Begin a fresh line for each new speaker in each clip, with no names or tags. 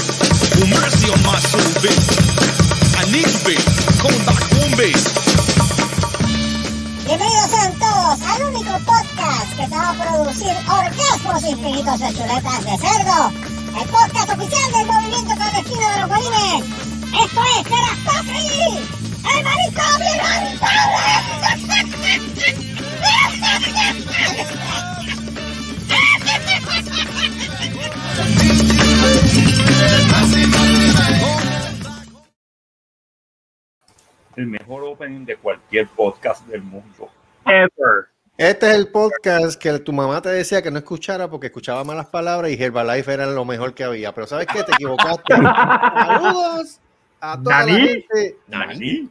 the mercy of my soul, babe. I need you, babe. Come back home, babe.
Bienvenidos sean todos al único podcast que te va a producir orgasmos infinitos de chuletas de cerdo. El podcast oficial del movimiento clandestino de los bolines. Esto es Teras Patri, el marisco
el mejor opening de cualquier podcast del mundo.
Ever.
Este es el podcast que tu mamá te decía que no escuchara porque escuchaba malas palabras y Herbalife era lo mejor que había. Pero ¿sabes qué? Te equivocaste. Saludos a toda la
¿Nani?
gente
Nani.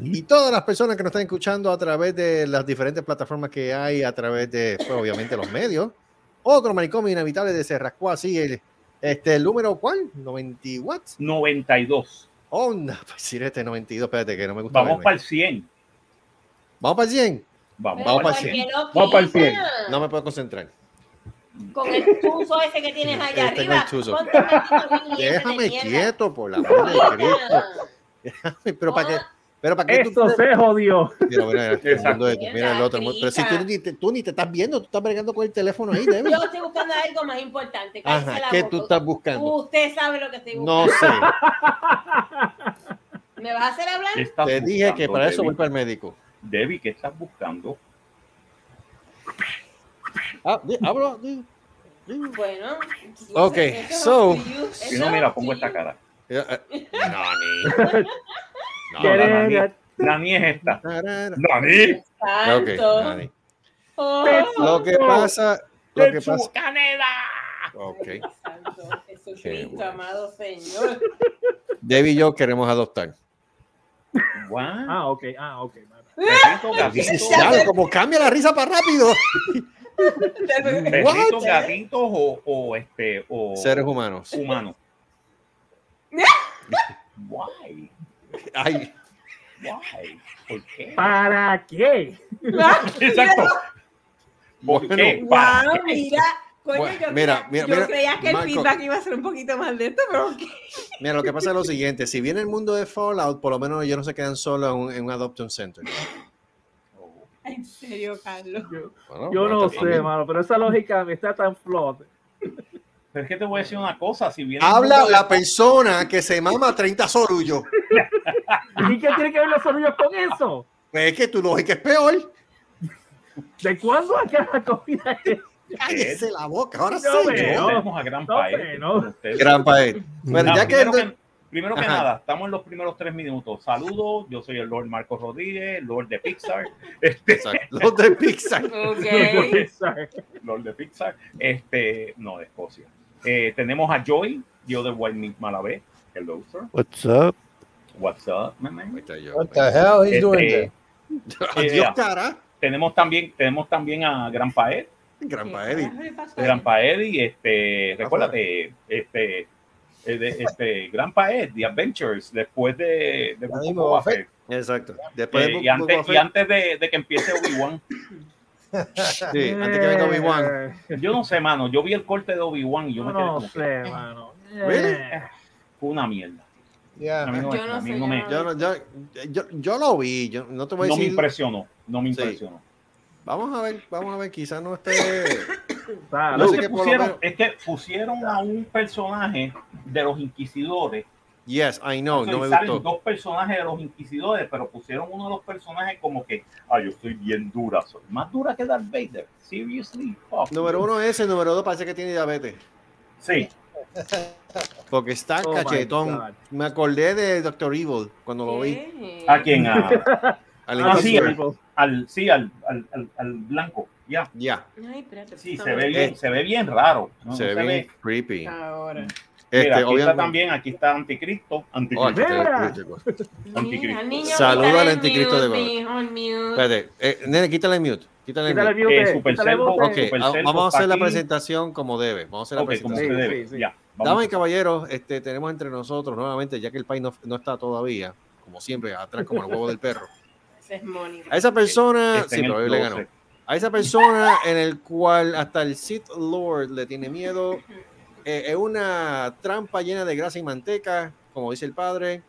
y todas las personas que nos están escuchando a través de las diferentes plataformas que hay, a través de, pues, obviamente, los medios. Otro manicomio inevitable de Serrascuá, sí, el, este, el número, ¿cuál? 90 watts.
92.
Onda, pues sí, este 92, espérate que no me gusta.
Vamos
verme.
para el 100.
Vamos para el 100.
Vamos,
Vamos
para
pa'l
el 100.
cien.
Vamos
pa'l cien.
No me puedo concentrar.
Con el chuzo ese que tienes allá
Este
arriba.
con el chuzo.
Ponte maldito bien y
Déjame
ese de mierda.
quieto, por la madre de Cristo. Pero para qué, pero para qué
Esto se jodió.
Mira, mira, mira, el
Exacto.
mundo de- mira el otro. Pero si tú ni, te, tú ni te estás viendo, tú estás bregando con el teléfono ahí, Debbie.
Yo estoy buscando algo más importante. cállese
Ajá,
la Uh,
¿qué
boca.
tú estás buscando?
Usted sabe lo que estoy buscando.
No sé.
¿Me vas a hacer hablar?
¿Qué estás
Te dije que
buscando,
para eso
Debbie?
voy para el médico.
Debbie, ¿qué estás buscando?
Ah, di- hablo. di- di-
Bueno.
Ok,
eso es
so-
up to you, eso
Si no,
es
mira,
up to
pongo esta
you.
cara.
eh, eh,
No,
¿Qué
la
eres?
Nani, Nani es esta.
tarara.
Nani.
Ok,
Santo.
nadie.
Oh,
Lo que pasa. Lo que pasa. Ok.
santo. Jesucristo,
bueno.
amado Señor.
Debbie y yo queremos adoptar.
Guau.
Ah, ok, ah, ok.
Perrito,
Dices,
gatito,
"Ya, como cambia la risa para rápido.
perrito,
What?
gatitos o, o este o
Seres humanos.
humanos. Guay.
Ay,
Guay. ¿Por qué?
Ah.
¿Para qué?
Exacto. ¿Por
Bueno.
qué? ¿Para
Wow,
qué?
mira. Coño,
Bueno,
yo,
mira,
creía,
mira,
yo
mira,
creía que el
Marco.
feedback iba a ser un poquito más lento, pero ok.
mira, lo que pasa es lo siguiente: si viene el mundo de Fallout, por lo menos ellos no se quedan solos en un, en un Adoption Center.
Oh.
en serio, Carlos.
Yo,
Bueno,
yo
bueno,
no
está bien.
sé, mano, pero esa lógica me está tan flot.
Pero es que te voy a decir una cosa, si viene
Habla
mundo de-
la persona que se mama 30 sorullos.
¿Y qué tiene que ver los sonidos con eso?
Pues es que tu lógica es peor.
¿De cuándo acá la comida es?
Cállese la boca, ahora sí.
No,
yo.
pero-
tenemos a Gran
No,
Paez.
no.
Ustedes-
Gran país. Bueno,
Nada,
ya que.
primero que, primero que
Ajá.
nada, estamos en los primeros tres minutos. Saludos, yo soy el Lord Marcos Rodríguez, Lord de Pixar, este,
Exacto, Los de Pixar.
Ok.
Lord de Pixar, este, no de Escocia. Eh, tenemos a Joy, yo de White Meat Malabé, hello sir,
What's up?
what's up, my man?
Ahí está yo.
What the hell he's
Este,
doing there?
Adiós,
Yeah.
cara.
tenemos también, tenemos también a Gran Paez,
Gran
¿Qué
país.
carajo le pasó a
Gran
él?
Paez y este, recuérdate, este, eh, de- este, Gran Paez, The Adventures, después de, de Book of
mismo,
Boba
Boba
Fett.
Exacto. Después
Eh,
de
y antes, y antes de, de que empiece Obi-Wan,
Sí, antes que venga
Eh.
Obi-Wan.
yo no sé, mano, yo vi el corte de Obi-Wan y yo
Yo
me quedé
no
como que
sé, mano.
Really?
Eh,
fue una mierda. A mí
Yeah.
no,
Yo no
a mí
sé,
no me,
yo
Yo, no- yo, yo, yo lo vi. Yo no te voy a
no me
decir.
impresionó, no me
Sí.
impresionó.
Vamos a ver, vamos a ver. Quizás no esté.
o sea,
No
Lo
sé
que
qué por lo
pusieron
menos-
es que pusieron a un personaje de los inquisidores.
Yes, I know. No me
Entonces, salen
gustó.
dos personajes de los inquisidores, pero pusieron uno de los personajes como que, ah, yo estoy bien dura, soy más dura que Darth Vader. Seriously. fuck.
Número uno es el número dos parece que tiene diabetes.
Sí.
Porque está
Oh my God.
ah, cachetón. Me acordé de Doctor Evil cuando lo vi.
¿Qué?
¿A Ah, quién? A-
Al
Ah, sí,
encuentro.
tipo,
al, sí, al, al, al- al blanco. Ya.
Ya,
Ay, espérate.
Sí,
por
se
favor.
ve bien, se ve bien raro. ¿no?
se
No
ve bien creepy.
Ahora.
Este,
Mira, aquí está
obviamente-
también, aquí está Anticristo.
Oh, aquí
Anticristo.
está el
Mira.
Anticristo.
Anticristo.
Saludo
quítale
al
el
anticristo de
mute,
Godoy.
mijo, el mute.
Espérate, eh, nene, quítale el mute. Quítale el
quítale el
mute.
mute,
Eh, Super
quítale el
Servo,
mute.
Ok,
Super
ah,
Cell
vamos a
está
hacer la
aquí.
presentación como debe. Vamos a hacer la
Ok, como
presentación.
se
Sí,
debe.
sí, sí.
Ya. vamos.
Damas y caballeros, este, tenemos entre nosotros nuevamente, ya que el país no, no está todavía, como siempre, atrás como el huevo del perro.
Ese es Mónica.
A esa persona,
Está
sí,
Este en el
pero le ganó.
closet.
A esa persona en el cual hasta el Sith Lord le tiene miedo, eh, es una trampa llena de grasa y manteca, como dice el padre.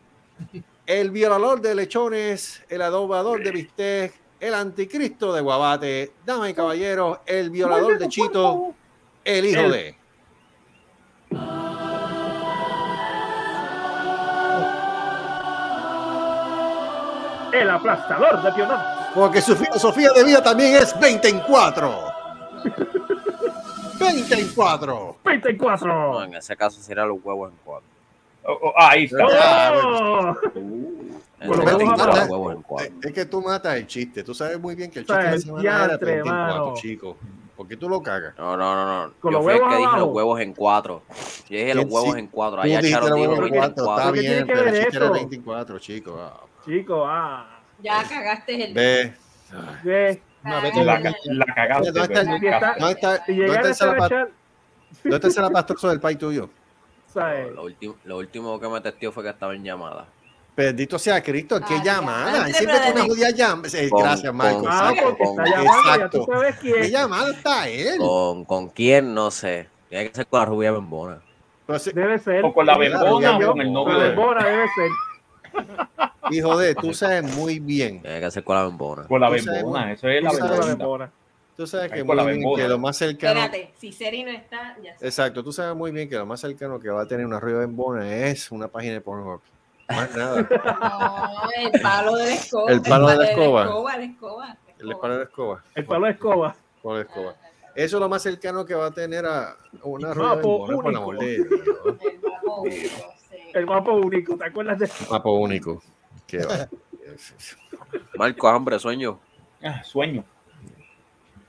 El violador de lechones, el adobador de bistec, el anticristo de guabate, damas y caballeros, el violador de chito, el hijo
El-
de.
El aplastador de pioneros.
Porque su filosofía de vida también es 20 en 4. 20 en 4.
24.
Ah,
No, en ese caso sería los huevos en cuatro.
Oh, oh, ahí está.
¡Oh!
En
Bueno,
ese
vamos
caso
a
sería
hablar.
los huevos en
Eh,
cuatro.
Eh, Es que tú matas el chiste. Tú sabes muy bien que el
O sea,
chiste de la
el
semana era
diantre,
20 en 4,
mano.
chico. ¿Por qué tú lo cagas?
No, no, no, no.
Con
Yo
los
fui el
huevos
que dije los
abajo.
huevos en cuatro. Yo dije los
Sí,
huevos
sí.
en cuatro.
Tú
Ahí
dijiste
Charo
los
dijo
huevos en
los huevos en
4. Está
cuatro.
¿Qué tiene
bien,
que
pero el
ver
chiste era
eso?
20 en 4, chico. Ah,
Chico, ah.
Ya cagaste el.
Ve.
Ve,
No, vete
Ay,
la
La,
ca-
ca- la cagaste.
¿Dónde está el-
la
ya está.
No está, no está
Si llegara
el
a ser
salapato-
echar,
no está el salapastroso del país tuyo.
¿sabes?
Lo último, lo último que me testió fue que estaba en llamada.
Bendito sea Cristo, qué
Ay,
llamada.
diantre,
Siempre
pero
con una
de-
jodida llamada.
Con-
Gracias, Marco.
con-
Ah,
exacto.
porque está
Exacto.
llamado, ya tú sabes quién.
¿Qué llamada está él?
¿Con, con quién? No sé. Tiene que ser con la rubia bembona.
Pero si-
Debe ser.
O con la
Claro,
bembona
ya
o con
yo-
el
Con
novio
la
de
bembona debe ser.
Hijo de, tú sabes muy bien.
Tiene que ser con la bembona.
Con la
Tú sabes,
bembona. Eso es la
tú sabes-
Con la
bembona.
bembona.
Tú sabes que,
Ahí con la
muy bien
bembona.
que lo más cercano.
Espérate, si Seri no está, ya sé.
Exacto, tú sabes muy bien que lo más cercano que va a tener una rueda en Bona es una página de Pornhub. Más nada.
No, el palo de la escoba.
El palo de la escoba.
la escoba, Ah, la escoba.
El palo de escoba.
El palo de escoba.
Palo de escoba. Eso es lo más cercano que va a tener a una
Y
rueda en
mapo
Bona, por la
único.
mordida.
El palo único, sí.
El mapa único. ¿Te acuerdas de
Mapo único. Qué va.
Marco, hambre, sueño.
Ah, sueño.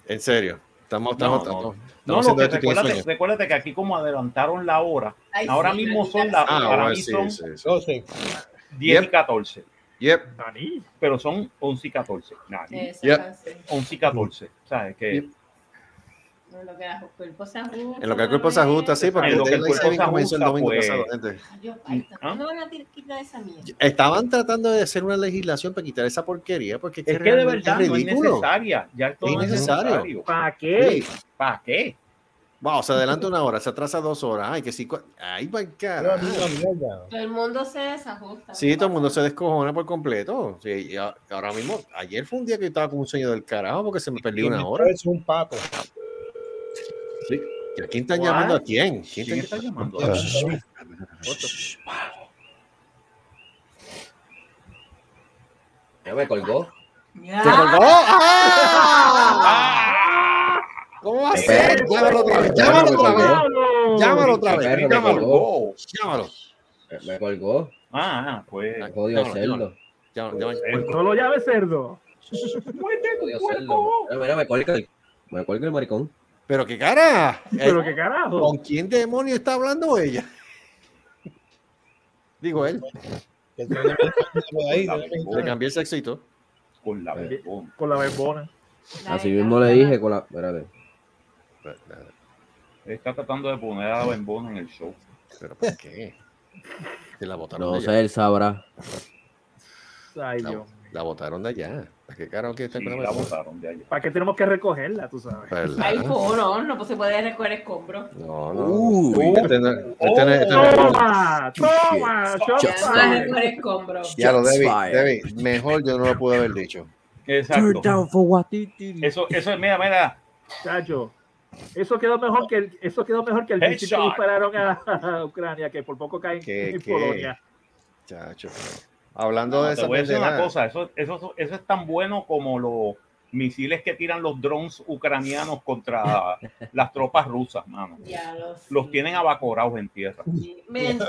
En serio. Estamos, estamos,
No, no.
estamos, estamos
No, no,
haciendo
que
esto y tienes
recuérdate,
sueño.
recuérdate que aquí como adelantaron la hora,
Ay,
ahora
sí,
mismo
maldita
son las
sea.
Ah,
para
bueno,
mí
sí,
son
sí, sí.
10 y
Yep.
14,
Yep.
Dani?
pero son 11 y 14. Nah,
Eso,
Ya.
así.
11 y 14. ¿Sabes que
Yep.
En lo que el cuerpo se ajusta.
En lo que el cuerpo se ajusta, sí, porque
En lo que el
Daylight
cuerpo
Saving
se
comenzó el
ajusta,
domingo
pues.
pasado, gente.
Yo, ay,
¿Ah?
no van a tirar quitar esa mierda.
Estaban tratando de hacer una legislación para quitar esa porquería, porque
Es que de
realmente
verdad no es
ridículo.
necesaria. Ya esto
Es
no es
innecesario.
necesario.
¿Para qué?
Sí.
¿Para qué?
Wow, se adelanta una hora, se atrasa dos horas. Ay, que sí. cua- Ay, va el
Pero a
carajo.
mí la mierda.
Todo el mundo se desajusta.
Sí, todo el mundo se descojona por completo. Sí, y a- ahora mismo, ayer fue un día que yo estaba con un sueño del carajo porque se me perdió una hora. Ah.
Es un pato.
¿A quién están
What?
llamando a quién? ¿Quién
¿Quién
está-
está llamando?
Ya me colgó.
¡Se colgó! ¡Ah! ¿Cómo va a ser? Llámalo otra vez, llámalo otra vez,
¡Diablo!
llámalo otra
Me
vez, llámalo,
colgó.
llámalo.
Me colgó.
Ah, ah, pues.
Ay,
Jodido
llámalo,
cerdo.
llámalo, llámalo, llámalo.
No lo llame cerdo.
Jodido cerdo. Mira, mira, me colga el, me colga el maricón.
Pero qué cara. eh,
Pero qué carajo.
¿Con quién demonio está hablando ella? Digo él,
Que tú no me entiendes por ahí, no me
le
entiendes.
cambié el sexito.
Con la
Eh.
bembona.
Con la bembona.
Así mismo le dije con la. Espérate.
Está tratando de poner a la bembona en el show.
¿Pero por qué? Que la botaron
No
de allá.
sé, él sabrá.
Ay,
La,
Dios.
la botaron de allá. ¿Para qué carajo que está
Sí,
con
la
la botaron?
botaron de allá.
¿Para qué tenemos que recogerla, tú sabes?
Ay,
¿Verdad?
po, no, no se puede recoger escombros.
No, no.
Uh.
Uy, este no- este no- este no-
Oh.
¡Toma! ¡Toma!
Ya no vas a
Just fine.
¡Chopa!
recoger escombros.
Ya lo debí,
Fire.
debí. Mejor yo no lo pude haber dicho.
Exacto.
for what?
Eso, eso es, mira, mira.
Chacho. Eso quedó mejor que el, eso quedó mejor que el misil que
Headshot.
dispararon a, a Ucrania, que por poco caen
¿Qué,
en
qué?
Polonia.
Chacho. Hablando de
Te
esa
voy a decir una
pendejada,
cosa, eso, eso, eso es tan bueno como los misiles que tiran los drones ucranianos contra las tropas rusas, mano.
Ya lo sé.
Los tienen abacorados en tierra.
Bendito.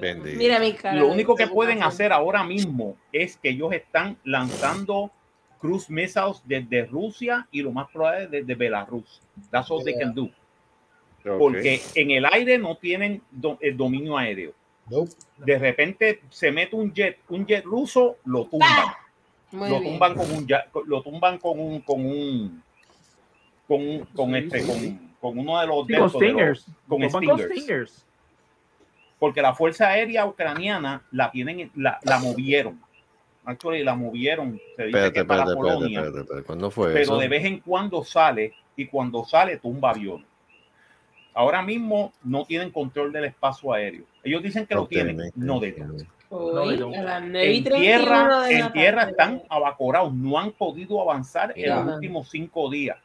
Bendito.
Mira mi cara.
Lo único que pueden hacer ahora mismo es que ellos están lanzando cruise missiles desde Rusia y lo más probable desde Belarus. That's all they can do.
ok.
Porque en el aire no tienen do- el dominio aéreo.
Nope.
De repente se mete un jet, un jet ruso, lo
Ah,
tumban.
¡Pah! Muy
lo
bien.
tumban con un ya- con- lo tumban con un con un con un- con
Sí,
este
sí,
con,
sí.
con uno de los,
Sí,
de
con
estos, de los-
Stingers.
con
Los bancos
Stingers.
Stingers.
porque la fuerza aérea ucraniana la tienen la, la movieron actually la movieron se dice
Espérate,
que para
espérate, espérate,
Polonia
espérate, espérate. ¿Cuándo fue
pero
eso?
de vez en cuando sale y cuando sale tumba aviones Ahora mismo no tienen control del espacio aéreo. Ellos dicen que lo tienen, no deben.
Hoy,
No, no.
a las 9 y
En tierra,
31 de la
en tierra
tarde.
están abacorados, no han podido avanzar
Mira.
en los últimos cinco días,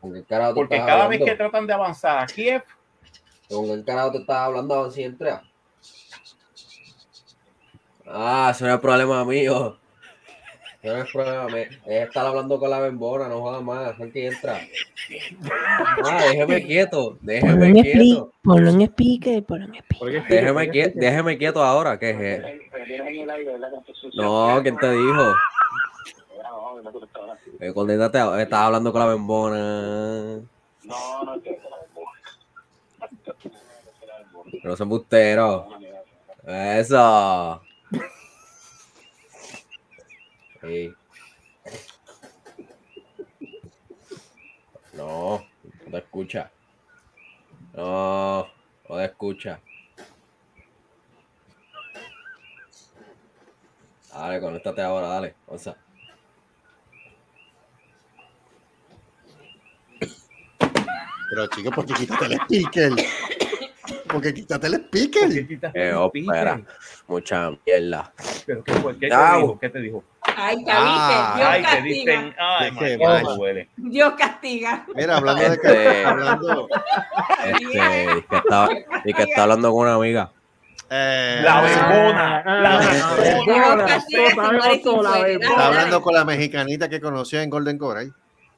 ¿Con qué carajo tú
porque
estás
cada vez que
hablando?
tratan de avanzar a Kiev,
¿Con qué carajo tú estás hablando así entra? Ah, eso no es problema mío. Eso no es problema mío. Es estar hablando con la bembona, no joda más. Son que entra. Ah, déjeme quieto.
Ponlo
Déjeme
en, speak,
quieto.
ponlo en speaker, ponlo en speaker.
Porque-
Déjeme, quie- déjeme quieto ahora. ¿Qué es eso? No, ¿quién te dijo? Eh, Condénate, a- estás hablando con la bembona.
No, no, que
No son busteros. Eso. Sí. No, no te escucha. No, no te escucha. Dale, conéctate ahora, dale. Gonza.
Pero chicos, ¿por qué quítate el speaker? Porque quítate el speaker.
Eh, ópera. Mucha mierda.
pero ¿qué, fue? ¿Qué te
Au.
dijo? ¿Qué te dijo?
Ay, ya viste,
Ah,
Dios
Ay, te
castiga.
dicen, ay, madre,
Qué mal.
me duele.
Dios castiga.
Mira, hablando de
Este.
que hablando,
Este, y que está, y que está hablando con una amiga.
eh,
La
está
bembona, la
Ah,
bembona.
la bembona,
Dios castiga,
la
señores,
bembona.
señores.
hablando con la mexicanita que conoció en Golden Coral.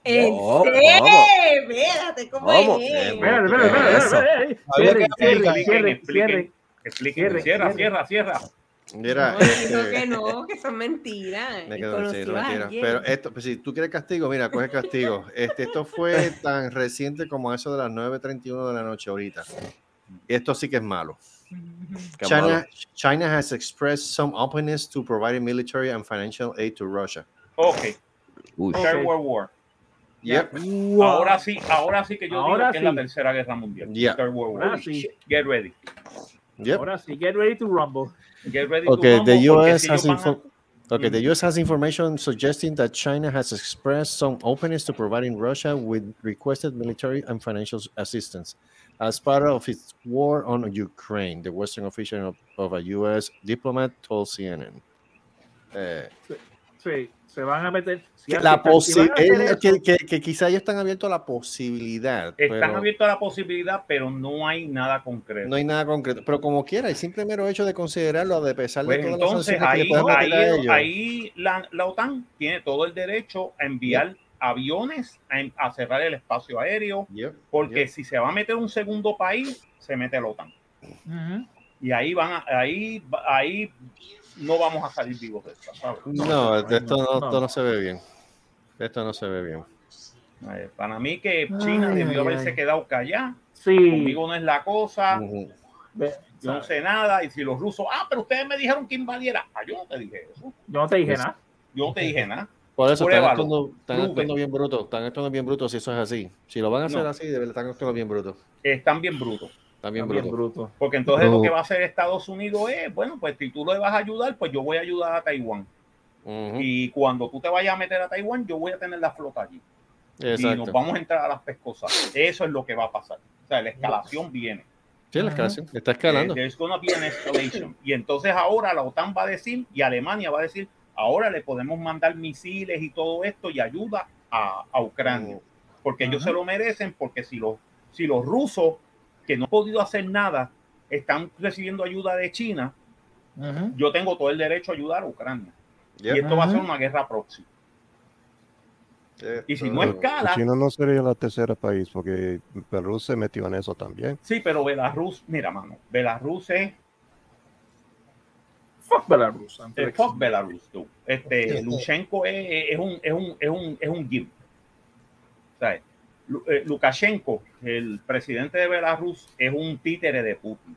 En
No,
serio,
¿cómo?
espérate, ¿cómo
¿Cómo?
es?
Eh,
Espérate, espérate, espérate, espérate, espérate.
Había que
Cierren,
explicar.
cierren,
Expliquen,
cierren,
Explíquenme,
Cierre,
cierra,
cierre.
cierra, cierra.
Mira,
No, digo
este,
que no, que son mentiras.
me quedo
Eh, Conocí
sí,
a
mentira.
alguien.
Pero esto, pues, si tú quieres castigo, mira, coge castigo. Este, esto fue tan reciente como eso de las 9.31 de la noche ahorita. Esto sí que es malo.
Qué malo.
China, China has expressed some openness to providing military and financial aid to Russia.
Ok,
Uy.
Third World War.
Yep.
Ahora sí, ahora sí que yo
Ahora
digo que es la
sí.
tercera guerra mundial.
Yeah.
Third World War.
Ahora sí.
Get ready.
Yep.
Ahora sí, get ready to rumble.
Get ready to Mm.
Okay, the
rumble, porque
US
si
has
ellos van a-
info- Okay, the US has information suggesting that China has expressed some openness to providing Russia with requested military and financial assistance as part of its war on Ukraine. The Western official of, of a US diplomat told CNN. Eh,
Sí, se van a meter. si
la
hacen- si van a hacer
posi- eh,
eso-
que, que- que quizá ellos están abiertos a la posibilidad.
Están
pero-
abiertos a la posibilidad, pero no hay nada concreto.
No hay nada concreto, pero como quiera, el simple mero hecho de considerarlo, de pesar
Pues
de todas
entonces
las sanciones
ahí,
que le puedan
ahí,
meter a ellos.
ahí la, la OTAN tiene todo el derecho a enviar aviones a, en- a cerrar el espacio aéreo,
Yep,
porque
yep.
si se va a meter un segundo país, se mete la OTAN.
Ujú.
Y ahí van a- ahí, va- ahí no vamos a salir vivos de esta, ¿sabes?
No, de esto no,
no.
esto no se ve bien. De esto no se ve bien.
Eh, Para mí que China
Ay, ay,
debió haberse
ay.
quedado callada,
Sí.
conmigo no es la cosa,
Ujú.
ve-
yo no
¿sabes?
sé nada, y si los rusos, ah, pero ustedes me dijeron que invadiera, ah, yo no te dije eso,
Yo no te dije nada.
yo no te dije nada.
Por eso están
Pruébalo.
actuando, están
Prove
actuando
it.
bien bruto, están actuando bien bruto si eso es así. Si lo van a hacer
No.
así, de verdad están actuando bien bruto.
Están bien brutos.
Están bien
También
bruto.
bruto.
Porque entonces
No.
lo que va a hacer Estados Unidos es, bueno, pues si tú le vas a ayudar, pues yo voy a ayudar a Taiwán.
Ujú,
Y cuando tú te vayas a meter a Taiwán, yo voy a tener la flota allí. Y nos
Exacto.
vamos a entrar a las pescosas. Eso es lo que va a pasar. O sea, la escalación viene.
Sí, la escalación. Está escalando.
Eh, There's gonna be an escalation. Y entonces ahora la OTAN va a decir, y Alemania va a decir, ahora le podemos mandar misiles y todo esto y ayuda a, a Ucrania. Porque ellos
Ajá.
se lo merecen, porque si los, si los rusos, que no han podido hacer nada, están recibiendo ayuda de China,
Ujú.
yo tengo todo el derecho a ayudar a Ucrania.
Yep.
Y esto va a ser
Ujú.
una guerra próxima. eh, Y si no
Esto-
escala,
China no sería la tercera país porque Perú se metió en eso también.
sí, pero Belarus, mira, mano, Belarus es
Fuck Belarus. antes
eh,
de que-
fuck Belarus, tú. Este, Lushenko es, es un es un es un es un gimp. O sea, Lu- eh, Lukashenko, el presidente de Belarus, es un títere de Putin.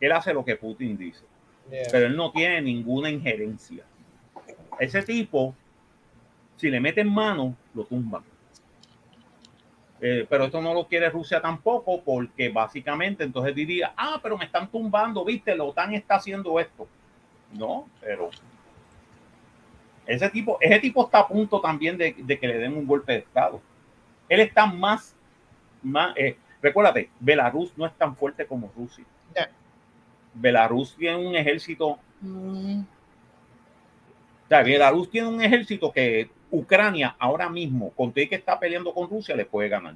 Él hace lo que Putin dice. pero él no tiene ninguna injerencia. Ese tipo, si le meten mano, lo tumban. Eh, pero esto no lo quiere Rusia tampoco, porque básicamente entonces diría, ah, pero me están tumbando, viste, la OTAN está haciendo esto. No, pero ese tipo, ese tipo está a punto también de, de que le den un golpe de Estado. Él está más, más eh, Recuérdate, Belarus no es tan fuerte como Rusia.
Ya.
Belarus tiene un ejército. O sea, Belarus tiene un ejército que Ucrania ahora mismo, con todo y que está peleando con Rusia, le puede ganar.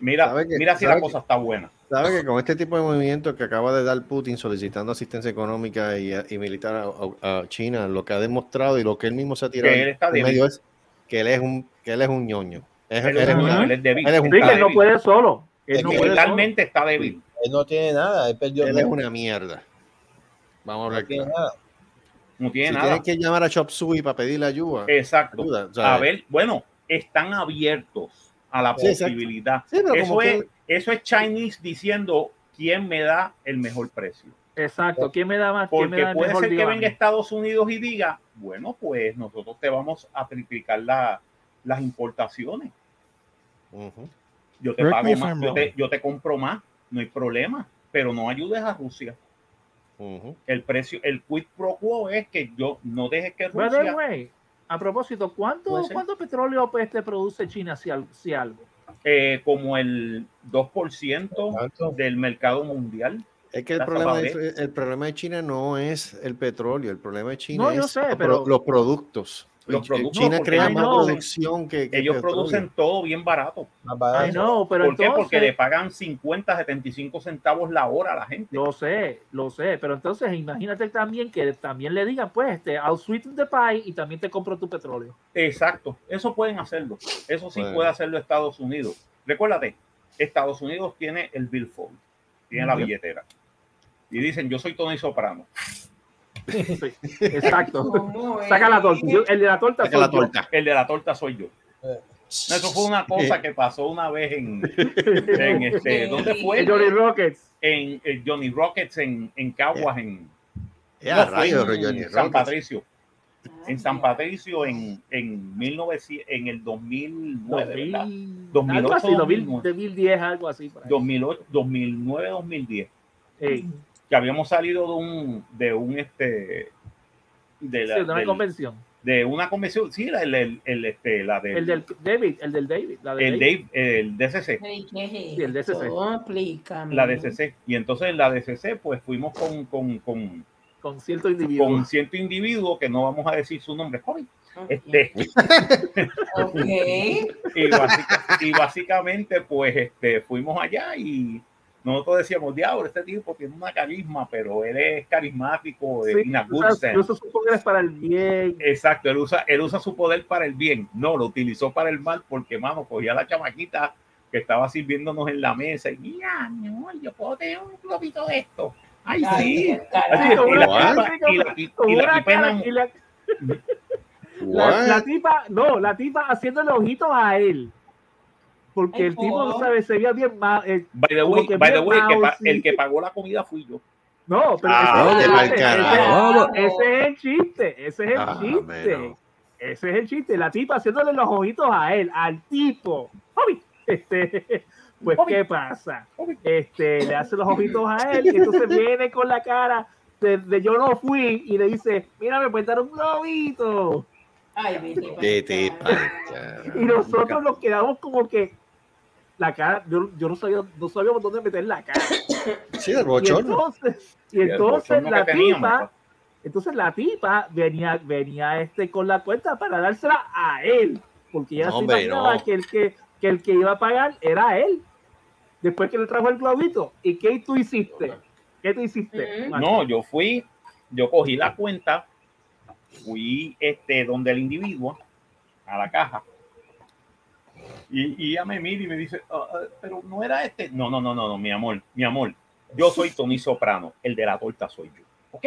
Mira,
¿Sabe que-
mira si la
sabe que-
cosa está buena.
Sabe que con este tipo de movimiento que acaba de dar Putin solicitando asistencia económica y, y militar a, a- a China, lo que ha demostrado y lo que él mismo se ha tirado
Que él está
en
débil.
medio es que él es un, que él es un ñoño. Es-
Él
él es
un-
una-
él es débil,
él es un
Sí, que
está
él no
débil.
puede solo.
Es
Él no
que
puede solo.
Mentalmente está débil.
Él no tiene nada, él perdió
él
nada,
es una mierda. Vamos a
no
hablar
tiene
claro.
nada.
No
Si
tiene nada.
tienes que llamar a Chop Suey para pedirle ayuda.
Exacto.
ayuda, o sea,
A ver, bueno, están abiertos a la
Sí, exacto.
posibilidad.
Sí, pero
Eso
como
es, eso es Chinese diciendo quién me da el mejor precio.
Exacto. ¿Quién me da más? ¿Quién me
Porque
da el
puede
mejor
ser que
diván?
venga Estados Unidos y diga, bueno, pues nosotros te vamos a triplicar la- las importaciones.
Ujú.
Yo te
Correct me
pago
if
más,
I'm
yo
wrong.
te, yo te compro más, no hay problema, pero no ayudes a Rusia.
Ujú.
El precio, el quid pro quo es que yo no dejes que
By the
Rusia
way, a propósito, ¿cuánto,
Puede ser.
¿cuánto petróleo pues, te produce China si, al- si algo?
eh, como el 2%
¿Cuánto?
del mercado mundial.
Es que el
Las
problema de,
apagues.
el problema de China no es el petróleo, el problema de China
No, yo
es
sé,
los pro-
pero-
los productos.
Los productos,
China
porque
crea
ellos
más
producen-
producción que, que
Ellos
petróleo.
producen todo bien barato.
Más barato.
Ay, no, pero
¿Por qué?
entonces-
Porque le pagan 50, 75 centavos la hora a la gente.
Lo sé, lo sé, pero entonces imagínate también que también le digan, pues, este, I'll sweeten the pie y también te compro tu petróleo.
Exacto, eso pueden hacerlo. Eso sí
Bueno.
puede hacerlo Estados Unidos. Recuérdate, Estados Unidos tiene el billfold, tiene la
Ujú.
billetera. Y dicen, yo soy Tony Soprano.
Sí, exacto.
¿Cómo es?
Saca la torta. yo- el de la torta.
Saca la
soy yo.
torta.
El de la torta soy yo. No, Eso fue una cosa que pasó una vez en, en este, ¿dónde
El
fue?
Johnny Rockets.
En, en Johnny Rockets, en, en Caguas, en,
Eh,
no,
a
fue
rayos,
en
Johnny
San
Rockets.
Patricio. en San Patricio en, en 1900, en el 2009, ¿verdad?
2000,
2008,
algo así, 2000,
2009.
2010, algo así. por ahí.
2008, 2009, 2010,
Ey,
que habíamos salido de un, de un, este, de, la-
sí, de una
del-
convención.
de una convención, sí, la, el, el, el, este, la del,
El del David, el del David. La del
el
David.
Dave- el DCC,
Sí, el DCC.
la DCC, y entonces en la DCC, pues fuimos con, con, con,
Con cierto individuo.
con cierto individuo que no vamos a decir su nombre, joven, este,
Ok.
y, básica- y básicamente, pues, este, fuimos allá y nosotros decíamos, diablo, este tipo tiene una carisma, pero él es carismático, eh,
Sí,
in a good
o sea,
sense.
yo supongo que es para el bien.
Exacto, él usa, él usa su poder para el bien, no lo utilizó para el mal, porque, mano, cogía a la chamaquita que estaba sirviéndonos en la mesa y, mira, mi amor, yo puedo tener un globito de esto. Ay, sí. Así,
Sí, con
y la
una-
tipa-
sí, con-
y la- y
con
la
una
tipa
cara-
enam-
y la- La,
What?
la tipa, no, la tipa haciéndole ojitos a él.
Ay,
Porque el tipo,
por.
¿sabes? Se veía bien mal. eh,
By the
como
way,
que
by the
bien
way, el que pa-
mousy.
el que pagó la comida fui yo.
no, pero
Ah,
ese,
vete pa'l
ese-
carajo.
ese- ese es el chiste. Ese es el
Ah,
chiste.
menos.
Ese es el chiste. La tipa haciéndole los ojitos a él, al tipo. ¡Hobby! Este, pues, ¿qué pasa? Este, le hace los ojitos a él y entonces viene con la cara de, de yo no fui y le dice, mira, me pueden dar un globito.
Ay, vete
Vete
pa'l
pa'l
carajo.
carajo.
y nosotros nos quedamos como que la cara, yo, yo no sabía, no sabíamos dónde meter la cara.
Sí, del
Y
bochorno.
entonces, y
El
entonces
bochorno
la
que teníamos,
tipa, entonces la tipa venía, venía este con la cuenta para dársela a él, porque ya
No,
se
hombre,
imaginaba
no.
que el que, que el que iba a pagar era él. Después que le trajo el globito. ¿Y qué tú hiciste? ¿Qué tú hiciste?
Ujú.
Macho?
No, yo fui, yo cogí la cuenta, fui este, donde el individuo, a la caja. Y, y ella me mira y me dice, "Ah, ah, pero no era este. No, no, no, no, no, mi amor, mi amor. Yo soy Tony Soprano, el de la torta soy yo. ¿Ok?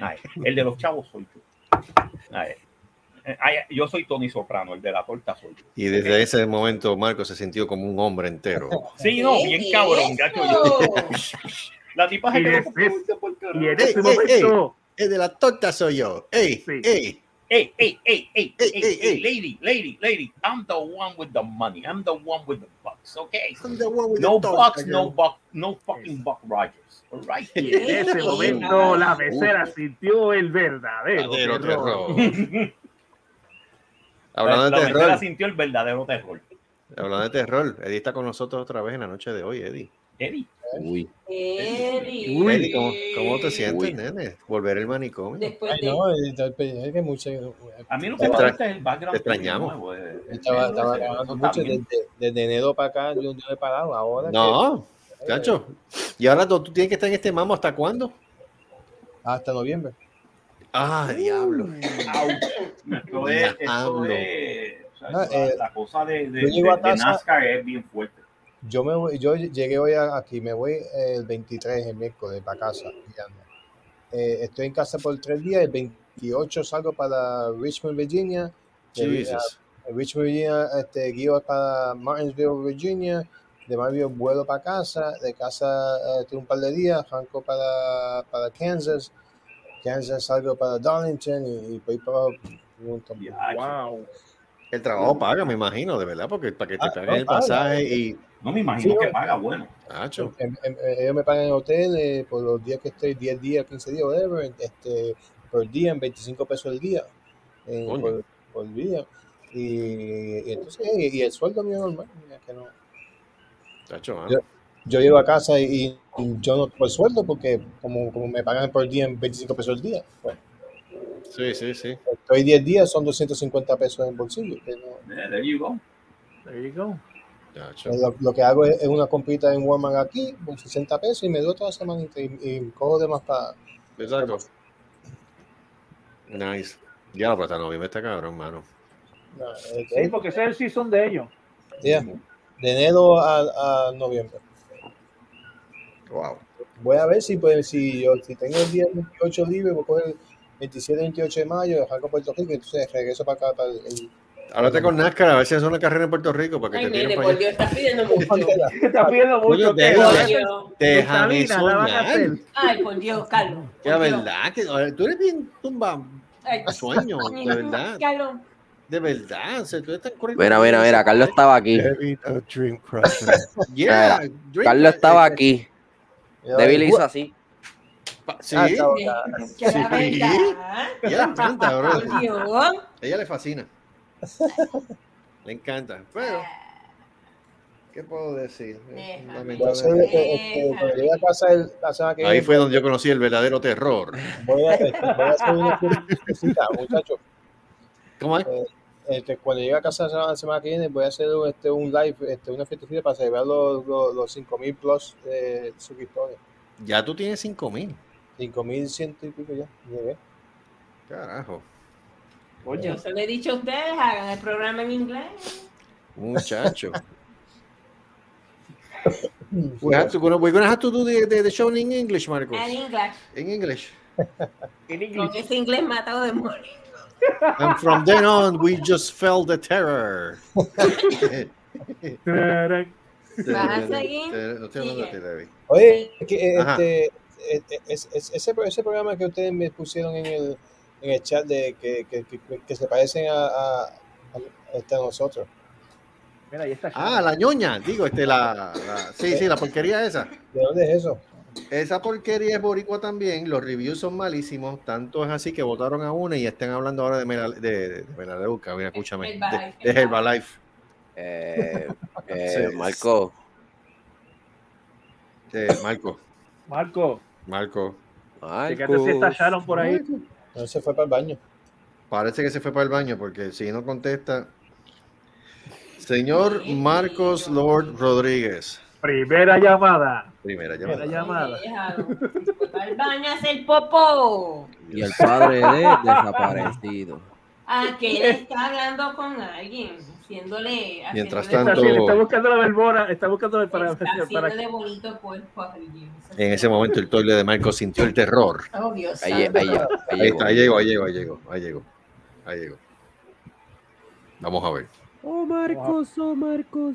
Ay, el de los chavos soy yo. Ay, ay, yo soy Tony Soprano, el de la torta soy yo.
Y desde ese momento Marco se sintió como un hombre entero.
Sí, no,
¿Qué
bien
es
cabrón, gacho. yo-
eso?
La tipa se
Y
quedó
es-
como, "Ay, por carajo".
Y en
Ey,
ese
ey,
momento,
El de la torta soy yo. ¡Ey!
Sí.
¡Ey!
hey, hey, hey, hey,
Hey,
hey,
hey,
hey,
hey.
lady, lady, lady, I'm the one with the money. I'm the one with the bucks, okay?
I'm the one with
No
the torta,
bucks,
girl.
no buck, no fucking Buck Rogers, all right?
y en ese momento la mesera sintió el verdadero
Verdadero
terror.
terror. Hablando
la
de
mesera
terror,
sintió el verdadero terror.
Hablando de terror, Eddie está con nosotros otra vez en la noche de hoy, Eddie.
Eddie.
Uy.
Eri.
Uy, ¿cómo, cómo te sientes, nene? Volver al manicomio.
Después
Ay,
de.
no, es- es que mucho.
A mí lo que
Te
me
extra-
gusta es el background.
te extrañamos.
nuevo, eh, eh,
Estaba,
eh,
estaba
eh,
grabando
está
mucho
bien.
desde, desde enero para acá. Yo no he parado. Ah, Ahora.
No, chacho. Y ahora tú tú tienes que estar en este mamo hasta cuándo?
que- hasta noviembre.
Ah, diablo.
Au. Esto es, esto
Diablo.
es- o sea,
Ah,
No,
la,
eh,
la cosa de, de,
yo llego a
de- de
casa-
NASCAR es bien fuerte.
Yo, me voy- yo llegué hoy a- aquí, me voy el 23 el miércoles para casa. Guiando. Eh, estoy en casa por tres días, el 28 salgo para Richmond, Virginia. De-
Jesus.
a Richmond, Virginia, este, guío para Martinsville, Virginia. De Martinsville vuelo para casa, de casa eh, tengo un par de días, arranco para, para Kansas. Kansas salgo para Darlington y, y voy para abajo. Montón.
Ya,
Wow.
El trabajo paga, me imagino, de verdad, porque para que te
Ah,
paguen
no,
el
paga.
pasaje y.
No me imagino
Sí,
que
yo-
paga bueno.
Chacho.
Em- em- em- ellos me pagan el hotel eh, por los días que estoy, 10 días, 15 días, whatever, este, por día, en 25 pesos el día, eh,
Coño.
por, por día. Y, y entonces, y, y el sueldo mío normal, mira que no.
Chacho, mano.
Yo- Yo llego a casa y, y yo no por sueldo porque como, como me pagan por día en 25 pesos el día, pues,
Sí, sí, sí.
estoy 10 días, son 250 pesos en el bolsillo. que no-
Yeah, Eh, there you go.
There you go.
Chacho.
lo, lo que hago es, es una comprita en Walmart aquí, con 60 pesos, y me doy toda la semana y, y cojo de más para...
Exacto. Nice. Ya, pero hasta noviembre está cabrón, mano.
Sí, porque ese es el season de ellos.
Ya, De enero a, a noviembre.
Wow.
Voy a ver si, pues, si, yo, si tengo el día 28 libre, voy a coger el 27, 28 de mayo, arranco a Puerto Rico y entonces regreso para acá. Para el, el-
Háblate con NASCAR, a ver si hace una carrera en Puerto Rico para que
Ay,
te tiren
nene,
para
por
allá.
Dios, estás pidiendo mucho.
Que está pidiendo mucho.
Coño,
que-
déjame.
Coño.
Déjame
Rosalina, la van a
soñar.
hacer.
Ay, por Dios, Carlos.
Que
por
la
Dios.
verdad, que oye, tú eres bien tumba
Ay,
a sueño,
ay,
de verdad.
Carlos.
De verdad, o sea, tú estás corriendo.
Mira, mira, mira, Carlos estaba aquí.
David, a Dream Crusher.
Yeah, eh, drink
Carlos
that.
estaba aquí. Devil hizo así.
Pa- Sí,
Ah, chao.
Que la
Sí.
verdad,
ella le encanta, bro.
por Dios.
Ella le fascina. Le encanta. Pero,
Ah.
¿qué puedo decir? Eh,
Déjame.
Voy a hacer,
lamentablemente.
eh, este, cuando llegue a casa el, la semana que
Ahí
viene,
fue donde yo conocí el verdadero terror.
voy a, este, voy a hacer una cita, muchachos.
¿Cómo es?
Este, cuando llegue a casa la semana- la semana que viene, voy a hacer un- este, un live, este, una fiestecita para celebrar los, los, los 5.000 plus eh, suscriptores.
Ya tú tienes 5000.
5.100 y pico ya, llegué.
Carajo.
Coño.
Yo se lo he dicho a ustedes, hagan el programa en inglés.
Muchacho. We have to, we're gonna have to do the, the, the show in English, Marcos.
En inglés.
In English.
En
Con
inglés.
ese inglés matado de muerte.
And from then on, we just felt the terror.
Tarán.
Vas a seguir.
No estoy hablando de ti, David.
Oye, que, eh,
Ajá.
este, eh, eh, es- es- ese, ese programa que ustedes me pusieron en el, en el chat de que, que, que- que se parecen a, a, a- este, a nosotros.
Mira, ahí está.
Ah, la ñoña, digo, este, la, la- sí, sí, la porquería esa.
¿De dónde es eso?
Esa porquería es boricua también, los reviews son malísimos, tanto es así que votaron a una y están hablando ahora de, Mela- de, de Melaleuca, mira, escúchame, de,
Herbalife.
de Herbalife.
Eh, eh,
Sí.
Marco,
Eh, Marco,
Marco,
Marco,
fíjate si está
Marco.
Sharon por ahí.
No se fue para el baño.
parece que se fue para el baño porque si no contesta. Señor Marcos Lord Rodríguez,
Primera llamada.
primera
Primera
llamada.
llamada.
Al baño a hacer popó.
Y el padre de desaparecido.
Ah, que él está hablando con alguien, haciéndole.
Mientras
Está,
tanto-
haciéndole-
sí, está buscando la verbona. Está buscando el para,
está
para-
haciéndole bonito cuerpo a alguien.
En ese momento el toile de Marcos sintió el terror.
Oh, Dios.
Ahí,
santo.
ahí, ahí,
Ahí está, ahí llegó, ahí llegó, ahí llegó, ahí llegó, ahí llegó. Vamos a ver.
Oh,
Marcos,
oh, Marcos.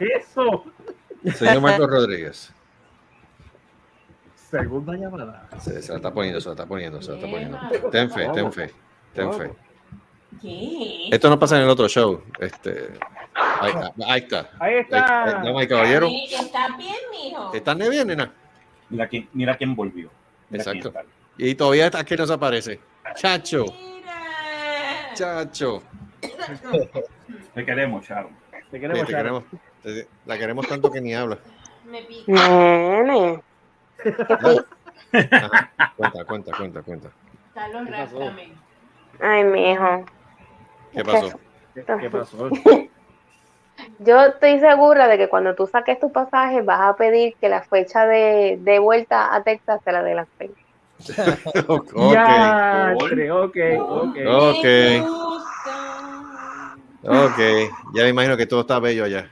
Eso.
Señor Marcos Rodríguez.
Segunda llamada.
Se, se la está poniendo, se la está poniendo, se la está poniendo. Ten fe, ten fe, ten fe.
¿Qué?
Esto no pasa en el otro show. Este, ahí, ahí está.
Ahí está.
Ahí- Damas y caballero.
Ay, Está bien, mijo.
¿Están de bien, nena?
Mira quién, mira quién volvió. Mira quién
Exacto.
está.
Y todavía está aquí no se aparece. Chacho,
Mira.
chacho.
Te queremos, Charo.
Te
Sí, te queremos. Te- La queremos tanto que ni habla.
Me pica.
Nene.
Ajá. Cuenta, cuenta, cuenta, cuenta.
Están los
pasó?
rascamen.
Ay, mijo.
¿Qué pasó?
¿Qué, qué pasó?
Yo estoy segura de que cuando tú saques tu pasaje vas a pedir que la fecha de, de vuelta a Texas te la adelanten.
Ok.
Ya, ok, ok.
Ok.
Me gusta.
Ok. Ya me imagino que todo está bello allá.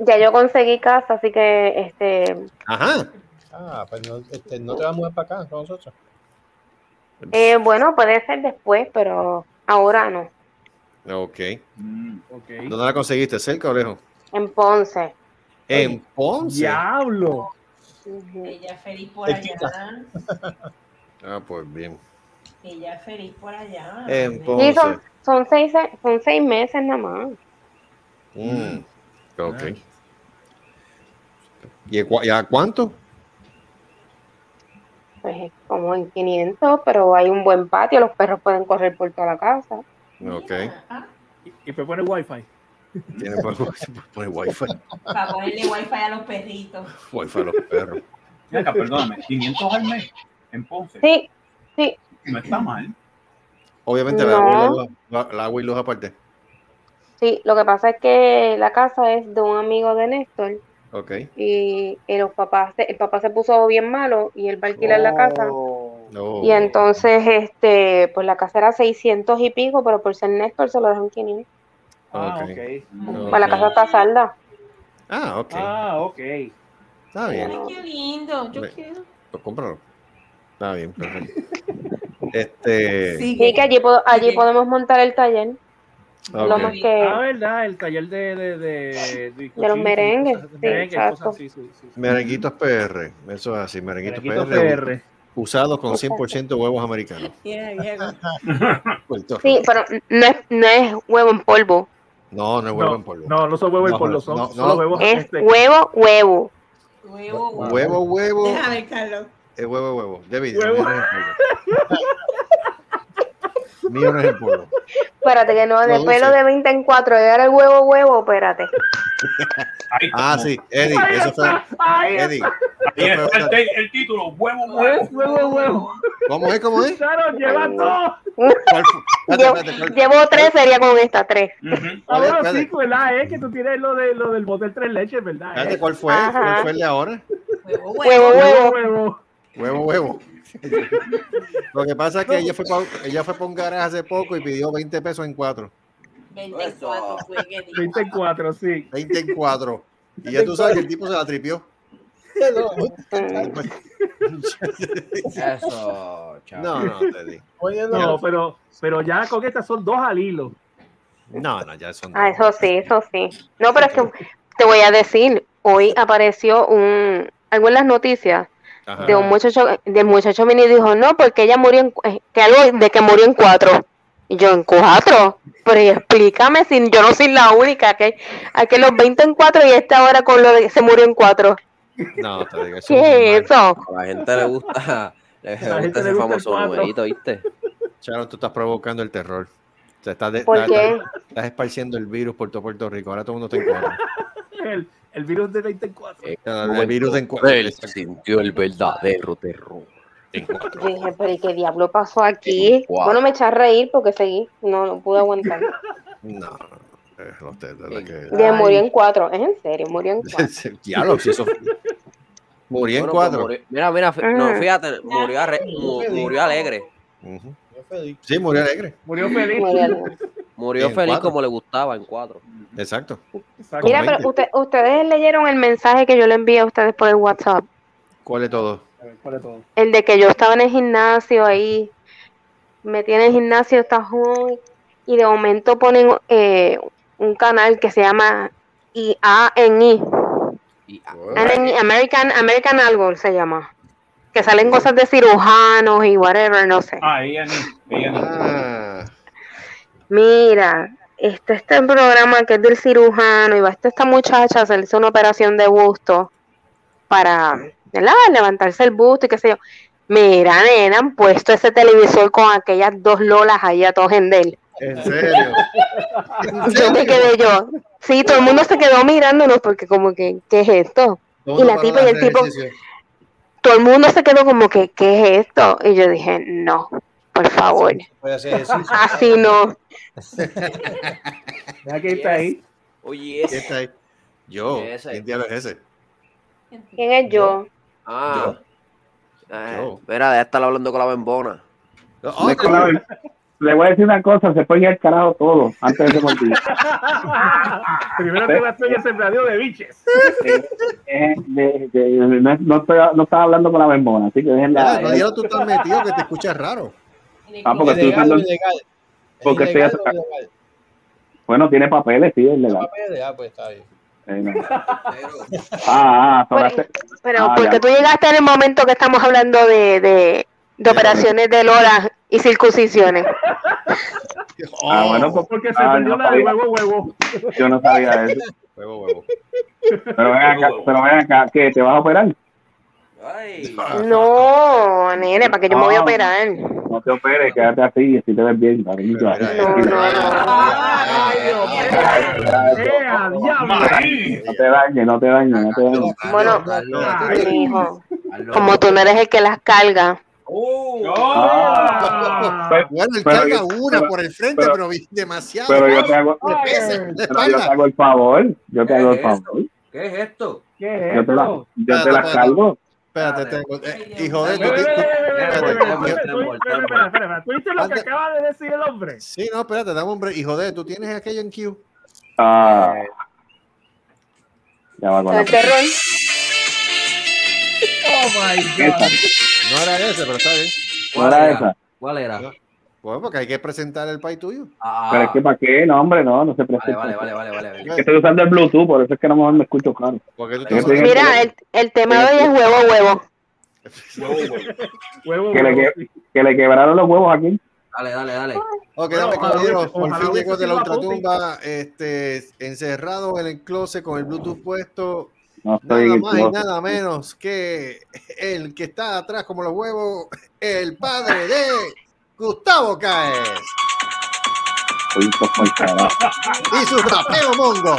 Ya yo conseguí casa, así que este
Ajá.
Ah, pues no, este, no te vas a mudar para acá con nosotros.
eh, bueno, puede ser después, pero ahora no.
Ok.
Mm.
ok.
¿Dónde la conseguiste? ¿Cerca o lejos?
En Ponce.
En Ponce.
Diablo.
Ujú.
Ella feliz por allá.
Ah, pues bien.
Ella feliz por allá.
En
Y
Ponce.
son, son seis son seis meses nada más.
Mm. Ok. ¿Y a cua- y a cuánto?
Pues es como en 500, pero hay un buen patio, los perros pueden correr por toda la casa.
Ok.
Ah,
Y fue poner wifi.
Tiene por, por wifi.
Para ponerle wifi a los perritos.
Wifi a los perros.
Mira acá, perdóname, 500 al mes en Ponce.
Sí, sí,
No está mal.
Obviamente la,
No.
agua y la luz- la agua y luz aparte.
sí. Lo que pasa es que la casa es de un amigo de Néstor
Ok.
y, y los papás, se- el papá se puso bien malo y él va a alquilar la casa.
Oh. No.
Y entonces, este, pues la casa era 600 y pico, pero por ser Néstor se lo dejan 500.
Ah,
Ok.
ok.
No.
Pues la
Ok.
casa está salda.
Ah, ok.
Ah, ok.
Está
Ay,
bien.
qué lindo. Yo
Ve.
quiero.
Pues cómpralo. Está bien, perfecto. Este.
Y que allí, po- allí podemos montar el taller,
ok.
lo más
Ah,
que
verdad, el taller de, de, de,
Eh, de los merengues.
cosas-
Sí,
merengues,
exacto.
cosas así, sí, sí, sí.
Merenguitos PR. Eso es así, merenguitos
Merenguitos
PR.
PR.
Usados con 100% huevos americanos.
Mira, Diego.
Puerto
Sí,
Rico.
pero no es, no es huevo en polvo,
No, no es huevo en
No,
polvo.
no, no son huevos
No,
en polvo, son
no,
solo
no.
huevos.
es
este,
huevo, huevo.
Huevo, huevo.
Huevo, huevo.
Déjame ver, Carlos.
Es huevo, huevo. David,
Huevo.
mío no es en polvo. Mío no es en polvo.
Espérate, que no, de
Produce.
pelo de 20 en 4, y ahora el huevo, huevo, espérate.
Ahí está.
Ah, sí, Eddie,
Ahí
eso fue.
está, ahí
Eddie,
Ahí está el, te- el título, huevo, huevo.
Huevo, huevo, huevo.
¿cómo es? ¿Cómo es?
Claro, lleva todo.
¿Cuál fue?
Llevo,
Espérate, espérate, ¿cuál-
llevo tres, sería con esta, tres.
Ujú.
Vale,
Ahora
vale.
sí, ¿verdad? Es que
Mm.
tú tienes lo, de, lo del motel tres leches, ¿verdad?
espérate,
eh?
¿Cuál fue?
Ajá.
¿Cuál fue el de ahora?
Huevo,
Huevo,
huevo.
huevo.
huevo.
Huevo, huevo. Lo que pasa es que ella fue pa- ella fue para un garaje hace poco y pidió 20 pesos en cuatro.
24 fue que dijo.
24, sí.
20 en cuatro. Y ya tú sabes que el tipo se la tripió.
Mm.
Eso, chaval.
No, no, te di.
Oye, no,
No, pero, pero ya con estas son dos al hilo.
No, no, ya son.
Ah, eso sí, eso sí. No, pero es que te voy a decir, hoy apareció un algo en las noticias
Ajá.
de un muchacho, del muchacho mini dijo, no, porque ella murió en, cu- eh, que algo de que murió en cuatro. Y yo, ¿en cuatro? Pero y explícame si yo no soy la única, que hay, hay que los 20 en cuatro y esta ahora con lo de que se murió en cuatro.
No, te digo, eso
¿Qué es
es mal.
eso?
A la gente le gusta, le
gente
gusta
le
ese
gusta el
famoso
cuatro.
numerito, ¿viste?
Charo, tú estás provocando el terror. O sea, estás, de-
¿Por
estás-
qué?
estás- estás esparciendo el virus por todo Puerto Rico. Ahora todo el mundo está en cuatro.
El, el virus de 20 en 4.
El Ah, virus en cuatro.
Él sintió el verdadero terror.
En cuatro.
Yo dije, pero ¿y qué diablo pasó aquí?
Guau.
Bueno, me eché a reír porque seguí, no, no pude aguantar.
No, eh, no te- de verdad que-
Ya
Ay.
murió en cuatro, es en serio, murió en cuatro.
Diablo, si eso. Morí en
Bueno, pues,
cuatro.
murió- Mira, mira, fe- no,
Ajá.
fíjate, murió, arre- mu- murió alegre.
Ujú.
yo feliz.
Sí, murió alegre.
Murió feliz.
Murió.
Murió
En
feliz
cuatro.
como le gustaba en cuatro.
Exacto.
Exacto.
Mira, pero usted- ustedes leyeron el mensaje que yo le envié a ustedes por el WhatsApp.
¿Cuál de todos?
¿Cuál es todo?
El de que yo estaba en el gimnasio ahí, me tiene el gimnasio, está hoy, y de momento ponen eh, un canal que se llama IANI,
Y, ah,
ANI, American, American algo se llama, que salen cosas de cirujanos y whatever, no sé.
Ah, ella ni, ella ni.
Ah,
Mira, esto está el programa que es del cirujano y va esta, esta muchacha a hacerse una operación de busto para ¿verdad? levantarse el busto y qué sé yo. Mira, nena, han puesto ese televisor con aquellas dos lolas allá todos en él.
En serio.
Yo me quedé yo. Sí, todo el mundo se quedó mirándonos porque como que, ¿qué es esto?
Todo
Y la
para
tipa y el
hacer
tipo,
ejercicio.
todo el mundo se quedó como que, ¿qué es esto? Y yo dije, no, por favor,
Puede hacer ejercicio.
así no.
Mira que está ahí.
Oye,
¿Quién está ahí? Yo.
Ese.
¿Quién diablo es ese?
¿Quién es yo?
Ah. Eh,
Yo.
Mira, ya estar hablando con la bembona.
Oh,
Le voy a decir una cosa, se puede ir al carajo todo antes de que se me olvide.
Primero te vas a hacer el sembradío de biches.
Eh, de- de- no, no estoy- no estaba hablando con la bembona, así que déjenla.
ah, no, diablo, tú estás metido que te escuchas raro.
Ah, porque estoy
Ilegal o
usando.
ilegal. ¿Es
Porque estoy
ilegal
aceptando.
o ilegal?
Bueno, tiene papeles, sí, es legal.
Papeles, ah, pues está bien.
Eh, no. Ah, ah, ahora se-
Pero
Ah,
porque
ya.
tú llegaste en el momento que estamos hablando de, de, de operaciones de Lola y circuncisiones.
ah, bueno, pues,
Porque se
Ah, no,
perdió la de
sabía.
huevo, huevo.
yo no sabía de eso.
Huevo, huevo.
Pero ven acá, pero ven acá, ¿qué? ¿Te vas a operar?
Ay.
No, nene, ¿para que yo me voy a
Ah.
operar?
No te operes, quédate así y así te ves bien. cariño.
Mira, eh,
Ay,
No,
mira,
no,
mira,
Ay,
mira, mira,
Dios mío.
gracias.
¡Eh, al diablo!
Marí.
No te dañes, no te dañes, no te dañes.
Bueno,
hazlo,
Ay.
hazlo.
hijo,
Hazlo.
como tú no eres el que las carga.
¡Ah!
Pero-
Bueno, él
Pero
carga
yo-
una
pero-
por el frente,
pero-
pero, vi- demasiado.
Pero yo te hago,
Le pesa la
pero yo te
espalda.
hago el favor, yo te
¿Qué
hago el
es eso?
favor.
¿Qué es esto?
¿Qué es
Yo te la,
esto?
yo te la
Espérate, pues,
cargo.
Espérate,
Dale.
tengo. eh, hijo de.
Espera,
tú-
espera,
tú-
espera, espera, espera,
espérate,
espera, espera, espera, espera. ¿Tú viste lo que
Anda.
acaba de decir el hombre?
Sí, no, espérate, dame un break. Hijo de, tú tienes aquello en Q.
Ah, ya va con la.
El terror.
¡Oh, my
Esa,
God!
No era ese, pero está bien.
no era esa.
¿Cuál era?
Bueno, porque hay que presentar el país tuyo.
Ah,
Pero es que para qué, no, hombre, no, no se
vale,
presta.
vale, vale, vale, vale, vale.
Que Estoy usando el Bluetooth, por eso es que a lo mejor me escucho claro.
Porque tú
Yo
estás
te-
hablando-
Mira, el, el tema de hoy es huevo, huevo.
Huevo,
Que le,
huevo.
que, que le quebraron los huevos aquí.
Dale, dale, dale.
Ok,
Bueno,
dame
ojalá
caballero,
hubiese-
por
ojalá
fin
hubiese
llegó de la
sido Putin.
ultratumba, este, encerrado en el closet con el Bluetooth puesto,
No estoy en
nada
el
más y
closet.
nada menos que el que está atrás como los huevos, el padre de Gustavo Caes
Estoy insoportable.
y su rapero mongo.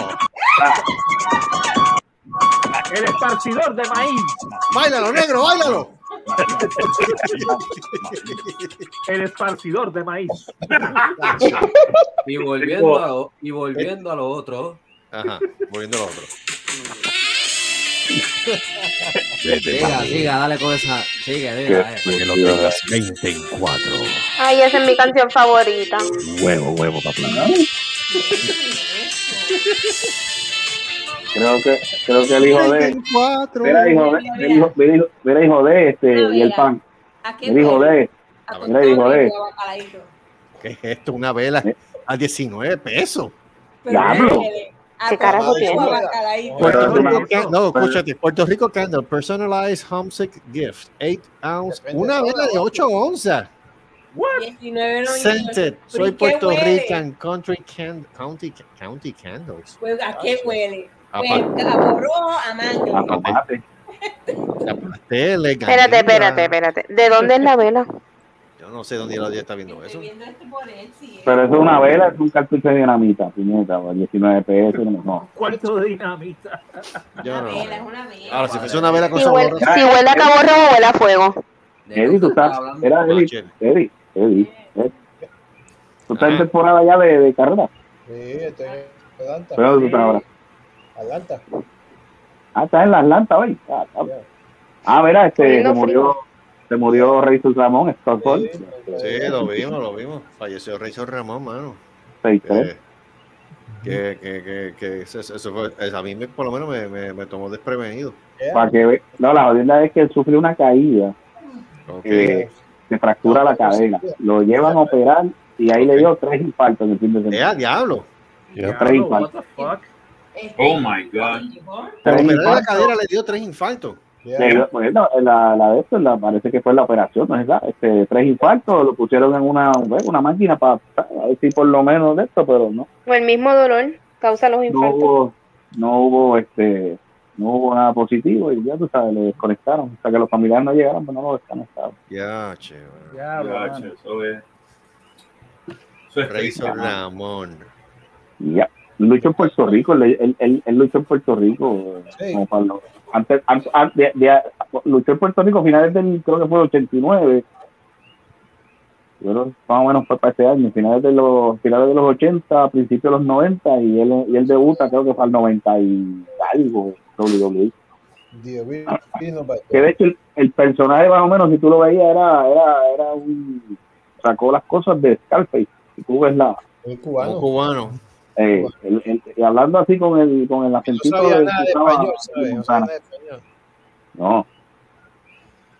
El esparcidor de maíz.
Báilalo, negro, báilalo.
El esparcidor de maíz.
Y volviendo a, lo- y volviendo a lo otro.
Ajá, volviendo a lo otro.
Siga, siga, dale con esa. Siga,
Que-
diga, eh.
que lo tengas 20 en 4.
Ay, esa es mi canción favorita.
Huevo, huevo, papi.
Creo que, creo que el hijo de.
Cuatro.
Mira, hijo de, mira, hijo, mira, hijo- mira, hijo de este y el pan.
¿A qué
Mira, hijo
huele?
de.
A
Mira, hijo de.
pescado bacalaíto.
¿Qué es esto? Una vela a 19 pesos.
Pero
Diablo. Pues,
¿qué huele? A
¿Qué carajo
pescado
tiene?
bacalaíto.
Pero
Puerto
no
Rico,
me-
Can- no,
pero-
escúchate. Puerto Rico Candle, personalized homesick gift, 8 ounce,
Depende
una
de
vela de 8 onzas.
19.98.
Scented,
¿Pero y
soy
qué
Puerto
huele?
Rican Country can, County County Candles. Ah,
Pues, ¿A qué huele? Pues,
Aparte,
a borrojo, a mango.
A tomate.
pasteles,
Espérate,
gandina.
espérate, espérate. ¿De dónde es la vela?
Yo no sé dónde la está viendo
Estoy
eso.
viendo esto por él, sí, eh.
Pero eso es una vela, es un cartucho de dinamita, puñeta, por 19 PS, no. no.
Cuarto de dinamita.
Yo no
Una vela,
sé.
es una vela.
Ahora, si fuese una vela con
Si
sabor,
huele, si huele a cabo rojo, huele a fuego.
¿De
Eddie,
qué
tú estás.
hablando?
Era
ah,
Eddie,
chévere.
Eddie, Eddie. Eddie. Tú estás en
Ajá.
temporada ya de, de carrera.
Sí, estoy en Atlanta.
Pero tú estás ahora.
Atlanta.
Ah, estás en la Atlanta hoy. Ah, ah. Ah, mira, este,
Comiendo
se murió, se murió Rey Sus Ramón, Scott Hall.
Sí, pues.
Sí, lo vimos, lo vimos. Falleció Richard Ramón, mano.
6-3.
que, Eh, que, que, que, que eso, eso fue, eso a mí me- por lo menos me, me, me tomó desprevenido.
Yeah.
Para que ve- No, la jodienda es que él sufrió una caída,
Ok.
eh, se fractura la cadera, lo llevan a operar y ahí le dio tres infartos en el fin de
Eh,
semana.
a diablo.
Ya.
Tres
Diablo, what
infartos.
the fuck.
Este,
Oh my God.
Por
Tres
operar la
infartos.
cadera le dio tres infartos.
Yeah.
Le dio- bueno, la, la de esto, la, parece que fue la operación, ¿no es verdad? Este, tres infartos, lo pusieron en una, una máquina para, a ver si por lo menos de esto, pero no.
O el mismo dolor causa los
no
infartos.
hubo, no hubo este no hubo nada positivo y ya tú sabes le desconectaron hasta que los familiares no llegaron pues no lo desconectaron
Ya, che. bueno.
Diablo, mano.
Eso es.
Razor Ramón.
Ya. Luchó en Puerto Rico, él, él, él- él luchó en Puerto Rico. eh, como Pablo. Antes, antes- antes de- de- luchó en Puerto Rico a finales del, creo que fue el 89. Yo creo que más o menos fue para ese año, finales de los, finales de los 80, principios de los 90, y él, y él debuta creo que fue al 90 y algo, WWE.
The original Bad
Ah, Que de hecho el, el personaje más o menos, si tú lo veías, era, era, era un... sacó las cosas de Scarface, si tú ves la...
Un cubano.
Un cubano.
Eh, el- el- y hablando así con el, con el acentito
No sabía
del
nada
que
de
estaba-
español, ¿sabes? No sabía
Montana.
nada de español.
No,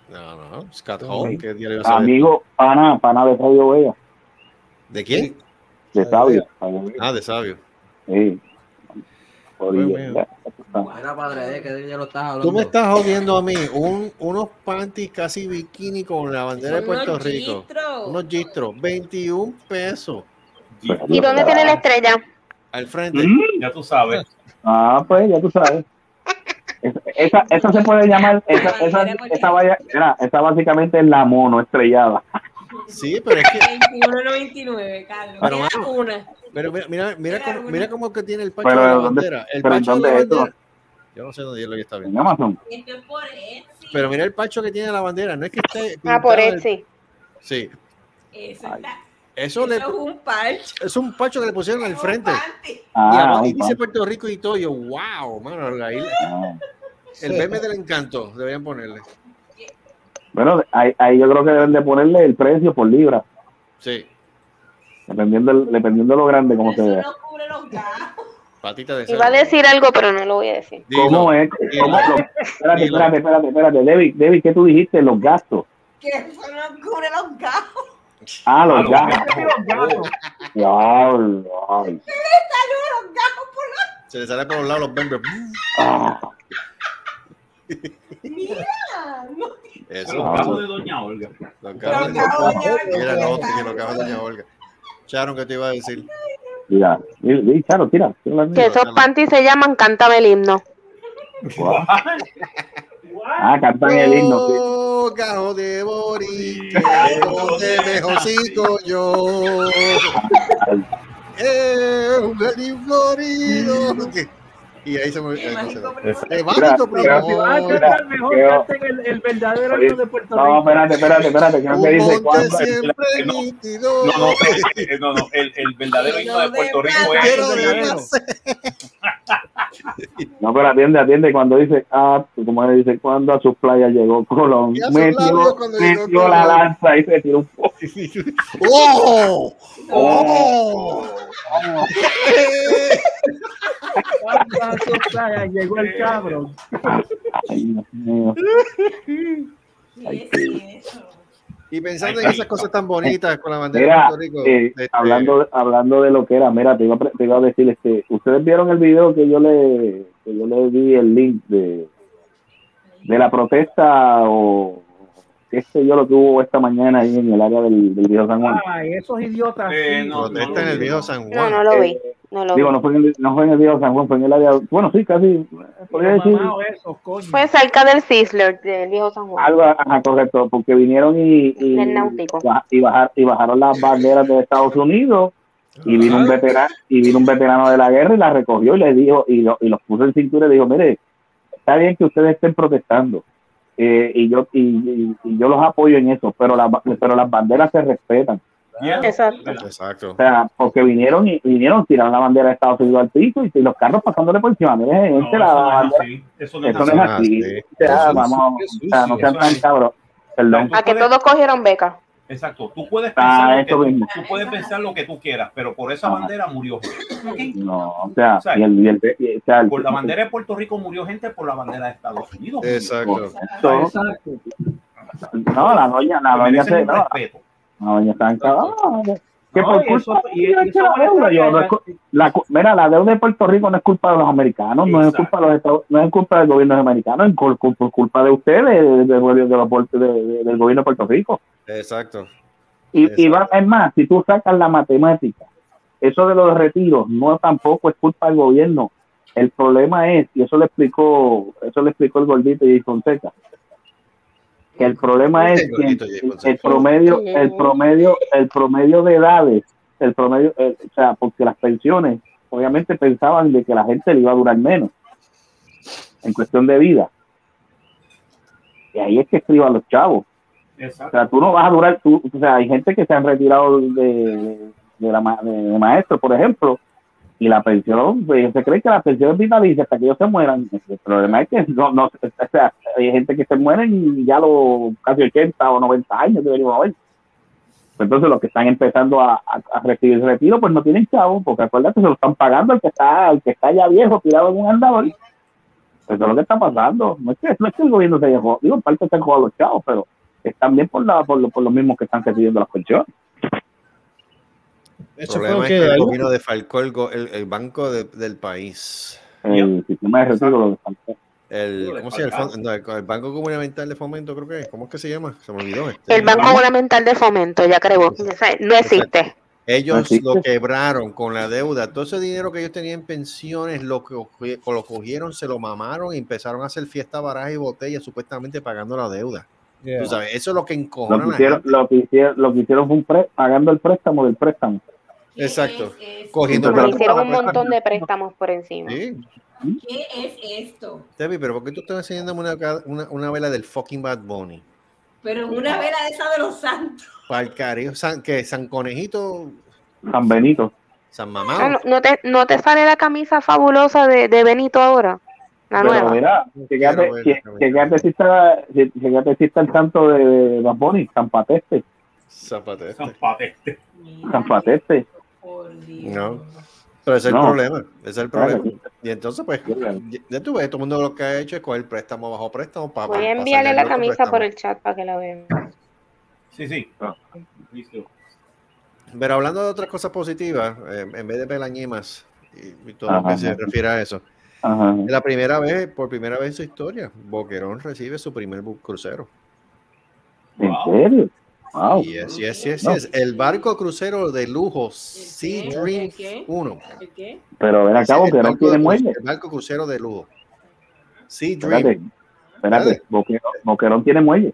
No, no, Scott Hall, ¿qué diario sabe?
amigo, pana, pana de Sabio Vega,
¿De quién?
de Sabio.
Ah, de Sabio.
Sí. Por
Dios
ella,
mío.
Buena padre, ¿eh? ¿Qué de no estás hablando?
Tú me estás jodiendo a mí. Un, unos panties casi bikini con la bandera de Puerto Rico. Unos gistros. 21 pesos.
¿Y dónde tiene la estrella?
Al frente.
¿Mm?
Ya tú sabes.
Ah, pues ya tú sabes. Esa, esa, esa se puede llamar, esa, esa, esa, vaya, mira, esa básicamente es la mono estrellada.
Sí, pero es que.
21.99, Carlos.
Pero,
Era
mano,
una.
Pero mira, mira, mira, cómo, mira cómo que tiene el pacho
Pero,
de la
¿dónde-
bandera. El
pero
pacho de
dónde
la
es esto?
bandera. Yo no sé dónde yo lo que está
En
viendo.
Amazon.
Esto Este es por Etsy.
Pero mira el pacho que tiene la bandera. No es que esté.
Ah, por
pintado el-
Etsy.
Sí.
Eso está.
Eso, le,
Eso es un parche.
es un pacho que le pusieron al frente.
Ah,
y, abajo- y
un
dice
pan.
Puerto Rico y todo. Yo, wow, mano. la isla-
Ah.
el meme del encanto, deberían ponerle.
Bueno, ahí, ahí yo creo que deben de ponerle el precio por libra,
Sí,
dependiendo, dependiendo de lo grande como se vea.
patita de cerdo.
Iba a decir algo, pero no lo voy a decir.
Dilo,
¿Cómo es?
dilo.
¿Cómo lo- espérate,
Dilo.
espérate, espérate, espérate. David, David, ¿qué tú dijiste? Los gastos.
Que eso no cubre los gajos.
Ah,
Ah,
los
los
gastos.
gatos.
Diablo, ay.
Saludos los gajos por la.
Se le sale por los lados los bembers.
Ah,
Mira. No,
Eso.
Los cabos de Doña Olga.
Los
Los
cabos de-
gajos de Olga.
Mira, no, que los cabos de doña Olga. Charon, ¿qué te iba a decir?
Mira, di- di, Charo, tira. tira la
Que
mía.
esos panties se llaman Cántame el himno.
Guau. Ah, cantan el himno. sí.
Oh, gajo de Borica, donde mejorcito yo. Eh, un jardín florido. Y ahí se me.
El mágico primor.
Eh, mágico
Mira,
Si vas a
Ah,
primor,
cantar mejor,
Creo-
canten el, el verdadero himno de Puerto
No,
Rico.
espérate, espérate, espérate. Creo que
un
dice
monte
cuánto.
siempre
No, no,
nítido.
No, no, eh, no, no, el, el verdadero himno de Puerto Rico ¿eh? es.
Quiero
verdadero.
renacer.
No, pero atiende, atiende. Cuando dice, ah, como él dice, cuando a sus playas llegó Colón,
Y a sus labios
metió,
cuando llegó
metió la
Colón.
lanza y se tiró un poco.
¡Oh! ¡Oh! Eh,
¿Cuántas tostadas llegó el cabrón?
Ay, Dios mío.
¿Qué es eso?
Y pensando en esas cosas tan bonitas con la bandera de
Mira,
Puerto Rico.
eh,
este,
hablando, hablando de lo que era, mira, te iba, a pre- te iba a decir, este, ustedes vieron el video que yo le, que yo le di el link de, de la protesta o qué sé yo lo que hubo esta mañana ahí en el área del, del Viejo San Juan.
Ay, esos idiotas.
Eh,
sí.
no,
Protesta en el viejo San
No,
Juan.
no lo vi.
Eh,
No lo vi.
Digo, no fue, en el, no fue en el Viejo San Juan, fue en el área, bueno, sí, casi, podría
Los
decir,
mamados esos, coño.
Pues
Fue cerca del Sizzler, del viejo San Juan.
algo, ajá, correcto, porque vinieron y, y,
Del náutico.
baja- y, bajar- y bajaron las banderas de Estados Unidos y vino un veterano y vino un veterano de la guerra y la recogió y le dijo y, lo- y los puso en cintura y dijo mire está bien que ustedes estén protestando eh, y yo y, y- y yo los apoyo en eso pero las ba- pero las banderas se respetan
Yeah.
Exacto.
Exacto.
o sea porque vinieron y vinieron tiraron la bandera de Estados Unidos al piso y, y los carros pasándole por encima miren
No,
gente,
eso
la
no es
bandera-
así. Eso no es
eso
así.
no es así
Ah, sí.
O sea,
Eso es-
vamos
eso
o sea, no
sí,
sean
eso
tan
es-
cabros perdón
A que todos cogieron beca.
Exacto. Tú puedes pensar,
ah,
lo que,
eso mismo
tú puedes pensar lo que tú quieras, pero por esa
Ajá.
bandera murió gente. Ok.
no o
Ah,
Ah,
sea y el, y el- y- o sea, el-
Por la bandera de Puerto Rico murió gente, por la bandera de Estados Unidos.
Exacto.
todo-
Exacto.
no la doña la
Se
doña
merecen
se
un
no,
respeto.
No, doña Sanca, ah, que
No,
por
y eso-
culpa
y-
de
y eso
la
va a
deuda,
estar-
yo, no es cu- la cu- mira, la deuda de Puerto Rico no es culpa de los americanos, no es
Exacto.
culpa de los Estados- no es culpa del gobierno americano, es cul- cul- por culpa de ustedes, del, del- del- del- del gobierno de Puerto Rico.
Exacto.
Y, y va- es más, si tú sacas la matemática, eso de los retiros no tampoco es culpa del gobierno. El problema es, y eso le explicó, eso le explicó el gordito y Fonseca, que el problema es
Este El
que
gordito Jay
el
Fonseca.
promedio, el promedio, el promedio de edades
el promedio, eh, o sea, porque las pensiones, obviamente pensaban de que la gente le iba a durar menos en cuestión de vida. Y ahí es que escriban los chavos. O sea, tú no vas a durar, tú, o sea, hay gente que se han retirado de, de, la ma- de maestro, por ejemplo, y la pensión, pues, se cree que la pensión es vitalicia hasta que ellos se mueran. El problema es que no, no, o sea, hay gente que se mueren ya a los casi 80 o 90 años, deberíamos haber. Entonces los que están empezando a, a, a recibir retiro, pues no tienen chavo, porque acuérdate, se lo están pagando al que está, al que está ya viejo, tirado en un andador. Eso es lo que está pasando. No es que, no es que el gobierno se dejó, digo, en parte se han jugado los chavos, pero es también por, la, por, lo- por los mismos que están recibiendo las pensiones.
El
Eso
problema
fue lo
es
que
que el
algo-
gobierno defalcó el, go- el, el banco de- del país.
El sistema de retiro lo desfalcó.
El,
Lo
¿Cómo se llama? El,
desfalcaron.
fon- no, el- el Banco Comunitario de Fomento, creo que es. ¿Cómo es que se llama? Se me olvidó. este.
El Banco Gubernamental de Fomento, ya creo, ya sabe, no existe.
Ellos
Así
lo
que-
quebraron con la deuda. Todo ese dinero que ellos tenían en pensiones, lo que cogi- lo cogieron, se lo mamaron y empezaron a hacer fiesta, baraja y botella, supuestamente pagando la deuda.
Yeah.
Tú sabes, eso es lo que
Lo que,
encojonan. a la
hicieron,
gente.
lo, que hicieron, lo que hicieron fue un pre- pagando el préstamo del préstamo.
Exacto.
Cogiendo
Porque
plata
hicieron
para
un
prestar.
montón de préstamos por encima.
Sí.
¿Qué es esto?
Debbie, pero ¿por qué tú estás enseñándome una, ca- una, una vela del fucking Bad Bunny?
Pero una vela de esa de los santos.
Para el cariño, San, que San Conejito,
San Benito.
San
Ah,
Mamá.
no, no te, ¿No te sale la camisa fabulosa de, de Benito ahora? La
Pero
nueva.
mira,
Quiero
checate
ver,
che-
quiero ver.
checate si está, che- checate si está el santo de Bad Bunny, San Pateste.
Zapatete.
San Pateste.
No. Pero ese es el
No.
problema. Ese es el problema.
Claro.
Y entonces, pues, ya- ya tú ves, todo el mundo lo que ha hecho es coger préstamo bajo préstamo Ah, para.
Voy a enviarle la camisa por el chat para que la vean.
Sí, sí.
Ah.
Pero hablando de otras cosas positivas, eh, en vez de pelañemas y, y todo lo
Ajá,
que se
ajá.
refiere a eso,
Ajá.
es la primera vez, por primera vez en su historia, Boquerón recibe su primer bu- crucero.
¿En serio? Wow.
Y es, y es, y es, y
Oh. No.
es. el barco crucero de lujo Sea
qué?
Dream
¿El qué?
1.
¿El qué?
Pero ven acá,
El
Boquerón
barco
tiene
de cru-
muelle.
El barco crucero de lujo. Sea
Espérate,
Dream. Dale.
espérate. Boquerón, Boquerón tiene muelle.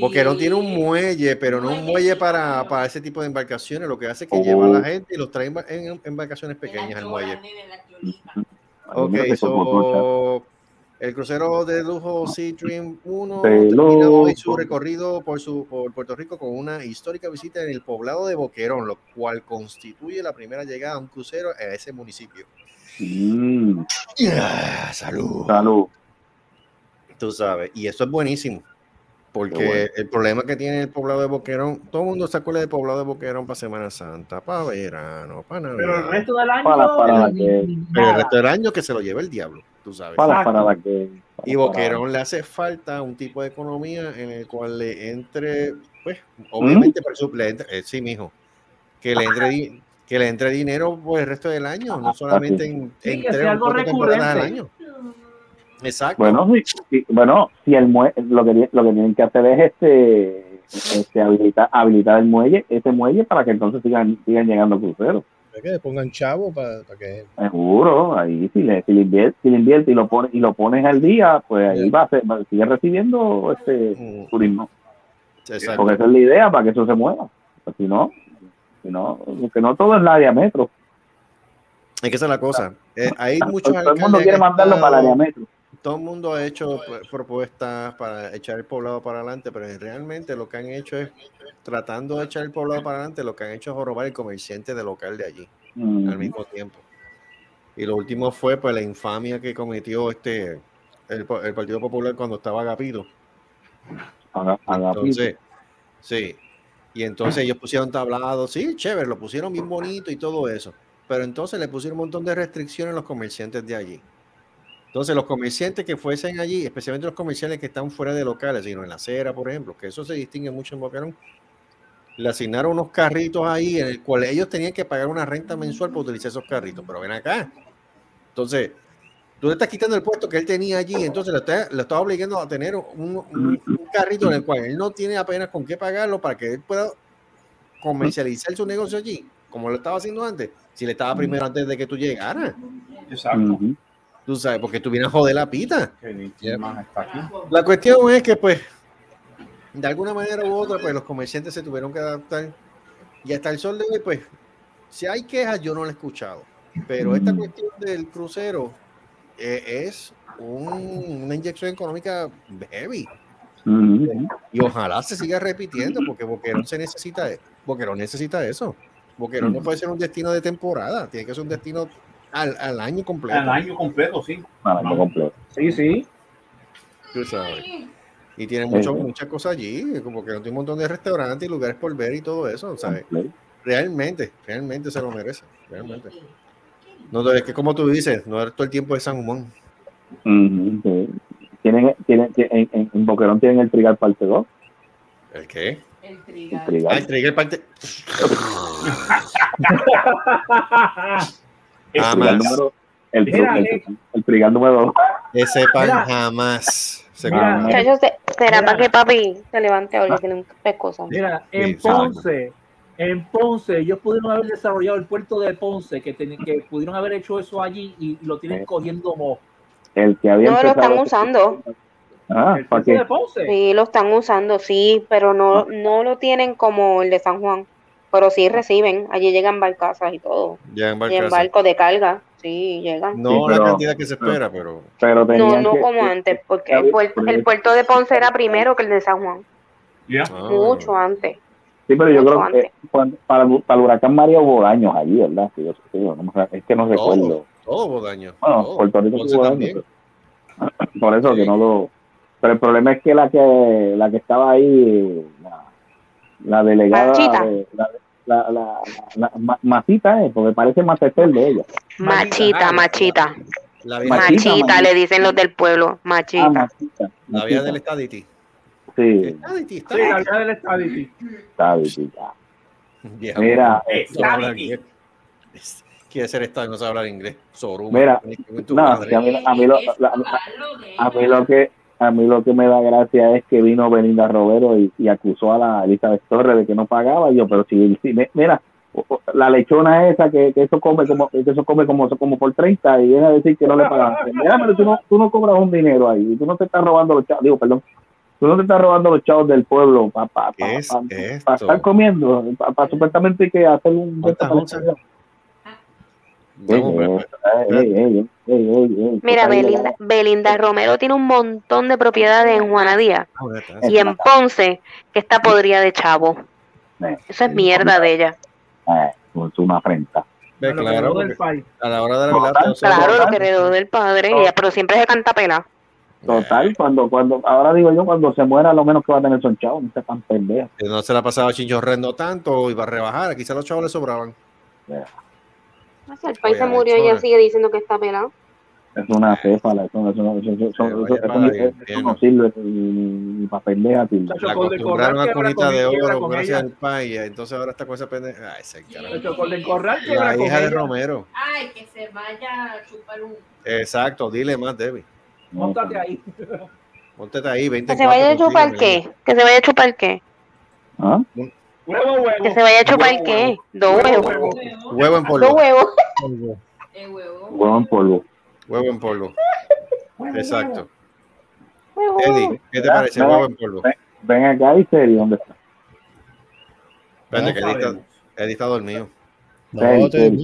Boquerón tiene un muelle, pero no un muelle para, para ese tipo de embarcaciones. Lo que hace es que lleva a
Oh.
la gente y los trae en ba- en embarcaciones pequeñas al muelle. Ok,
Mira que cococha.
so, el crucero de lujo Sea Dream 1
Te
termina hoy
loco.
su recorrido por, su, por Puerto Rico con una histórica visita en el poblado de Boquerón, lo cual constituye la primera llegada a un crucero a ese municipio.
Mm,
Ah, salud.
salud.
Tú sabes, y eso es buenísimo. Porque
Qué bueno.
el problema que tiene el poblado de Boquerón, todo el mundo se acuerda del poblado de Boquerón para Semana Santa, para verano, para Navidad.
Pero el resto del año.
Para, para la que.
Pero el resto del año que se lo lleva el diablo, tú sabes.
Para, para la que. para,
Y
para.
Boquerón le hace falta un tipo de economía en el cual le entre, pues, obviamente, por su, le entre- eh, sí, mijo, que le entre, di- que le entre dinero por el resto del año, no solamente en,
Sí,
en
que
tres
sea
o
algo
cuatro temporadas al
recurrente.
año. Exacto.
Bueno, sí, sí, bueno, si el mue- lo que ti- lo que tienen que hacer es este, este habilitar, habilitar el muelle, ese muelle para que entonces sigan sigan llegando cruceros.
Para que le pongan chavo para, para que.
Seguro, ahí si le si le invier- si le inviertes y lo pones y lo pones al día, pues ahí va a ser, va- sigue recibiendo este turismo.
Exacto.
Porque esa es la idea para que eso se mueva. Pues si no, si no, que no todo es la área metro.
Es que esa es la cosa. Eh, hay muchos
Ah, Todo el mundo
alcaldes
quiere
en el
mandarlo para el área
estado,
metro.
Todo el mundo ha hecho pr- propuestas para echar el poblado para adelante, pero realmente lo que han hecho es, tratando de echar el poblado para adelante, lo que han hecho es robar el comerciante de local de allí.
Mm.
al mismo tiempo. Y lo último fue pues la infamia que cometió este el, pa- el Partido Popular cuando estaba Agapito.
Haga- haga
Entonces, sí. Y entonces ellos pusieron tablado, sí, chévere, lo pusieron bien bonito y todo eso. Pero entonces le pusieron un montón de restricciones a los comerciantes de allí. Entonces los comerciantes que fuesen allí, especialmente los comerciantes que están fuera de locales, sino en la acera, por ejemplo, que eso se distingue mucho en Boquerón, le asignaron unos carritos ahí en el cual ellos tenían que pagar una renta mensual por utilizar esos carritos. Pero ven acá. Entonces, tú le estás quitando el puesto que él tenía allí, entonces lo estás, lo estás obligando a tener un, un- un carrito en el cual él no tiene apenas con qué pagarlo para que él pueda comercializar su negocio allí, como lo estaba haciendo antes, si le estaba primero antes de que tú llegaras.
Exacto.
Ujú.
Tú sabes, porque tú vienes a joder la pita.
Que ni quién más está aquí.
La cuestión es que, pues, de alguna manera u otra, pues los comerciantes se tuvieron que adaptar. Y hasta el sol de hoy, pues, Si hay quejas, yo no la he escuchado. Pero esta cuestión del crucero eh, es un- una inyección económica heavy.
Mm,
Y ojalá se siga repitiendo, porque Boquerón se necesita, Boquerón necesita eso. Boquerón no puede ser un destino de temporada, tiene que ser un destino al, al año completo.
Al año completo, sí.
Para lo completo.
Sí, sí. Tú sabes. Y tiene mucho-
Ujú.
muchas cosas allí, como que tiene un montón de restaurantes y lugares por ver y todo eso, ¿sabes?
Completo.
Realmente, realmente se lo merece, realmente. No, es que como tú dices, no es todo el tiempo de San Juan.
Ujú, sí. Tienen, tienen, tienen- en, en Boquerón tienen el Trigal parte 2.
¿El qué?
El trigal.
Trigal.
Ah, el Trigger parte.
El Trigal
Jamás.
número, el,
Mira,
el,
eh.
el Trigal número 2.
Ese pan
Mira.
jamás. se
Mira,
comerá.
Muchachos, se- será para que papi se levante ahora que nunca es cosa.
Mira, en Ponce, en Ponce, ellos pudieron haber desarrollado el puerto de Ponce, que, ten- que pudieron haber hecho eso allí y lo tienen cogiendo mo.
El que había
No, lo
empezado-
están usando.
Ah, ¿para qué?
Sí, lo están usando, sí, pero no, no lo tienen como el de San Juan. Pero sí reciben, allí llegan barcazas y todo.
Llegan
Y en
barcazas.
barcos de carga, sí, llegan.
No
Sí, pero-
la cantidad que se espera, pero.
Pero
No,
tenían
no
que-
como antes, porque el puerto, el puerto de Ponce era primero que el de San Juan,
ah,
mucho antes.
Sí, pero yo creo que cuando- para, el- para el huracán María hubo daños allí, ¿verdad? Que yo- que yo no me- es que no recuerdo.
Todo Bodaño.
Bueno,
todo.
Puerto Rico
Ponce
tuvo
también.
daños. pero- Por eso que no lo. Pero el problema es que la que la que estaba ahí, la, la delegada.
Machita.
de- la, la, la- la- ma- Macita, eh, porque parece Matetel de ella.
Machita, machita.
La
vieja-
Machita,
Machita,
le dicen los del pueblo,
Ah,
machita.
Macita.
La vía del Stadity.
Sí,
Stadity,
Sí, la verdad del Stadity.
está bien, ya.
Vieja,
Mira,
no
eh,
sabe hablar inglés. Es- Quiere ser estado y no sabe hablar inglés. Soruma.
Mira,
Tu
no,
madre.
que a mí, a mí lo, la- a mí lo que a mí lo que me da gracia es que vino Belinda Robero y, y acusó a la Elizabeth Torres de que no pagaba. Y yo, pero si, si me- mira, o- o- la lechona esa que, que eso come como que eso come como como por 30 y viene a decir que no le pagaban. Mira, pero tú no, tú no cobras un dinero ahí, tú no te estás robando los chavos, digo, perdón, tú no te estás robando los chavos del pueblo para
es esto?
estar comiendo, para supuestamente que hacer un... Ey, ey, ey, ey, ey, ey, ey,
Mira,
está bien,
Belinda, Belinda Romero tiene un montón de propiedades en Juanadía y en Ponce, que está podrida de chavo.
Eh,
Eso es mierda de ella.
eh, es una afrenta.
Ve, claro, porque a la hora de la
Total,
verdad, todos son-
Claro, lo que heredó del padre, ella, pero siempre se canta pela.
Total, cuando, cuando, ahora digo yo, cuando se muera, lo menos que va a tener son chavos, no se tan pendeja.
que no se la pasaba chinchorrendo tanto, iba a rebajar, quizás los chavos le sobraban.
El país
Oye,
se murió y ella
lechona.
sigue diciendo que está pelada.
Es una céfala, eso, no- eso, no- eso, eso,
Eh,
eso, eso, eso ni- eso no sirve ni, para pendeja. sirve.
La acostumbraron a cunita de oro gracias al país, eh, entonces ahora está con esa pendeja. Ay, se carajo. La hija de Romero.
Ay, que se vaya a chupar un.
Exacto, dile más, Debbie.
Móntate ahí.
Póntete ahí, 20
Que se vaya a chupar qué, que se vaya a chupar qué, que se vaya a chupar qué, dos huevos,
Huevo en polvo.
dos huevos.
Huevo en polvo.
Huevo en polvo. Exacto.
Huevo.
Eddie, ¿qué te
Mira,
parece?
mira,
Huevo en polvo.
Ven, ven acá y serio, ¿dónde está?
Espérate,
no
que Eddie está, Eddie está dormido.
No, te-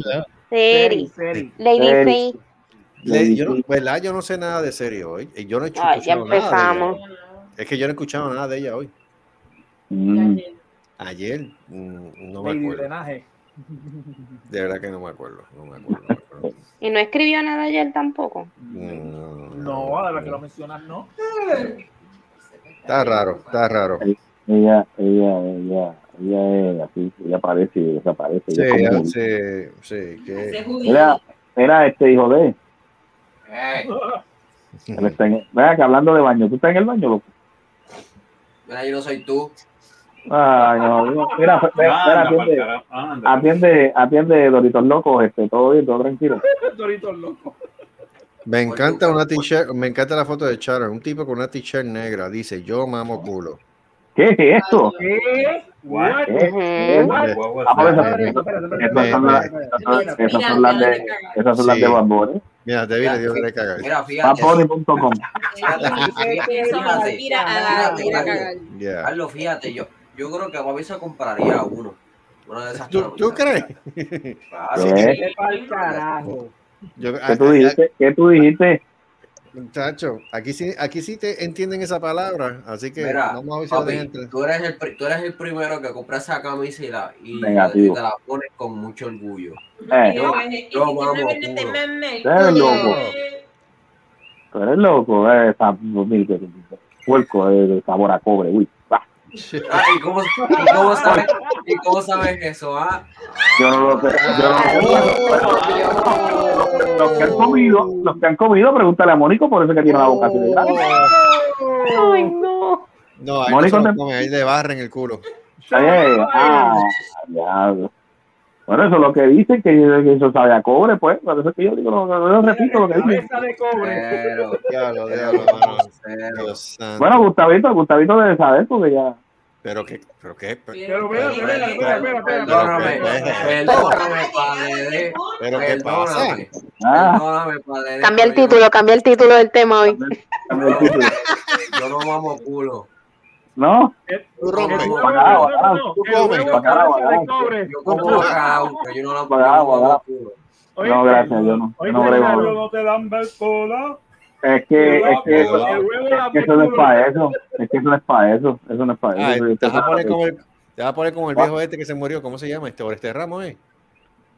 Seri.
Seri, Lady
Seri.
Seri.
Le- yo no, ¿Verdad? Yo no sé nada de serio hoy. Y Yo no he escuchado
Ay, Ah, ya
nada. de ella.
empezamos.
Es que yo no he escuchado nada de ella hoy. Ayer, mm, no me
Lady
acuerdo.
Drenaje.
De verdad que no me acuerdo. No me acuerdo. no me acuerdo.
Y no escribió nada ayer tampoco.
Mm,
No, a la que lo mencionas, no.
está raro, está raro.
Ella, ella, ella, ella es así, ella aparece y desaparece.
Sí,
ella es como
ya,
un-
sí, sí, que...
Era, era este hijo de.
Eh,
Él está en- Ven acá, hablando de baño. ¿Tú estás en el baño, loco?
Mira, yo no soy tú.
Ay, no. no. Mira, fe- fe-
Anda,
mira,
Ah,
pa'l
atiende,
carajo, anda.
atiende, atiende, Doritos Locos, este, todo bien, todo tranquilo.
Doritos loco.
Me encanta una t-shirt, me encanta la foto de Sharon, un tipo con una t-shirt negra, dice, yo mamo culo.
¿Qué es esto?
¿Qué?
What?
Eh,
Ujú.
Vamos a ver, esas- esas son las- esas son- esas son las de, esas son las de
Sí.
Bambor, ¿eh?
Mira, David le dio de cagar.
Mira, fíjate.
Bambori.com.
Fíjate,
Mira, a-
fíjate,
mira,
Carlos,
Yeah.
Carlos, fíjate, yo, yo creo que a mí se compraría uno. Una de esas
¿Tú, tú crees?
Claro.
Sí.
Vete pa'l carajo.
Yo-
¿Qué tú dijiste? ¿Qué tú dijiste?
Muchacho, aquí sí, aquí sí te entienden esa palabra, así que
Mira,
vamos a ver si la
papi,
dejan entrar.
tú, eres el, pri- tú eres el primero que compra esa camisa y, la, y,
Negativo.
y te la pones con mucho orgullo.
Eh.
Yo, yo mamo a Cuba.
Eres loco. Tú eres loco. Eh, sab- mira, puerco eh, de sabor a cobre. Uy, bah.
Ah, ¿y, cómo, y cómo sabes, ¿Y cómo sabes eso? Ah,
Yo no lo sé. Yo no lo sé. pero- Los
Oh.
que han comido, los que han comido, pregúntale a Mónico por eso que tiene la boca así de grande.
Oh.
Ay, no.
No, ahí, no
Mónico
se lo
te-
comen, ahí le barren el culo.
Eh, ah, diablo. Bueno, eso es lo que dicen, que, que eso sabe a cobre, pues. Por eso es que yo digo, no, no, no repito lo que dicen.
Cabeza de cobre.
pero,
Diablo, diablo, mano. Dios santo.
Bueno, Gustavito, Gustavito debe saber, porque ya.
Pero que, pero que, pero,
Pero mira, mira, mira, mira, mira, mira.
perdóname, perdóname, padre.
pero ¿qué pasa?
Perdóname,
Ah,
perdóname, padre.
Cambia el
pero
título, cambia el título del tema hoy.
Yo no mamo culo.
¿no?
Tú
Yo
rompes.
como-
Bacalao,
No, no,
bacalao.
no,
Tú
el huevo
comes,
es
bacalao,
cabeza de
bacalao.
cobre.
Yo como bacalao, pero yo no la
Bacalao,
yo no mamo
bacalao.
culo.
No, gracias, yo no. yo
Oíste,
no brego.
Pablo, no te dan cola.
Es que,
El
es
huevo-
que,
el huevo
es
la
que eso no es
culo.
para eso. Es que eso no es para eso. Eso no es para eso.
Ay,
Eso es
Ah, te vas a
para
poner
eso.
como el, te vas a poner como
Ah.
el viejo este que se murió, ¿cómo se llama? Este Oreste Ramos, ¿eh?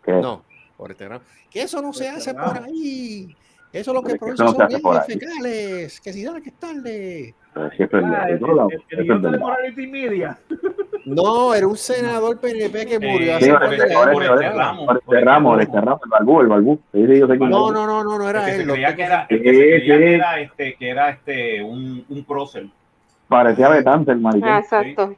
¿Qué?
No, Oreste Ramos. Que eso no se hace por ahí. Eso lo que
Eso
produce
no se
son
hace por
leyes
ahí.
fecales. Que si dale que es tarde.
Pero sí es verdad,
Ah, el-
eso lo-
el- el
eso es
guion de
verdad.
Morality Media.
No, era un senador PNP que murió
Eh,
hace
Sí,
por
por
el-
este
cuarenta
por el-
años.
por el- Ramos, por
Oreste
el-
Ramos, Oreste Ramos, el Balbú, el Balbú. Sí, sí, yo sé quién
No,
es.
no, no, no, no
El
era
que se
él. lo-
creía que era, el que
Sí,
se creía
sí.
que era este, que era este, un, un prócer.
Parecía Betancer, maricón.
Ah, Exacto.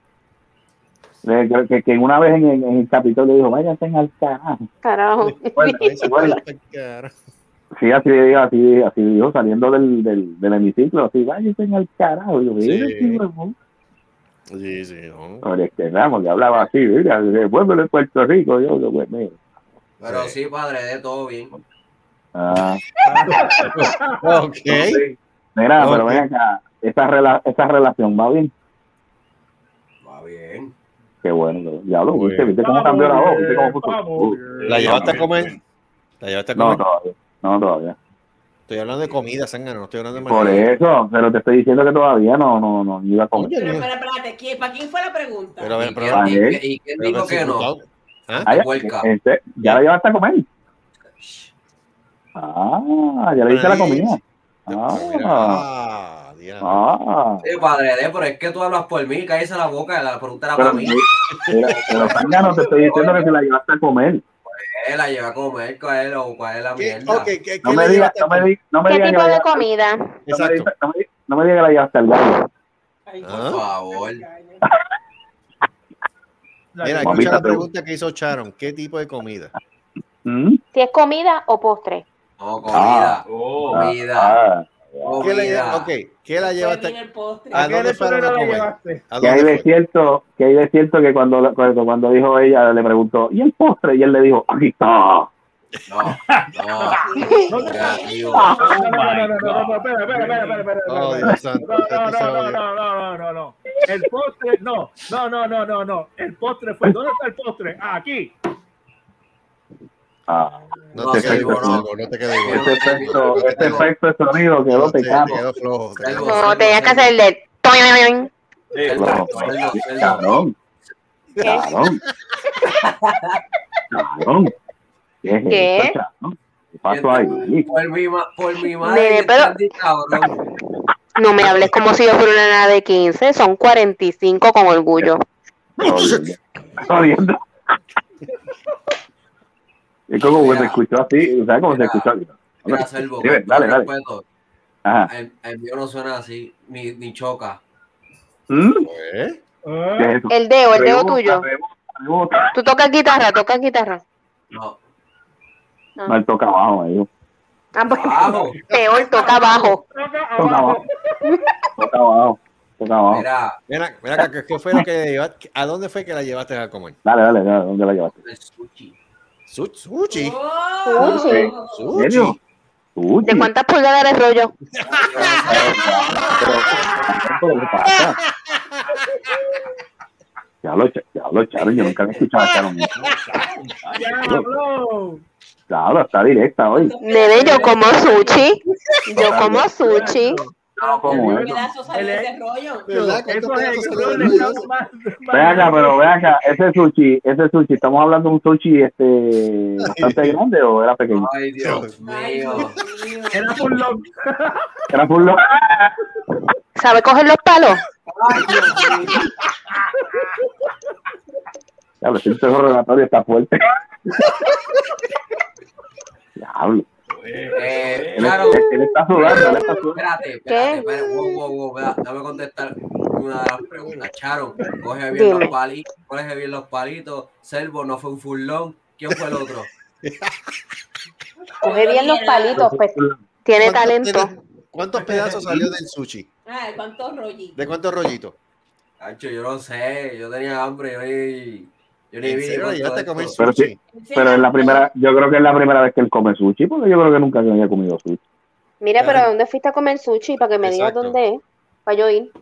Le- Que, que, que una vez en, en, en el Capitolio dijo, váyanse al carajo.
Carajo.
Bueno,
Ese fue
bueno.
el- cara.
Sí, así, así, así dijo, saliendo del, del, del hemiciclo, así, váyanse al carajo. Y yo,
Sí.
"Mira, sí, huevón".
Sí, sí, no.
Pero es que Ramos le hablaba así, mira, devuélvelo en Puerto Rico. Yo, yo, pues, mira.
Pero
Sí.
sí, padre, de todo bien.
Ah,
Ok.
sí. Mira,
Ok.
pero ven acá, esa, rela- esa relación va bien.
Va bien.
Qué bueno, ya lo
Muy
viste,
bien.
viste cómo cambió la voz, viste cómo
eh, Vamos,
puso.
vamos.
Uh,
La llevaste a comer. La llevaste a
no,
comer.
todavía, no, todavía.
Estoy hablando de comida, zángano, no estoy hablando de
Por
manera.
eso, pero te estoy diciendo que todavía no, no, no, iba a comer.
Oye,
Pero
no.
espérate, espérate, ¿quién- ¿para quién fue la pregunta?
Pero a ver,
¿Y
pero-
quién-
Vale.
y quién- ¿Y quién
pero
dijo
ven si
que no?
gustado. ¿Ah?
Ah, ya,
Huelca.
este, ya la llevaste a comer. Ah, ya le diste la comida. Ah,
Ah, diablo.
ah.
Sí, padre, de, pero es que tú hablas por mí, cállese la boca, la pregunta era para
Pero,
mí.
pero, pero Sangano, te estoy diciendo que se la llevaste a comer.
Él pues, la lleva a comer, ¿cuál es, la- cuál es la
¿Qué,
mierda?
ok, ¿qué,
No
qué
me
le
digas,
llevaste
no
a
me
comer?
digas, no me
¿Qué
digas que
tipo
la
de
llevaste-
comida?
no me
Exacto.
digas- no me digas- no me digas que la llevaste al baño.
Ay, por
Ah.
favor. Ah,
Mira,
Mamita,
escucha la
pero-
pregunta que hizo Sharon. ¿Qué tipo de comida?
¿Mm?
Si es comida o postre.
No, comida.
Oh,
Comida.
Ah,
¿Qué la, lle-
Comida.
ok, ¿qué la
Fue
llevaste?
bien el postre.
¿A
¿A qué
dónde fueron
letrero
a
la
comer?
llevaste?
¿A
que hay
dónde fue?
desierto, que hay desierto que cuando, cuando, cuando dijo ella le preguntó, ¿y el postre? Y él le dijo, aquí está.
No, no. Negativo.
No, no, no,
my
no, no, no,
God.
no, espera, espera, espera, espera, espera,
Oh,
espera.
Dios santo.
No, no,
esto se
no, no,
odia.
no, no, no, no. El postre, no, no, no, no, no, no. El postre fue. ¿Dónde está el postre? Ah, aquí.
Ah,
No te
No,
quedes
digo,
igual,
no.
Salvo, no te quedes igual.
ese efecto, ese este efecto de sonido quedó
No, te, te
pecado.
quedó flojo. te quedó
Salvo.
flojo.
No, tenía que hacer el de... toing.
eh,
No, Cabrón, cabrón. Cabrón. ¿Qué es
¿Qué?
esto, cabrón? ¿Qué pasó ahí? Manico?
Por mi, ma- por mi
Nene,
madre.
pero-
que estás cabrón.
No me hables como si yo fuera una nena de 15. Son 45 con orgullo.
Jodiendo. Jodiendo. Es como que se
Mira.
escuchó así, ¿sabes cómo se
Mira.
escuchó?
Mira, Selvo,
Dime,
con
dale,
todo
dale.
respeto,
Ajá.
El, el mío no suena así, ni, ni choca.
¿Mm? ¿Qué
¿Eh?
Ah,
es eso?
El dedo, el dedo
Rebota,
tuyo.
rebota, rebota.
Tú tocas guitarra, tocas guitarra.
No.
Ah.
Mal toca abajo, me dijo.
Ah, pues,
Abajo.
peor, toca abajo.
acá
Toca
abajo.
abajo. Toca abajo. Toca abajo.
Mira,
Mira, mira acá, ¿qué- ¿qué fue lo que le llevaste? ¿A dónde fue que la llevaste a comer?
Dale, dale, dale. ¿Dónde la llevaste?
el sushi.
Su- Sushi.
Oh.
Sí. ¿En
Sushi.
serio? Uy,
¿De cuántas pulgadas es rollo?
pero- pero, ¿qué pasa?
Diablo, Ch- diablo, Charon, yo nunca había escuchado a Charon.
¡Diablo!
Diablo, está directa hoy.
Nene, yo como sushi. Yo como sushi.
No, como es.
Pedazos ahí de ese rollo.
¿Verdad?
Eso
¿Cuántos pedazos
es el
se le
control
dan?
de Shawn
Ven acá, pero ven acá, ese sushi, ese sushi, estamos hablando de un sushi este bastante grande o era pequeño?
Ay, Dios mío.
Era full lock.
Era full lock.
¿Sabe coger los palos?
Diablo, ese interrogatorio está fuerte. Diablo.
Eh,
Él,
claro.
él- él está sudando, él está sudando.
Espérate,
¿Qué?
espérate, espérate. Wow, wow, wow, vea, Dame contestar una de las preguntas. Charon, coge bien
Dime.
los palitos, coge bien los palitos. Selvo no fue un furlón. ¿Quién fue el otro?
Coge bien los palitos, pues tiene
¿Cuántos
talento.
pedazos- ¿Cuántos pedazos salió del sushi?
Ay, cuántos rollitos.
¿De cuántos rollitos?
Hacho, yo no sé, yo tenía hambre, yo ni, yo ni
¿En
vi.
serio
con
llegaste a
todo
comer
esto.
Pero
sushi?
Pero es la primera, yo creo que es la primera vez que él come sushi, porque yo creo que nunca había comido sushi.
Mira, pero ¿a dónde fuiste a comer sushi? Para que me digas
Exacto.
dónde es. Para yo ir.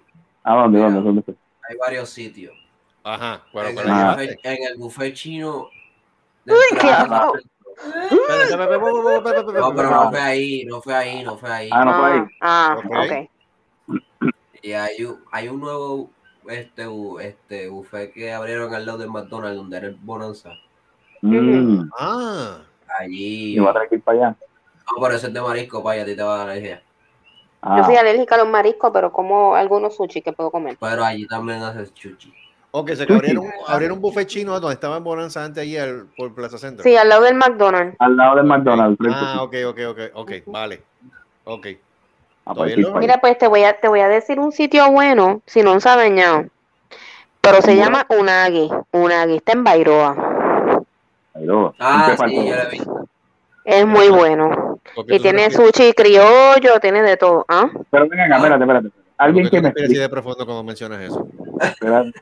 ¿A dónde, dónde, dónde? fue?
Hay varios sitios.
Ajá, bueno,
en,
pero
el
Ah.
ya-
buffet, en el buffet chino. de
Uy, qué
entrada-
asco.
Espérate, espérate, espérate, espérate, espérate,
No, pero
espérate.
no fue ahí, no fue ahí, no fue ahí.
Ah, no fue ahí.
Ah,
Ok.
ah, ok.
Y hay un, hay un nuevo este, bu- este buffet que abrieron al lado del McDonald's, donde era el Bonanza.
Mm,
Ah,
Allí.
y va a
No,
tener que ir para allá.
pero ese es de marisco, vaya, a ti te va a dar alergia.
Ah,
Yo soy alérgica a los mariscos, pero como algunos sushi que puedo comer.
Pero allí también haces chuchi.
ok, se que abrieron, abrieron un buffet chino donde estaba en Bonanza antes allí al- por Plaza Centro.
Sí, al lado del McDonald's.
Ah, al lado del McDonald's. frente
Ah,
a-
ok, ok, ok, ok, vale. Ok.
a
todavía
partir
no.
para allá.
Mira, pues te voy a, te voy a decir un sitio bueno, si no saben ya. Pero se llama Unagi. Unagi está en Bairoa.
Ahí lo-
Ah,
¿en qué
sí, yo
parte?
lo he visto.
Es muy bueno.
¿Por qué
Y
tú te
tiene
refieres-
sushi criollo, tiene de todo. ¿Ah?
Pero venga, acá, espérate, espérate.
por qué
Alguien
tú
que me
respiras así
explique.
de profundo cuando mencionas eso?
espérate.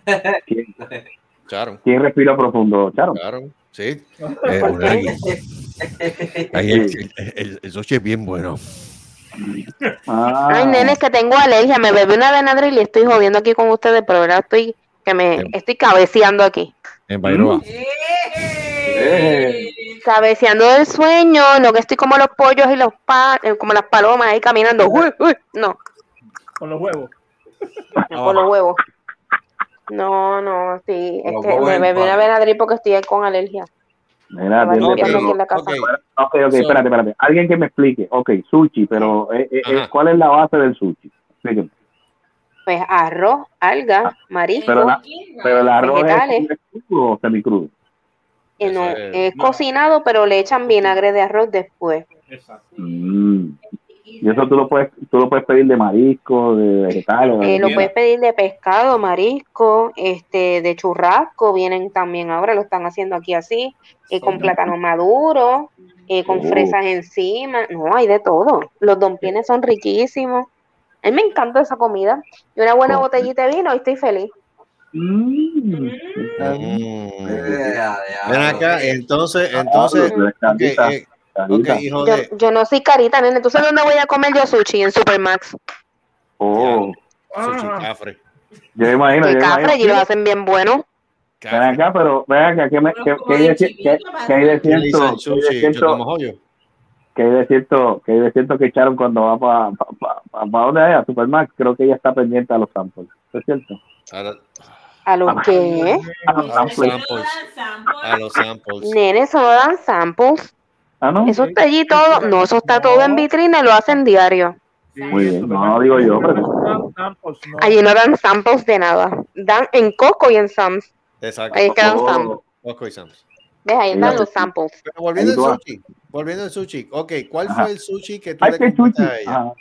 ¿Quién,
Charon,
quién respira profundo? Charo.
Charon, sí. Eh,
¿Por qué?
el-
sushi es bien bueno.
Ah,
Ay, nene, es que tengo alergia. Me bebí una Benadryl y estoy jodiendo aquí con ustedes, pero ahora estoy que me estoy cabeceando aquí.
En
Bairoa.
¡Eh!
Cabeceando del sueño, no que estoy como los pollos y los pa eh, como las palomas ahí caminando. Uy, uy, no,
Con los huevos.
no con los huevos. No, no, sí,
Con
es
los
que
huevos
me
en
bebí
pan.
una Benadryl porque estoy ahí con alergia.
mira,
Me
tiene-
van
pero-
aquí en la casa.
Ok, ok,
So-
espérate, espérate. Alguien que me explique. Ok, sushi, pero eh, eh,
Ajá.
¿cuál es la base del sushi? Explíqueme.
Pues arroz,
Ah,
alga, marisco,
Pero la- Pero el arroz
Vegetales.
es crudo o semicrudo.
eh, no,
Eso es-
es
no.
cocinado, pero le echan vinagre de arroz después.
Exacto.
Mm. Y eso tú lo puedes, tú lo puedes pedir de marisco, de vegetales.
Eh, lo
Bien.
puedes pedir de pescado, marisco, este, de churrasco, vienen también ahora, lo están haciendo aquí así, eh, con plátano maduro, eh, con
Oh.
fresas encima, no, hay de todo. Los dompienes son riquísimos. A mí me encanta esa comida. Y una buena
Oh.
botellita de vino y estoy feliz.
Mm.
Mm.
Eh, a
Ven
diablo.
acá, entonces,
Ah,
entonces,
Diablo,
ok,
carita,
eh, ok,
carita.
hijo
Yo,
de,
yo no soy carita, nene. ¿Tú sabes dónde voy a comer yo sushi? En Supermax.
Oh,
sushi
Ah,
cafre.
yo me imagino, yo
Que
me
cafre, y lo
imagino.
hacen bien bueno.
Ven
Cafre.
acá, pero ven acá, ¿qué, me, qué, qué hay de ci- qué- qué hay de
¿Qué le
cierto?
dice el
¿Qué hay de
sushi? Yo
cierto?
como joyo.
¿Qué hay de cierto? ¿Qué hay de cierto que echaron cuando va para pa, pa, pa, pa dónde es? A Supermax, creo que ella está pendiente a los samples. ¿Eso es cierto?
Ahora-
¿A lo que?
A los
a los
samples.
samples,
Ah,
a los samples.
Nene, eso no dan samples.
Ah, no.
Eso está allí todo. No, eso está todo en vitrina y lo hacen diario.
Muy bien, no, digo yo, pero-
Allí no dan samples de nada. Dan en Coco y en Sam's.
Exacto.
Ahí es que dan
Oh.
samples.
Costco y Sam's.
¿Ves? Ahí
Mira.
están los samples.
Pero volviendo
Ahí
al
tú vas.
sushi, volviendo al sushi, ok, ¿cuál
Ajá.
fue el sushi que tú
Ay,
le
qué chuchi.
compraste a ella?
Ajá.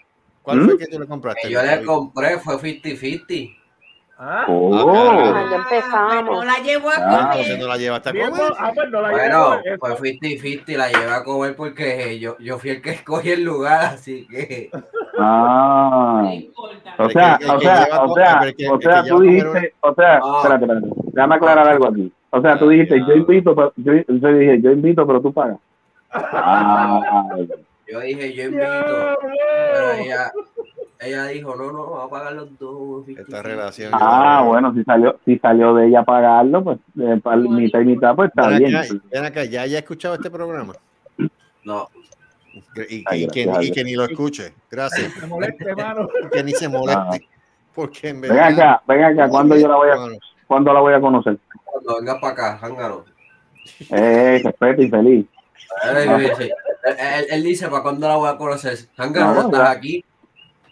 ¿Cuál fue
¿Mm?
el que tú le
Que
compraste?
yo le
David?
compré, fue 50-50.
Ah,
Oh,
Ah, ya empezamos.
No la llevo a
Ah,
Ah,
pues,
entonces
comer.
no la llevaste a
bien,
comer.
ah, pues no la
Bueno,
llevo.
pues 50-50 la llevé a comer porque eh, yo, yo fui el que escogí el lugar, así que.
ah.
No importa.
O
El que-
sea,
el
o
que
sea,
lleva
o
co-
sea,
el que-
o
el que
sea,
lleva
tú
comer-
dijiste, o sea,
Ah.
espérate, espérate, déjame aclarar algo aquí. O sea, tú
Ah,
dijiste, yo
ya.
invito, pero yo, yo dije, yo invito, pero tú pagas. Ah,
Ah, Yo dije, yo invito.
Diablo.
Pero ella, Ella dijo, no, no, va a pagar los dos.
Esta relación.
Ah, bueno, si salió, si salió de ella pagarlo, pues eh, pa- mitad y mitad, pues está
Ven
bien.
acá, ven acá, ya ya he escuchado este programa.
No.
Y, y
Ay,
que,
gracias.
y que ni lo escuche. Gracias. Que ni se moleste. Porque en
Ven
verdad.
acá, ven acá, ¿cuándo yo la voy a, cuándo la voy a conocer?
Cuando vengas para acá, jángaro.
Eh, respeto y feliz.
Ahora yo voy a decir, Él, él- él dice, ¿para cuándo la voy a conocer? Jángaro,
No,
no estás
ya.
aquí.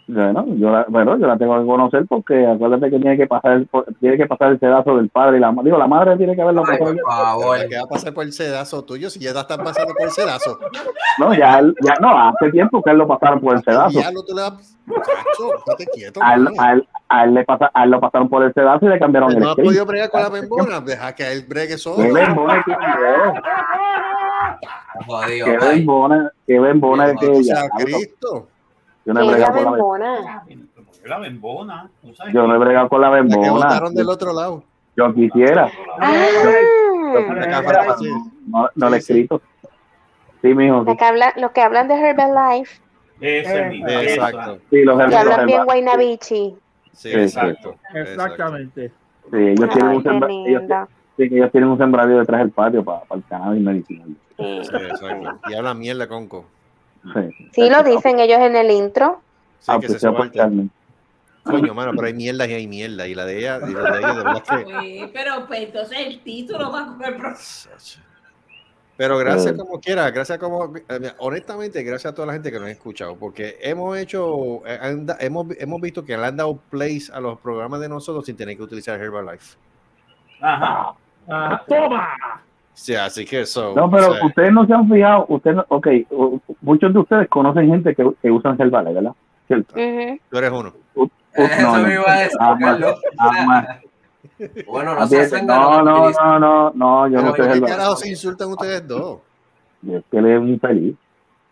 Bueno, yo la, bueno, yo la tengo que conocer porque acuérdate que tiene que pasar el, tiene que pasar el sedazo del padre y la madre. Digo, la madre tiene que haberlo
Ay,
pasado.
por favor. ¿Qué va a pasar por el sedazo tuyo si ya estás pasando por el sedazo?
No, ya, él- ya, no, hace tiempo que él lo pasaron por el sedazo.
Ah, Ya lo tú le das. Cacho, estate quieto.
A él,
mano.
a él- a él le pasa, a él lo pasaron por el sedazo y le cambiaron el
Pues No ha
skin.
podido bregar con la bembona. Deja que él bregue solo.
Qué bembona que
Jodido.
Qué bembona, qué bembona
Ay,
que
maldito
ella. Ah,
sea
cabrón.
Cristo.
Yo no he bregado con la bembona.
La bembona. ¿tú sabes? Ah,
Yo no he bregado con la bembona.
botaron del otro lado.
Yo quisiera.
Hmm. Eh,
Acá, sí.
No, no le he escrito. Sí, mijo.
La que habla- los que hablan de Herbalife,
Eh,
Ese mismo.
Exacto.
Sí, los
que
hermanos.
hablan bien
hermanos.
Guaynabichi.
Sí,
Sí, exacto.
Exactamente.
Sí, ellos
Ay,
tienen un
qué
sembra- ellos
linda.
Sí, que ellos tienen un sembradío detrás del patio para, el cannabis medicinal.
Sí.
Sí, exacto. Y habla mierda, Conco.
Sí.
Sí, lo dicen ellos en el intro.
Sí, que
Aunque Ah,
se
pues sea por
suelta.
cannabis.
Coño, mano, pero hay mierda y hay mierda. Y la de ella, y la de ella, de verdad que.
Ah.
Sí, pero pues entonces el título va a coger pro-
Pero gracias
Eh.
como quiera, gracias como eh, honestamente, gracias a toda la gente que nos ha escuchado, porque hemos hecho, eh, han da- hemos, hemos visto que le han dado plays a los programas de nosotros sin tener que utilizar Herbalife.
Ajá.
Ajá. ¡Toma!
Sí, así que eso.
No, pero
o sea,
ustedes no se han fijado, ustedes no- ok, u- muchos de ustedes conocen gente que, que usan Herbalife, ¿verdad? ¿Cierto?
Ujú.
tú eres uno.
U-
Eso
no,
me
no,
iba a decir,
jamás,
Carlos.
jamás.
Bueno, no
Así
se
es,
hacen
No, no, no, no, no, yo no
Pero
soy
¿por qué
Herbalife.
carajo se insultan ustedes dos?
Es que él es un feliz.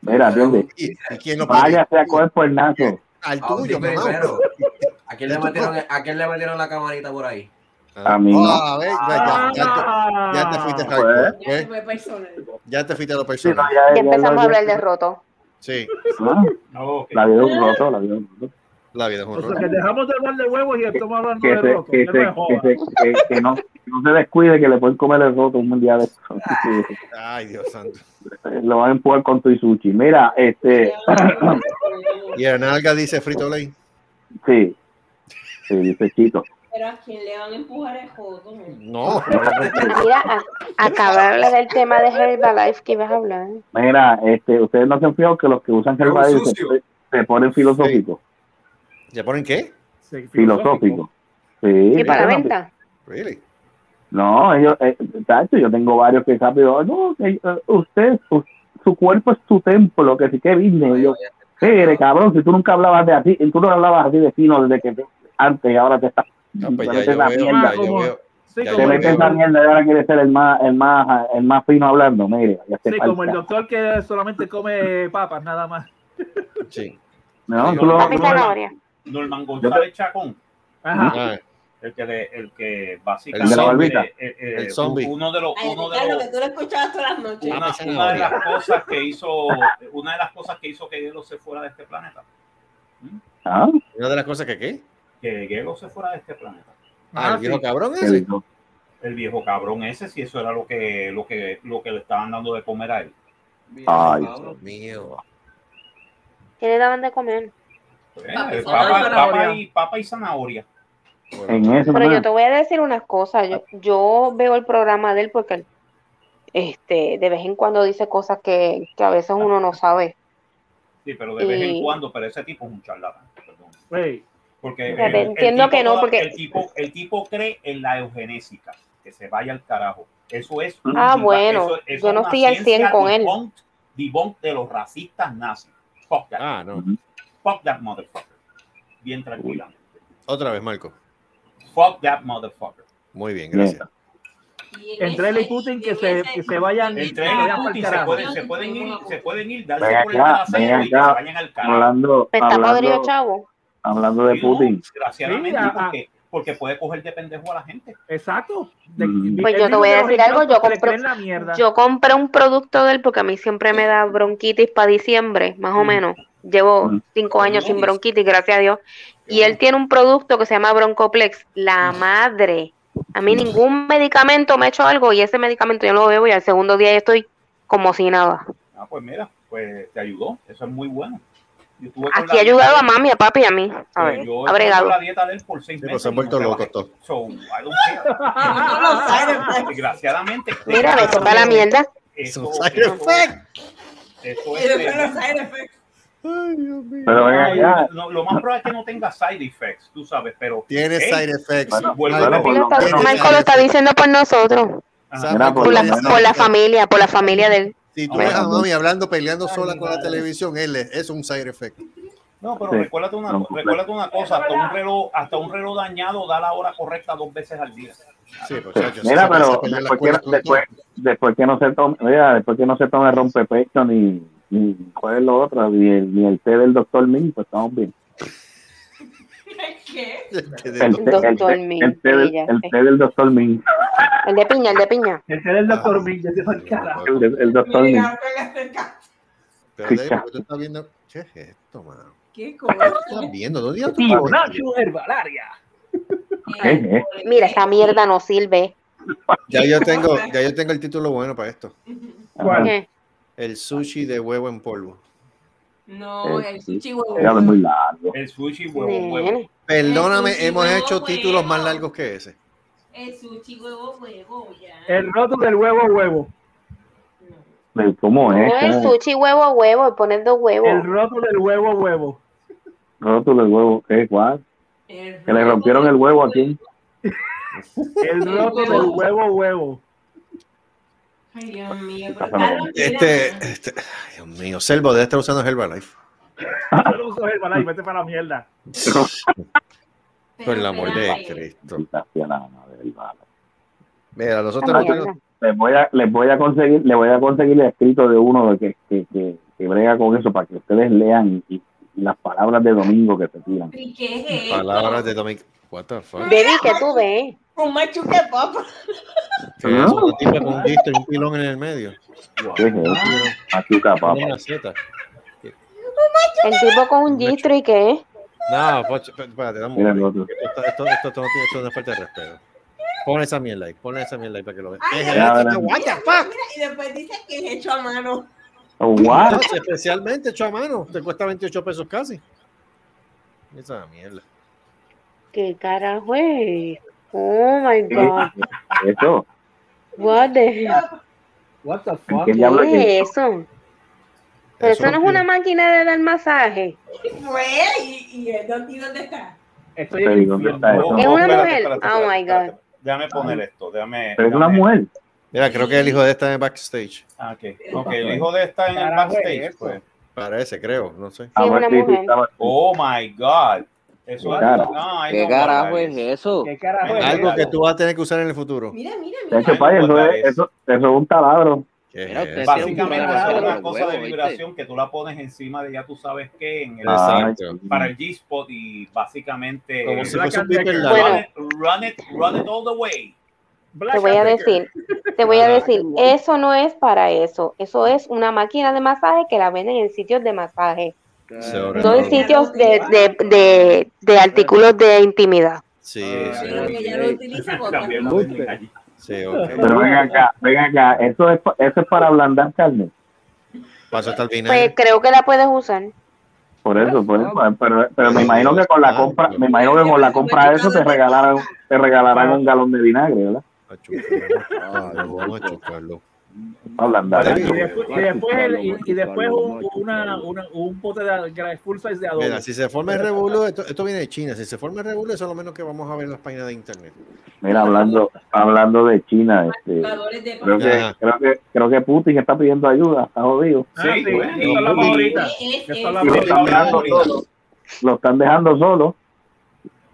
Mira, ¿entiendes?
¿Y, y quién lo
Vaya,
pidió?
sea coger por nazo.
Al
¿A dónde
tuyo, mamá.
Ah, primero? ¿A quién, le metieron, ¿A quién le metieron la camarita por ahí?
Ah,
A mí no.
ah, ve, ve, ya, ya te-
Ah.
ya te fuiste hardcore,
Ya se
¿ves?
fue personal.
Ya te fuiste a lo
Pues, Sí, no,
personal.
ya-
Ya
ya
empezamos
lo-
a hablar de roto.
Sí,
Ah,
No, ok.
La vida es un roto, la vida es un roto.
la vida es un
O sea,
rollo.
que dejamos de hablar de huevos y estamos hablando
que
de
se,
roto.
que,
Que
se,
no me jodas.
que, se- que- que no, que no se descuide que le pueden comer el roto un día de estos.
Ah.
Ay, Dios santo.
Lo van a empujar con tu sushi. Mira, este,
Y Analga dice Frito Lay.
sí, sí, dice Chito.
Pero a quién le van a empujar el joto. no?
No,
Mira, a- acaba de hablar del tema de Herbalife que ibas a hablar.
Mira, este, ustedes no se han fijado que los que usan Herbalife se,
sucio.
se ponen filosóficos.
¿ya ponen qué?
Sí,
Filosóficos. Sí,
Y para
sí,
venta.
Really?
No, ellos, eh, tacho, yo tengo varios que rápido, no, que, eh, usted, su, su cuerpo es su templo, que sí que vine. Yo, Mire, cabrón, si tú nunca hablabas de así, tú no hablabas así de fino desde que antes y ahora te estás.
No, pues
te metes
ya yo
la
veo,
mierda.
ya yo veo. Ya
Sí,
Te
como,
yo
el,
metes la
veo.
mierda y ahora quieres ser el más, el más, el más fino hablando. Mire, ya te
sí, como el
falta.
doctor que solamente come papas, nada más.
Sí.
No,
yo-
tú lo-
Papi
tú-
zanahoria.
Norman González Chacón.
Ajá.
Ah,
El que, le- el que
El de
básicamente.
la
barbita.
eh, eh, eh,
El zombie.
Uno de los.
Ay,
Uno de
Ricardo,
los
que tú lo escuchabas todas las noches.
una,
esa
una de
novia.
las cosas que hizo una de las cosas que hizo que Gelo se fuera de este planeta
ah,
Una de las cosas que qué?
que Gelo se fuera de este planeta
Ah,
Ah,
el viejo
sí.
cabrón
qué
ese.
lindo.
el viejo cabrón ese si eso era lo que lo que lo que le estaban dando de comer a él
Ay.
Dios mío.
¿Qué le daban de comer?
Eh,
Papa y
papa,
zanahoria.
papa y, papa y zanahoria
en eso,
Pero yo
mano.
te voy a decir unas cosas. Yo, yo veo el programa de él porque este, de vez en cuando dice cosas que, que a veces uno no sabe.
sí pero de vez en
Y-
cuando pero ese tipo es un charlatán perdón.
Ey,
porque eh,
Pero entiendo
tipo
que no,
toda-
porque-
el tipo el tipo cree en la eugenésica que se vaya al carajo eso es
Ah,
un-
bueno,
eso- eso
yo no
es una
estoy al 100
ciencia
con él.
debunked- debunked de los racistas nazis Fuck that.
Ah, no.
Fuck that motherfucker. Bien tranquila.
Otra vez, Marco.
Fuck that motherfucker.
Muy bien, gracias.
Y en
Entre él y
ese-
Putin, que
en
se-
ese-
que se vayan-
en
Entre
Ah,
ese-
ellos
ya,
Putin
para
se
el
pueden, se pueden ir, se pueden ir, darse
Ven
por el
acá,
trasero
ven
y que se
acá.
vayan al carajo.
Hablando,
Pues está podrido,
hablando,
chavo.
hablando de
Y no,
Putin.
desgraciadamente,
Mira,
porque, porque puede coger de pendejo a la gente.
exacto. De-
Mm.
Pues
él
yo te
dijo
voy a
que los
decir algo, yo
ricos se le
compro-
creen la mierda.
Yo compré un producto de él porque a mí siempre me da bronquitis para diciembre, más o menos. Llevo cinco años sin bronquitis, gracias a Dios. Y él tiene un producto que se llama Broncoplex. La madre. A mí ningún medicamento me ha hecho algo y ese medicamento yo lo bebo y al segundo día yo estoy como si nada.
Ah, pues mira, pues te ayudó. Eso es muy bueno. Yo estuve con
Aquí ha
la-
ayudado a mami, a papi y a mí. A
Pues
ver,
yo
ha
estuve con
bregado.
la dieta de él por seis meses.
Pero pues se han
y
vuelto
nunca
locos
bajé.
todos.
So, I don't care.
No lo sabe.
Desgraciadamente.
Mira, ve, toca la mierda.
Eso,
side
eso- eso es-
Pero ven
Ay,
acá.
no, lo más probable es que no tenga side effects, tú sabes, pero.
Tiene
Hey,
side effects.
Bueno,
vuelvo a
Ay,
repetir,
por lo
Está-
menos-
Marco lo está diciendo por nosotros,
Ajá.
Sabe
Ah, Mira, por
por la,
lo menos-
por la familia, por la familia de él.
Si tú
Bueno.
ves a mami hablando, peleando sola con la televisión, él es, es un side effect.
No, pero
Sí.
recuérdate, una,
No, pues,
recuérdate una cosa, hasta un, reloj, hasta un reloj dañado da la hora correcta dos veces al día.
Sí,
Mira,
muchachos. se pues pasa a
pero
pelear las
después
cuerdas
que,
con
después, después que no se tome, mira, después que no se tome rompepecho ni, ni cuál es lo otro, ni el, ni el té del doctor Min, pues estamos bien.
¿Qué?
todo. Que de-
El té, el
Dr.
té-
Min,
el té del,
ella,
el
sí.
té del doctor Min,
El de piña, el de piña.
Este era el doctor Mil, yo digo, carajo.
el, de- el doctor Min.
Mira, pégate el ca-
Pero Dave, ¿por qué tú estás viendo. ¿Qué es esto, mano?
¿Qué
¿Qué
cosa?
tú estás viendo? ¿Dónde diablos tú
Tío
estás metido?
Nacho Herbalaria.
¿Qué es esto?
Mira, esta mierda no sirve.
Ya yo, tengo, ya yo tengo el título bueno para esto.
Ajá.
¿Qué?
El sushi de huevo en polvo.
No, el sushi huevo.
Ya, es Eh, muy largo.
El sushi huevo, huevo.
Nene.
Perdóname,
El sushi
hemos
de
hecho
huevo.
títulos más largos que ese.
El sushi huevo huevo, ya.
Eh.
El roto del huevo huevo.
Pero, ¿Cómo es?
No es el
¿Cómo es?
sushi huevo a huevo, el poner dos
El
huevos.
roto del huevo huevo.
Rótulo de huevo, ¿qué? ¿Cuál?
El
Que le
rojo
rompieron el huevo aquí.
El roto del huevo huevo.
Ay, Dios mío.
Está
pero Carlos,
cabrón.
mira,
Este, este, ay, Dios mío, Selvo debe estar usando Herbalife.
Yo lo uso Herbalife, vete para la mierda.
pero
Por el amor de
espérate.
Cristo.
Sensacional, de verdad.
Mira, nosotros no
Mierda.
tenemos-
les voy a les voy a conseguir les voy a conseguir el escrito de uno de que, que, que, que brega con eso para que ustedes lean y, y las palabras de domingo que se tiran
¿Y qué es esto?
palabras de Dominic. What the fuck?
Baby, que tú ves?
Un machu que papa.
¿Qué es eso? Una tipa con un disco y un pilón en el medio.
Ah. ¿Qué Ah, es eso? Machuca, papá.
Una maceta.
El tipo con un ¿eh? gistro y qué.
No, pocho, espérate, espérate, dame un
Mira el
break.
otro.
Esto, esto, esto, esto no tiene esto no es falta de respeto. Pon esa mierda ahí, pon esa mierda ahí para que lo veas.
Ay,
Es
ya,
esto,
ahora.
que what the
Mira,
fuck?
y después dice que es hecho a mano.
Oh, what?
Entonces, especialmente hecho a mano, te cuesta 28 pesos casi. Esa mierda.
¿Qué carajo es? Oh my god.
¿Qué es eso
What the
What the
¿En
fuck?
qué diablo es
¿Qué es eso? Pero eso no es una máquina de dar masaje.
Fue, y, y el don- ¿y dónde está?
Estoy en
pero
el
¿y dónde
infierno.
está eso?
Es una
espérate,
mujer.
espérate,
Oh
espérate,
my god.
espérate. Déjame poner esto, déjame.
pero es una
déjame-
mujer
Mira, creo que el hijo de esta es backstage.
Ah, ok. Ok, el hijo de esta en el
Carajo,
backstage.
eso.
pues.
Parece, creo, no sé.
A
es
ver
una
si- si
mujer.
estaba-
Oh my God. Eso
Qué cara.
Ay,
¿Qué
no,
carajo
guarda
es eso?
¿Qué carajo es
Algo
eso?
que tú vas a tener que usar en el futuro.
Mira, mira,
de
mira.
hecho pay, eso, es, eso, eso es un taladro
¿Qué es
Mira, usted
eso?
se-
Básicamente
Sí,
eso es
un
una
huevo,
cosa de
¿viste?
vibración que tú la pones encima de ya tú sabes qué en el,
Ay,
Exacto.
sí.
para el G-Spot y básicamente
Como si
run,
fuese un paper
Bueno.
light.
it, run it, run it all the way.
Black
Te voy a
and
decir, te voy a decir, eso no es para eso. Eso es una máquina de masaje que la venden en sitios de masaje.
Sobre
No en
todo.
sitios de, de, de, de artículos de intimidad.
Sí,
Ah,
sí,
Yo creo que ya lo utiliza porque-
También lo venden allí.
sí, ok.
pero ven acá ven acá eso es pa- eso es para ablandar carne
Paso hasta el
Pues
vinagre.
creo que la puedes usar.
por eso, por eso pero, pero me imagino que con la
Ah,
compra me imagino que con la compra de eso te regalaron te
Ah.
regalarán un galón de vinagre verdad
A
Ah,
chuparlo, vamos a chuparlo.
para ablandar
Black.
eso.
Y después, y después, el- y- y después un, una, una- un pote de de full size de adobo.
Mira, si se forma el revuelo, esto, esto viene de China. Si se forma el revuelo, eso es lo menos que vamos a ver en las páginas de internet.
Mira, hablando, hablando de China, este,
Jugadores de
creo, que,
Ajá.
creo, que, creo que Putin está pidiendo ayuda, está jodido.
Ah,
Sí,
sí,
bueno.
eso hablamos ahorita.
Es-
Eso
es-
Y lo
hablamos
están
ahorita.
dejando solo. Lo están dejando solo.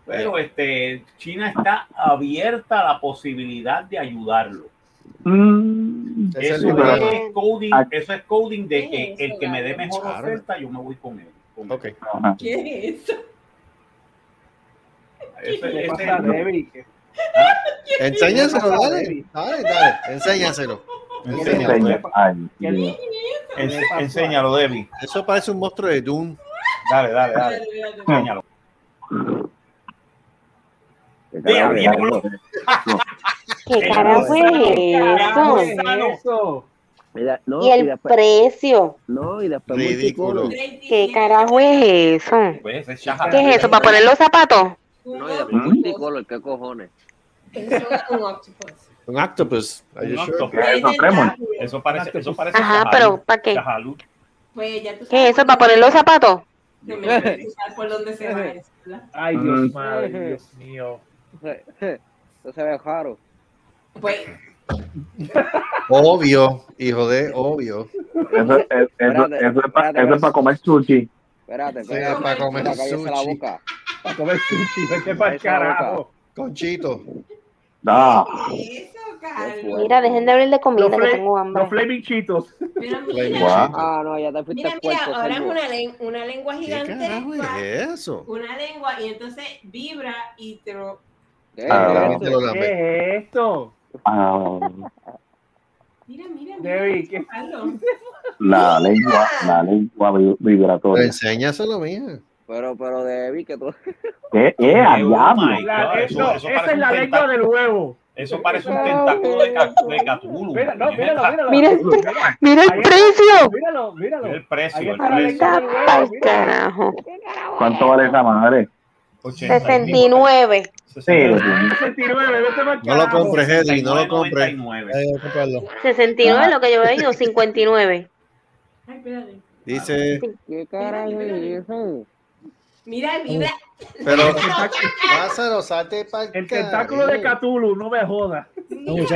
Pero este, China está abierta a la posibilidad de ayudarlo.
Mm,
Ese es
Eso
el
pero-
problema.
es, coding, eso es coding de que
Sí,
el que me dé
claro.
mejor
Claro.
oferta, yo me voy con él. con él.
Ok.
ajá.
¿Qué es eso?
Ese-
¿Qué
ese-
pasa, Debbie? ¿Qué-
Enséñaselo, dale. Dale, dale. Enséñaselo.
qué le-
Enséñaselo.
Ay,
¿Qué le-
Dios.
Ens- enséñalo, Debbie.
Eso parece un monstruo de Doom.
Dale, dale, dale. Enséñalo.
Diablo,
diablo.
¿Qué carajo
carajo
es
es
eso?
Mira, no,
Y el
después-
precio.
no, y después voy
Ridículo.
psicólogo.
¿Qué carajo es eso? ¿Qué es eso? ¿Para poner los zapatos?
No, y después voy psicólogo, ¿qué cojones?
Un octopus. Are you
Un
sure?
octopus. Eso, Tremor. Eso parece, eso parece
Ajá,
Shahalu.
pero ¿para qué?
Shahalu.
Pues ya tú
¿Qué es eso? ¿Para poner los zapatos?
que me voy a fijar por dónde se va eso, ¿verdad?
Ay, Dios,
Mm.
madre, Dios mío.
Eso se ve raro.
Pues,
Obvio, hijo de obvio.
Eso, es- eso- eso es para comer sushi.
Espérate,
Sí,
espérate.
para comer
Mira, cállese la
sushi.
boca.
Para comer sushi, vete
pa'l carajo.
Conchito.
No.
Mira, dejen de hablar de comida,
Los
que
fla-
tengo hambre.
Los flaming cheetos.
mira,
Guau.
Ah, no, ya te fuiste
mira,
al
mira,
cuerpo.
ahora es
Sergio.
una, len- una lengua gigante.
Eso.
Una lengua, y entonces vibra y te lo.
Eh,
Ah.
eh,
Te lo lamento.
¿Qué es esto?
Ah,
Mira, mira, mira.
Debbie, ¿qué?
Carlos.
la lengua, la lengua vi-
Pero
vibratoria.
enséñaselo, mía.
Pero, pero, Debbie, que tú.
¿Qué
Eh,
es?
Oh my
diablo.
La-
God,
no,
eso- eso
esa
parece
es la
un
lengua
tenta-
del huevo.
Eso parece un tentáculo de, ca- de Cthulhu.
Mira, no, míralo,
puñeta.
míralo.
Mira el, pre- mira el
Ahí está.
precio.
Míralo, míralo.
El precio,
Ahí
el
está la
precio.
lengua del
Ay,
huevo, mira.
carajo.
¿Cuánto vale esa madre?
69.
69, vete pa'l
No lo
carajo.
compres, Eddie, no lo compres.
99.
Ay, voy a comprarlo.
69 es lo que yo veo, 59.
Ay, espérate.
Dice,
¿Qué carajo es eso?
Mira, vibra.
pero Lázaro, salte para
El tentáculo de Cthullu, no me jodas.
mira,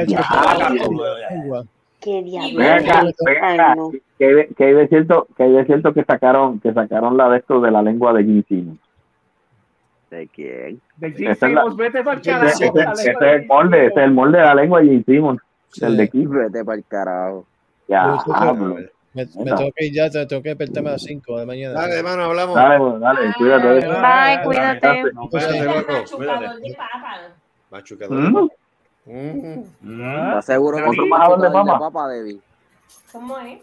Qué
Ven acá,
diablo.
ven
Ay,
acá.
no.
Que hay de- que hay de cierto que hay de cierto que sacaron que sacaron la de esto de la lengua de Jim Simmons?
¿De quién?
De Jim
Esa es la-
Simmons, vete pa'l
Este
Ese-
Ese ese-
carajo.
la
dale,
ese es
dale.
el molde, ese es el molde de la lengua de Jim Simmons, el de Keith.
Vete para el carajo.
Diablo.
Me, me tengo que ir ya, te- tengo que despertarme a las 5 de mañana.
Dale, hermano, hablamos.
Dale, bueno, dale, cuídate.
Bye, cuídate.
No,
pues,
Cuídate,
mira,
loco.
machucador de papa.
Machucador.
¿Mm?
Mm.
Mm.
¿Estás seguro que
¿Otro
es un
majadón de
machucador
papa?
papa, Debbie?
¿Cómo es?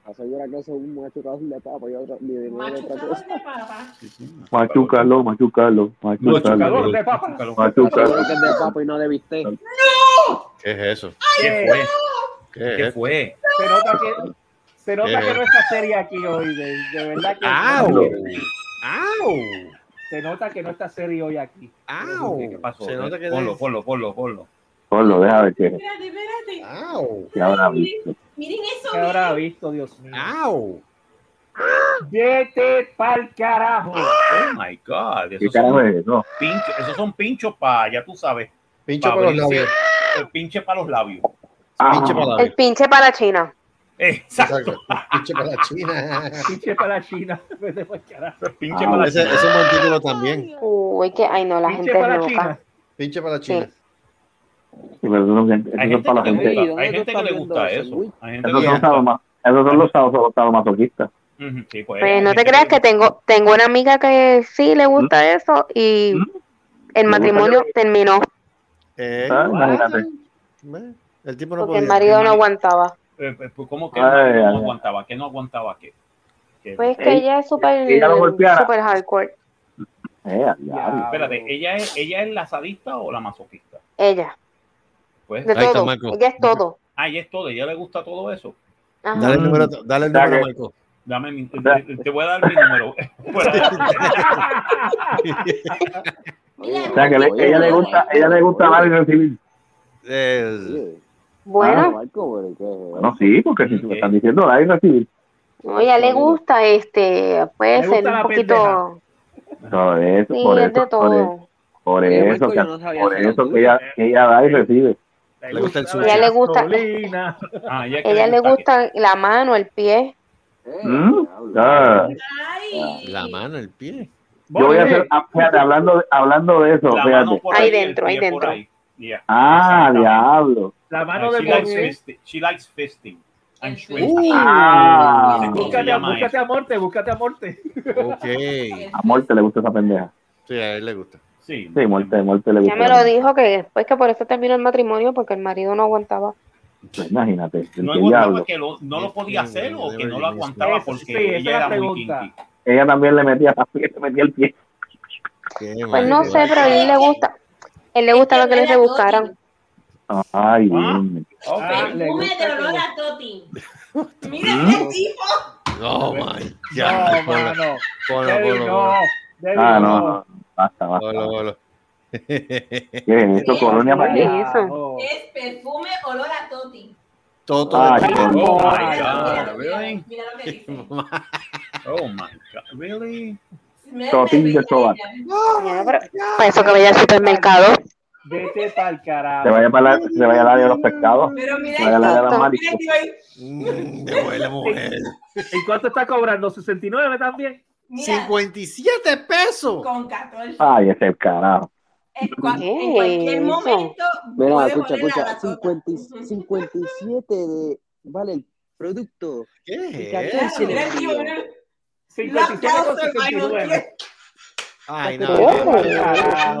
¿Estás segura que eso es un machucador de papa y otra, y de- y otra
Machucador
cosa?
de papa.
Macúcalo, macúcalo,
Machucador
macúcalo.
de papas.
¿Estás seguro
Macúcalo.
que es de papa y no de bistec?
¿Qué es eso?
Eh,
¿Qué fue?
¿Qué es
¿Qué
eso?
fue?
Se nota que, se
Eh.
nota que no está seria aquí hoy, de, de verdad que
¡Au! ¡Au!
se nota que no está seria hoy aquí.
¡Au!
¿Qué pasó?
Se nota que
Ponlo, ponlo, ponlo, ponlo.
Ponlo, deja de que
Espérate, espérate.
¡Au!
que habrá visto.
Miren eso.
¿Qué habrá visto, Dios mío?
Ah. ¡Au!
Vete pa'l carajo.
Oh my God.
¿Qué
Esos
carajo
son
es eso?
pinchos, esos son pinchos para, ya tú sabes,
Pincho
Pa'
para los
abrirse.
labios.
el pinche para los labios.
Ah.
Ah,
Pinche para los
El
labios.
pinche para la China.
Exacto.
Exacto. Pinche para la China.
Pinche para la China. Vete pa'l carajo.
Ah,
Pinche para la
Ese, ese es un buen título también.
Uy, que, ay no, la
Pinche
gente es
para la
loca.
China.
Pinche para la China.
Pero esos son- esos
Hay
son
gente
para la
que le
gente.
Sí,
gusta,
¿dónde
hay
tú
gente que
estás
le gusta
viendo eso?
eso. Hay gente que
Esos
le
son
gusta.
sadoma- esos son los sado- sadomasoquistas.
Ujú, sí, pues, hay
Pues no te
gente
creas que tengo, tengo una amiga que sí le gusta eso y
¿Mm?
el
gusta
matrimonio terminó
Eh,
Ah, imagínate.
ve, el tipo no
porque el
podía.
marido no aguantaba.
Eh, eh, pues, ¿Cómo que
Ay,
no, no
ay, ay.
aguantaba? ¿Qué no aguantaba? ¿Qué? ¿Qué?
Pues que
Ey,
ella es súper
ella lo golpeara.
súper hardcore.
Eh, al
Ah,
diablo.
Espérate, ¿ella es, ¿ella es la sadista o la masoquista?
Ella,
Pues,
de
Ahí está,
todo.
Marco.
Ella es todo.
ah, ella es todo, ella le gusta todo eso.
Ajá.
Dale el número, dale el
Ya
número,
Mm. que-
Marco.
Dame mi- te, te voy a dar mi número.
Mira,
O sea, que le- ella le gusta, ella le gusta dar y recibir.
El-
Oye,
Bueno,
Marco, pero ¿qué?
Bueno, sí, porque si
Eh,
me están diciendo dar y recibir.
no, ella le gusta este, puede
Le
ser
gusta
un
la
poquito.
Por eso,
Sí,
por
es de
eso, por eso,
todo.
por
Oye,
eso,
Marco,
que,
yo no sabía
por
eso
eso
tuyo.
que ella, que ella da y recibe.
Le gusta el sushi.
la
Ella le gusta-
gasolina.
Ah, ella es que
Ella le gusta la mano, el pie.
Eh,
¿Mm?
diablo.
Ah.
Ay.
La mano, el pie.
Yo voy a hacer, ah, fíjate, hablando, de- hablando de eso,
la mano
fíjate.
por
Ahí
el
dentro, ahí
pie por
dentro.
ahí. Yeah.
Ah,
Exactamente.
diablo.
La
Ah,
mano de
she, likes
Morgan.
fisting, she likes fisting. And
Sí.
shrinking.
Uh.
Ah,
¿Cómo se
Búscate, a-
llama
búscate
eso?
a Morte, búscate a Morte.
Ok.
a
Este
Morte le gusta esa pendeja.
Sí, a él le gusta.
Sí,
Sí, Morte, Morte le gusta.
Ya me lo dijo que después que por eso terminó el matrimonio porque el marido no aguantaba.
Pues imagínate. el
No
que
encontraba
diablo.
que lo- no lo podía hacer o que no lo aguantaba porque
este sí, esa es la
ella era muy
pregunta.
kinky.
Ella también le metía, también le metía el pie.
Pues no sé, pero a él le gusta. A él le gusta lo que le rebuscaron.
Ay,
Ah,
dime.
Ah,
Fume de olor a Toti. Mira
¿Mm?
qué tipo.
No, man.
No,
Ya, ponlo,
mano.
ponlo,
Kevin,
ponlo,
no.
ponlo.
Kevin,
Ah,
no.
no, no. Basta, basta.
Ponlo, ponlo.
Miren, esto colonia para qué.
Es perfume olor a Toti.
Toto.
Ah,
Ay,
Oh
Dios.
my God, really?
Mira lo que dice.
Oh my God, really?
Me-
Totín
me-
de soba.
No, pero para eso que vaya al supermercado.
Vete para el carajo.
Se vaya para la, se vaya al área de los pescados.
Pero mira,
Se vaya al área de las
esto.
mariscos.
De buena mujer.
¿Y cuánto está cobrando? ¿69 también?
mira,
57 pesos.
con 14.
Ah,
Ay, ese carajo.
En, cua- en
¿Qué
cualquier
es
momento.
Mira,
puede
escucha,
oler a
escucha,
la tota.
50 y- 57 de, vale, el producto.
¿Qué
Claro,
es
Claro,
eso?
mira el tipo, mira el-
57 con
Laptop, hermano,
69.
Ay, no.
Vete
no,
para el
no.
carajo.
Ay,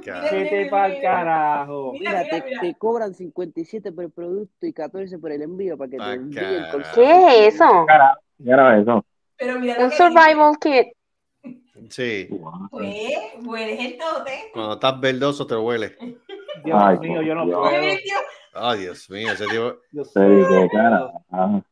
Mira,
carajo.
mira,
Vete
mira,
para el
mira.
carajo.
Mira,
Mira,
mira,
te,
mira.
te cobran 57 por el producto y 14 por el envío para que te
Ah,
envíen con
carajo.
¿Qué es eso?
Carajo. Mira eso.
Pero mira lo
Un
que
survival kit.
Sí.
dice. Pues, hueles el tote.
Cuando estás verdoso te huele.
Dios
Ay,
mío, yo no
Dios.
puedo.
Mira, tío,
Ay, Dios mío, ese tipo.
Yo sé.
Se dice, carajo.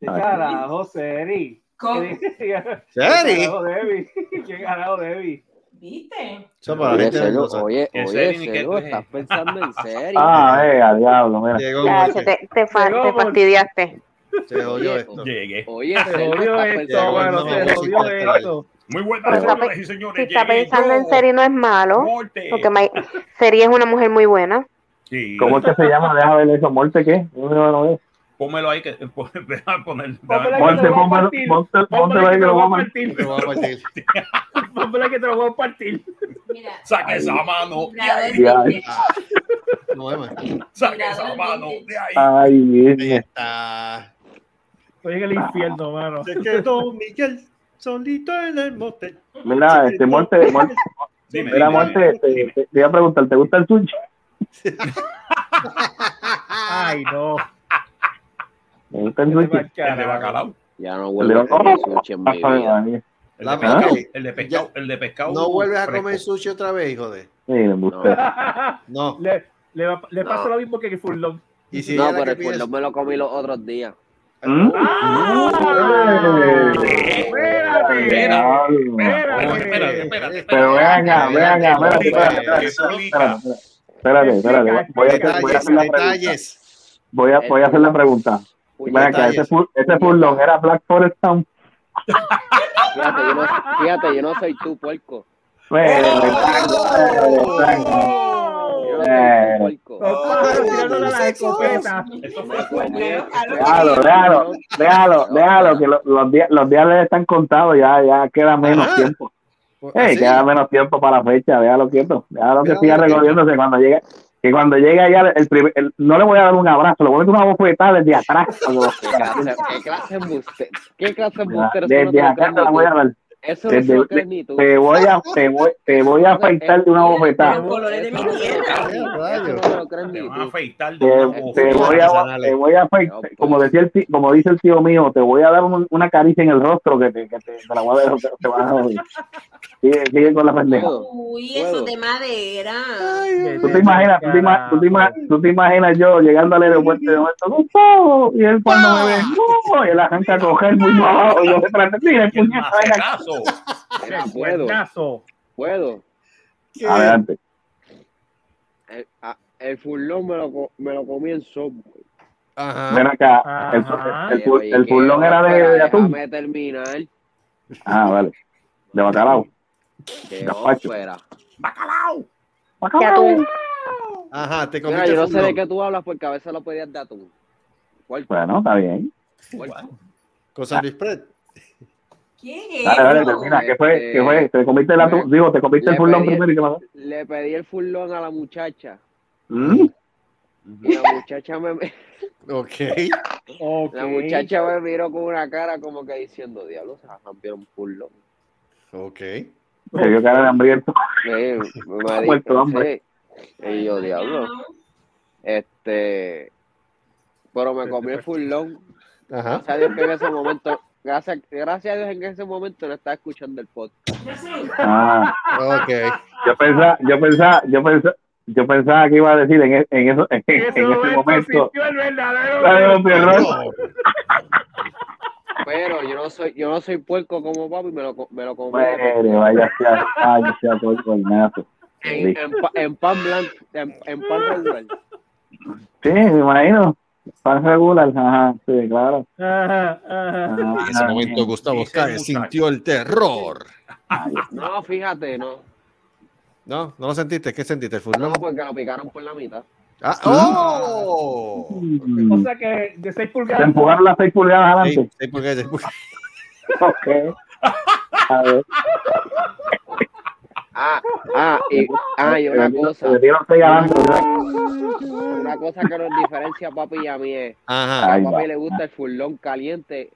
¿Qué carajo, Seri?
con-
¿Seri?
carajo, Debbie? ¿Qué carajo, Debbie?
¿Viste?
Eso para la
Oye,
gente
Celo,
verdosa.
oye,
¿En
oye,
serio? ¿Ni qué
Celo,
tú eres?
estás pensando en serio.
Ah, eh, a diablo, mira.
Llegó
Ya,
Jorge.
te, te, fa-
Llegó,
te
Jorge.
fastidiaste.
Se jodió esto.
Llegué.
Oye,
Se
Celo,
jodió
estás
esto,
pensando
Llegó,
en
bueno,
Ah, pues, no,
se
sí,
serio.
jodió
está bien.
esto.
Muy
Pero
buenas,
está
señoras
pe-
y
Si
señores.
está
llegué
pensando
yo.
en Seri no es malo,
Morte.
porque Ma- Seri es una mujer muy buena.
Sí.
¿Cómo es que se llama? Deja ver eso. ¿Morte qué? No, no, no, no.
Pómelo ahí que ve a poner.
Pómelo ahí.
Ponte, póntelo, póntelo, póntelo
Pónmela
ahí
que
que
te lo voy a
lo vamos a
partir.
Pero va a partir.
Pónmela que te lo voy a partir.
Mira.
Saca esa mano de ahí.
Vibrador de-
No, Emma.
Saca esa mano de ahí.
Ay,
este,
Ahí
bien.
está.
Estoy en el infierno, mano.
Se quedó Miguel solito en el motel.
Ah,
Mira, este muerte, muerte.
Dime,
Mira,
dime, dime.
muerte, te, te- te iba a preguntar, ¿te gusta el sushi?
Ay, no.
¿Te gusta el
Vete
sushi? "Oh,
pa'l
El de
carajo.
bacalao.
Ya no
Le
vuelvo
digo,
a comer
no,
sushi en mi vida.
no,
El
La
de pescado.
pica.
El de pescado. El de pescado.
Ah.
uh,
No vuelves a comer
fresco.
sushi otra vez, hijo de.
Sí, me gusta.
No.
Le, le, va- le
No.
pasa lo mismo que el Furlong.
Y si
No,
ella
pero
que
el
pide-
furlón me lo comí los otros días.
¿Mm?
¡Ah!
Espera.
¡Espérate!
¡Ah!
Espérate,
Espérate.
espérate, espérate.
Pero
espérate.
ven acá, ven acá, espérate, espérate, espérate,
Explica.
espérate, espérate, espérate, espérate, voy a hacer, voy a
Detalles,
hacer la pregunta.
detalles.
Voy a, voy a hacer la pregunta. Ven acá, ese, full, ese furlong era Black Forest Town.
Fíjate, yo no, fíjate, yo no soy tú, puerco.
Pero, exacto, pero, exacto.
¡Oh!
Yo no soy tú, puerco.
Doctor, tirándole las escopetas.
Eso fue
Me comí
fuerte.
el
Claro.
Déjalo, déjalo, déjalo, déjalo, que lo- los días, los días le están contados, ya, ya queda menos
Ajá.
tiempo. Eh,
Así.
queda menos tiempo para la fecha, déjalo quieto, déjalo que
Déjalo
siga
quieto.
recorriéndose cuando llegue, que cuando llegue allá, el, prim- el- no le voy a dar un abrazo, le voy a dar una bofetada desde atrás. cuando lo-
¿Qué clase- ¿Qué clase de embuste? ¿Qué clase de embuste? Eso no
Desde
te lo crees
acá te la
ni
voy a
tú.
dar,
Eso no
desde,
se lo crees ni
de-
tú. eh,
te voy a, te voy, te voy a afeitar de una bofetada,
Los colores de mi
Eso no se lo
tierra.
crees ni-
Rayo.
eso no se lo crees
Te
ni
van a
tú.
afeitar de
te,
una
te
bofetada.
voy a, te voy a afeitar,
No, pues.
como decía el, ti- como dice el tío mío, te voy a dar un- una caricia en el rostro que te, que te, te la voy a dar, te, te vas a joder. Sigue, sigue con la pendeja.
Puedo.
Uy,
Puedo.
eso de madera.
¿Tú te imaginas, tú te, ima- tú te ima- tú te imaginas yo llegando al aeropuerto y de este momento, Gustavo, y él cuando me ve, no, y él arranca a coger muy abajo, y yo detrás de ti, le
Y el
puñeta, ven acá.
macetazo.
Ah,
Mira, puedo.
Buenazo.
Puedo.
¿Qué?
Adelante.
El, a- el furlón me lo, co- me lo comí en Subway.
Ven
Ajá.
acá. El,
Ajá.
el, fur- el
Oye,
furlón
que-
era de, de atún.
Déjame terminar.
Ah, vale. De bacalao.
Que
Gazpacho.
ópera.
De atún.
Ajá, te
Mira,
comiste
yo no sé de
furlong.
qué tú hablas porque a veces lo pedías de atún. Puerco,
Bueno, está bien.
puerco.
Con San Luis Pret.
¿Qué es
Dale, dale,
eso?
termina. ¿Qué fue? ¿Qué fue? ¿Te comiste el atún? Digo, ¿te comiste el furlón primero y qué pasó?
Le pedí el furlón a la muchacha.
¿Mm?
Y la muchacha me,
Ok.
Ok.
la muchacha me miró con una cara como que diciendo, diablo, se rompieron un furlón.
Ok.
Se vio cara de hambriento.
Eh, me
muerto de
dijo,
hambre.
sí. Y yo, diablo. Este,
pero me comí el full long.
Ajá.
Gracias a Dios que en ese momento, gracias, gracias a Dios en ese momento no estaba escuchando el podcast.
Ah. Yo pensaba, yo pensaba, yo pensaba, yo pensaba que iba a decir en, e- en eso, en, en ese momento. Claro, Pierrot.
Pero yo no soy, yo no soy puerco como papi, me lo, co- me lo comí.
Muere, vaya sea, vaya sea por coñazo.
En,
Sí,
en, pa- en pan blanco, en, en pan regular.
me imagino. Pan regular, ajá, sí, claro.
En ese momento Gustavo Oscar sintió el terror.
No, fíjate, no.
¿No? ¿No lo sentiste? ¿Qué sentiste? ¿El full
No, porque lo picaron por la mitad.
Ah, ¡Oh!
O sea que de
Mm.
6
Te
pulgadas.
empujaron las seis pulgadas adelante.
Seis pulgadas, seis pulgadas.
Ok. A ver.
Ah, ah, y, ah, y una cosa.
Me dieron seis adelante.
Una cosa que nos diferencia a papi y a mí es
Ajá.
a
Ahí va.
papi le gusta el furlón caliente.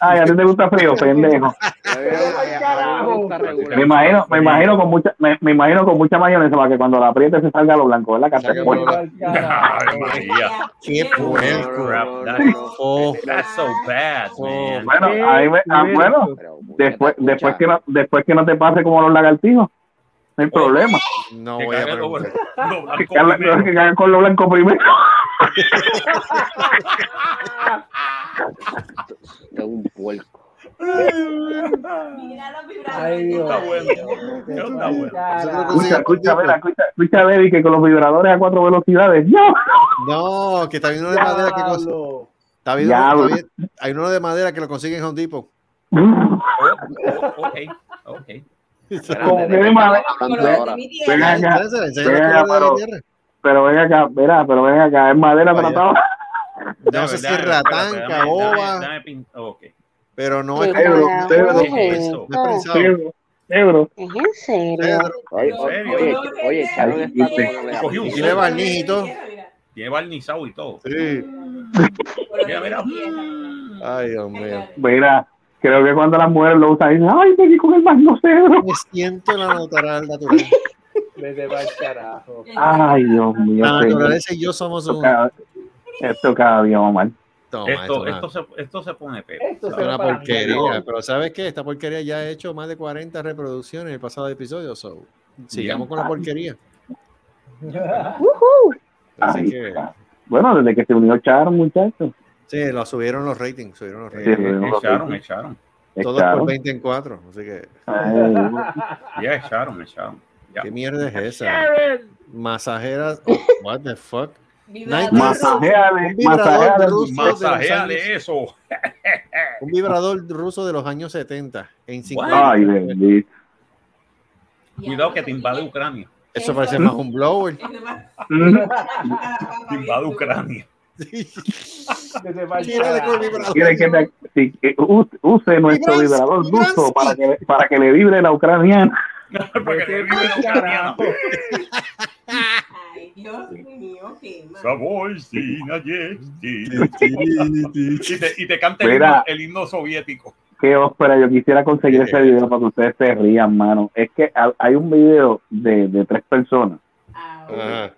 Ay, a ti te gusta frío, pendejo.
A mí- a mí me gusta regular.
Me imagino, me imagino con mucha, me, me imagino con mucha mayonesa para que cuando la apriete se salga lo blanco, ¿verdad? Cata?
Ay, María.
Qué puerco.
Crap, that- That's so bad,
Oh,
man.
Bueno, ahí me, ah, bueno, después, después que no, después que no te pase como los lagartijos, no hay problema.
No voy a preguntar.
Que caigan que caigan con lo blanco primero.
Es un puerco.
Mira los vibradores.
Está bueno. Está bueno.
Escucha, escucha, mira, escucha, escucha, Debbie, que con los vibradores a cuatro velocidades. ¡No!
No, que está viendo uno de madera que cons- está viendo- está
Diablo.
bien- Hay uno de madera que lo consigue en Home Depot.
Ok, ok.
Como que de madera. Ven acá,
Enséñale, enséñale
ven
la
acá,
color de la
pero,
tierra.
pero ven acá, verá, pero ven acá, es madera tratada.
No sé si es ratán, caoba, pero no es
Qué
como-
cabrón. ¿Qué
Pedro,
es
no
eso?
es prensado.
Negro, negro.
¿Es en serio?
Pedro.
Oye,
¿En
oye,
serio?
oye, oye, Sharon está
Ay,
con la-
Cogió un
Tiene barniz y todo.
Tiene barnizado y todo.
Sí.
Mira, mira.
Ay, Dios mío.
Mira, creo que cuando las mujeres lo usan, dicen, ay, me di con el magno negro.
Me siento la natural, natural.
Vete va carajo.
Ay, Dios mío.
La
señor.
naturaleza y yo somos
Esto
un.
cada, esto cada día va mal.
Toma, esto
Esto,
es
esto,
una-
se, esto se pone peor.
Esto
esto
se
es
va
una
para la
porquería.
mierda.
Pero ¿sabes qué? Esta porquería ya ha hecho más de 40 reproducciones en el pasado episodio. So. Sigamos con la porquería. Así
Ay,
que.
ca- bueno, desde que se unió Char, muchachos.
Sí, lo subieron los ratings. Subieron los
Sí,
ratings.
Echaron, echaron.
Todos por 20 en 4. Así que.
Eh,
Ya echaron, echaron. Ya.
¿Qué mierda es esa?
Sharon.
Masajeras. oh, what the fuck?
Masajeale,
Un vibrador
masajeale.
de ruso de los años-
Masajeale eso.
un vibrador ruso de los años 70 en 50.
Ay, bendito.
Cuidado que te invade Ucrania.
Eso parece más un blower.
Te invade Ucrania.
Vete va
Tírale con el
carajo.
vibrador.
Quiere que te- si- eh, u- use nuestro
Vibransky,
vibrador ruso
Vibransky.
para que, para que le vibre la ucraniana.
Porque te vive la ucraniana.
Carajo.
Ay, Dios mío, qué mal.
Sabor sin ayer. Y
Yo
te, y te canta el
Mira.
himno, el himno soviético.
Qué ópera, yo quisiera conseguir
Sí.
ese video para que ustedes se rían, mano. Es que ha- hay un video de, de tres personas.
Ah,
Ajá.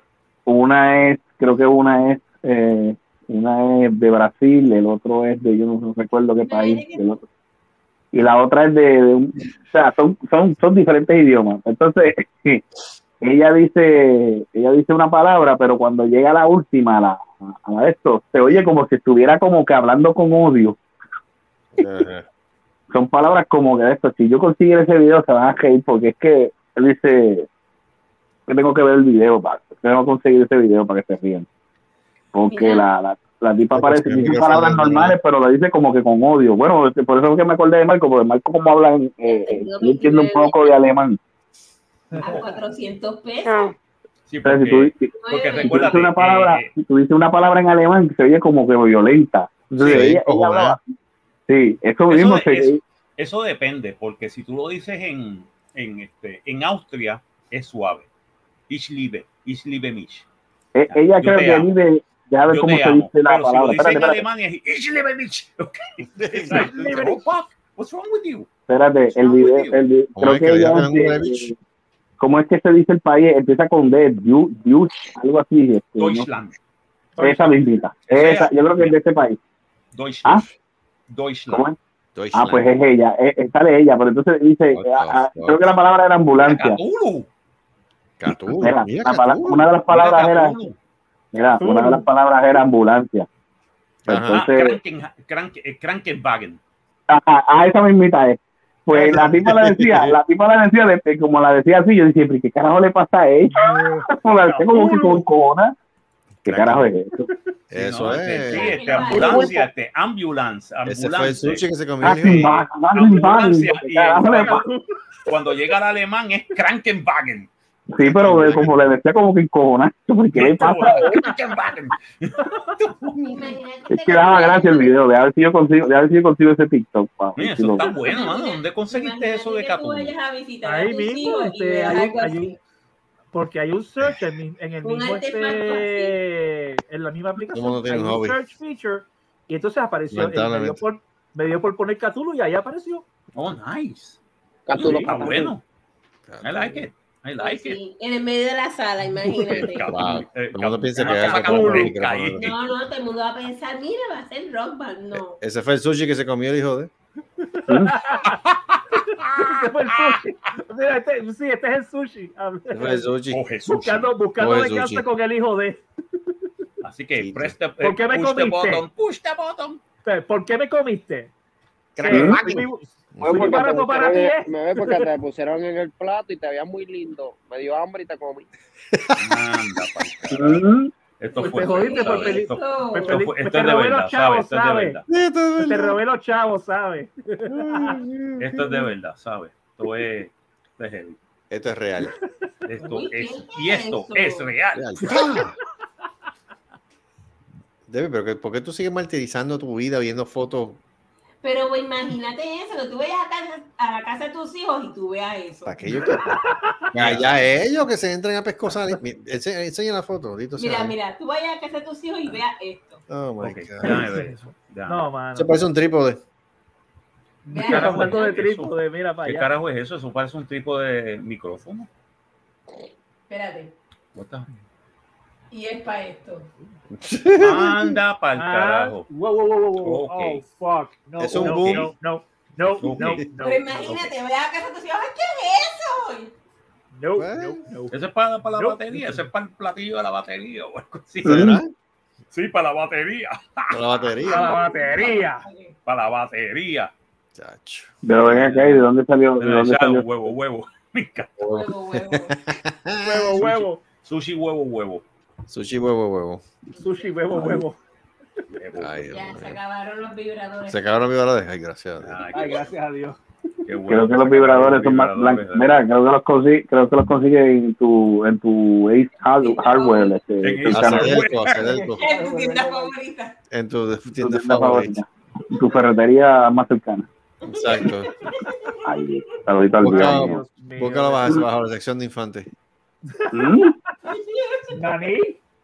Una es, creo que una es, eh, una es de Brasil, el otro es de, yo no recuerdo qué Este país. el otro- Y la otra es de, de un- o sea, son, son, son diferentes idiomas. Entonces, ella dice, ella dice una palabra, pero cuando llega la última, a la, a la de esto, se oye como si estuviera como que hablando con odio
Ajá.
son palabras como que de esto, si yo consiguiera ese video se van a reír porque es que él dice que tengo que ver el video para tengo que conseguir ese video para que se rían porque
Mira.
la, la, la tipa
Ay,
parece
pues,
que
el
dice
micrófono
palabras
no-
normales pero la dice como que con odio bueno este, por eso es que me acordé de Marco porque Marco como habla en, eh, eh, él entiende un poco de alemán
este a 400 pesos.
Ah,
Sí,
o sea, si tú,
porque,
si-
porque
si tú dices
recuerda
una palabra si tú dices una palabra en alemán se oye como que violenta Entonces,
Sí,
ella, ella
cojonada.
hablaba así. sí eso
Eso
mismo
de-
se-
eso- Eso depende, porque si tú lo dices en, en, este, en Austria, es suave. Ich liebe, ich liebe mich.
Eh, ella
Yo
creo
te
que
amo.
vive, ya ver
Yo
cómo
te
se
amo.
dice la
Pero si lo
palabra.
dices
Espérate,
en
espérate,
alemán, es Ich liebe mich. Okay. It's like, oh, fuck, what's wrong with you?
espérate, el video, el video-
Como
creo
es
que
que le
ella
llaman
es de-
Google Beach.
¿Cómo es que se dice el país? Empieza con D, Diu- Diu- algo así. este, no sé.
Deutschland.
Esa mismita. Esa, yo creo que es de este país.
Deutschland.
¿Ah?
Deutschland.
¿Cómo es? Ah, pues es ella, es, es- sale ella, pero entonces dice, ah, ah, creo que la palabra era
Ah,
ambulancia.
Cthulhu.
Cthulhu,
Era,
mira
la pala-
Cthulhu.
una de las palabras
Mira
era,
Cthulhu.
mira, una de las palabras era ambulancia.
Ah,
Entonces,
Kranken- Kranken- eh, Krankenwagen.
ajá, ah, esa mismita es. Pues la tipa la decía, la tipa la decía, de- de- como la decía así, yo decía, "¿Pero ¿qué carajo le pasa a ella? Como la decía como que con cona. ¿Qué carajo es esto?
Eso
No,
es.
este, sí, este, ambulancia, este, ambulance,
Ese
ambulance.
fue el sushi que se comió.
Ah, sí, va, va, Ambulancia,
¿Qué
y
carajo le
el-
pasa?
cuando llega el alemán es Krankenwagen.
Sí, pero eh, como le decía, como que encojonado, ¿por ¿qué le pasa?
Krankenwagen.
Es que ah, daba gracia el video, de a ver si yo consigo, de a ver si yo consigo ese TikTok. pa,
Mira,
si
eso
lo-
está bueno, mano. ¿Dónde conseguiste eso de
Tú
Cthulhu?
vayas a visitar a
Ahí
tus
mismo,
hijos y
este,
veas
hay,
algo
hay
así.
un- porque hay un search en, mi- en el
Un
mismo,
artefacto
este, en la misma aplicación,
Todo el mundo tiene
hay
un
un
hobby.
search feature, y entonces apareció, eh, me dio
Lamentablemente.
por, me dio por poner Cthulhu y ahí apareció.
Oh, nice.
Cthulhu,
está
Cthulhu.
bueno. I like it. I like it.
Sí, en el medio de la sala, imagínate.
Wow. Todo el mundo piensa que
Cthulhu.
es algo con los micrófonos.
No, no, todo el mundo va a pensar, mira, va a ser rock band. No.
Ese fue el sushi que se comió ¿eh? el hijo de.
Ese fue el sushi. Mira, este- sí, este es el sushi.
Ese fue el sushi.
Coge sushi.
Buscando, buscando
Coge
venganza
sushi.
con el hijo de.
Así que presta. eh,
¿Por qué me
push the
comiste?
button. Push the button.
Eh, ¿Por qué me comiste?
¿eh?
Crankenwagen.
Me ve
Muy
porque te
barato para ti,
pusieron-
¿eh?
me ve porque te pusieron en el plato y te veías muy lindo. Me dio hambre y te comí.
Anda, pa'l carajo. Esto
Pues
fue.
te
feo,
jodiste por
¿sabes?
peli-
Esto-
por
esto
peli-
fue-
pues
esto
te
es de
robé
verdad,
los chavos,
¿sabes? Esto es de
¿sabes?
verdad.
Este
Te robé los chavos, ¿sabes?
Esto es de verdad, ¿sabes? Esto es, esto es heavy.
Esto es real.
Esto
Uy, ¿qué
es,
es
y esto
eso?
es real.
real. ¡Ah! Debe, pero que- ¿por qué tú sigues martirizando tu vida viendo fotos?
Pero güey, imagínate eso, que tú vayas a, casa- a la casa de tus hijos y tú veas eso.
para aquellos que. Allá ellos que se entran a pescosar. Mira, ense- Enseña la foto. Dito sea.
Mira, mira, tú vayas a casa de tus hijos y veas esto.
Oh my
Ok,
God.
déjame ver eso. déjame ver.
No, mano.
Se parece un trípode.
Veas
Está
carajo
hablando de
es eso?
trípode, mira para
¿Qué
allá.
carajo es eso? Eso parece un tipo de micrófono.
Espérate.
What the-
Y es para esto.
Anda pa'l
Ah,
carajo.
wow, wow, wow, wow, wow.
Ok.
Oh, fuck. No,
Es un
no,
boom.
No, no, no,
Ok.
no,
Pero imagínate, veas a casa de tus hijos, ¡ay, qué es eso!
no, no,
Bueno.
no.
Eso es para, para la
No.
batería, eso es para el platillo de la batería o algo así.
¿Será?
Sí, para la batería.
Con la batería.
La batería.
Para la batería.
Chacho.
Pero ven acá, ¿y ¿de dónde salió? ¿De dónde
Demasiado
salió?
huevo, huevo. Me encanta.
Huevo, huevo.
Huevo, huevo.
Sushi, huevo, huevo.
Sushi, huevo, huevo.
Sushi, huevo, huevo.
Huevo.
Ay, Dios
Ya, se
mío.
acabaron los vibradores.
Se acabaron mis balas. Ay, gracias. a Dios.
Ay,
Ay,
qué-
gracias a Dios.
qué bueno.
Creo que los vibradores son más
Vibradores,
blancos. Mira, creo que los consigue, creo que los consigue en tu, en tu Ace Hard- Hardware, este,
En
tu
Ace
canal,
Hardware.
Acedelco, acedelco.
Es tu tienda favorita.
En tu
tu
tienda
tienda
favorita.
favorita, tu ferretería más cercana.
Exacto.
Ay, saludito al
Busca-
video.
Dios mío.
Búscalo bajo, bajo la sección de infantes.
¿Mm?
Nani,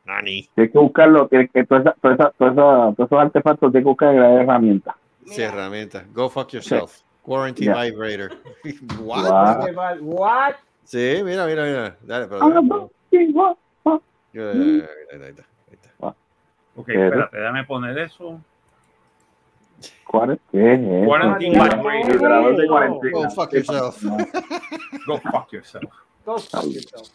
Nani.
Tienes que buscarlo, tienes que toda esa- toda esa- toda esa- todos esos artefactos tienes que buscar en la herramienta.
Sí, herramientas. Go fuck yourself. Quarantine
Ya.
vibrator. What?
Guau.
¿qué tal? What?
Sí, mira, mira, mira. Dale, pero.
Ah, no, Mm. sí, guau.
Yo- Ahí está, ahí está, ahí está.
Ok,
Pero-
espérate, déjame poner eso.
¿Cuál es? ¿Qué es eso?
Quarantine
Ay,
vibrator.
Vibrador de
no.
cuarentena.
Go fuck yourself.
Go fuck yourself.
Go fuck yourself.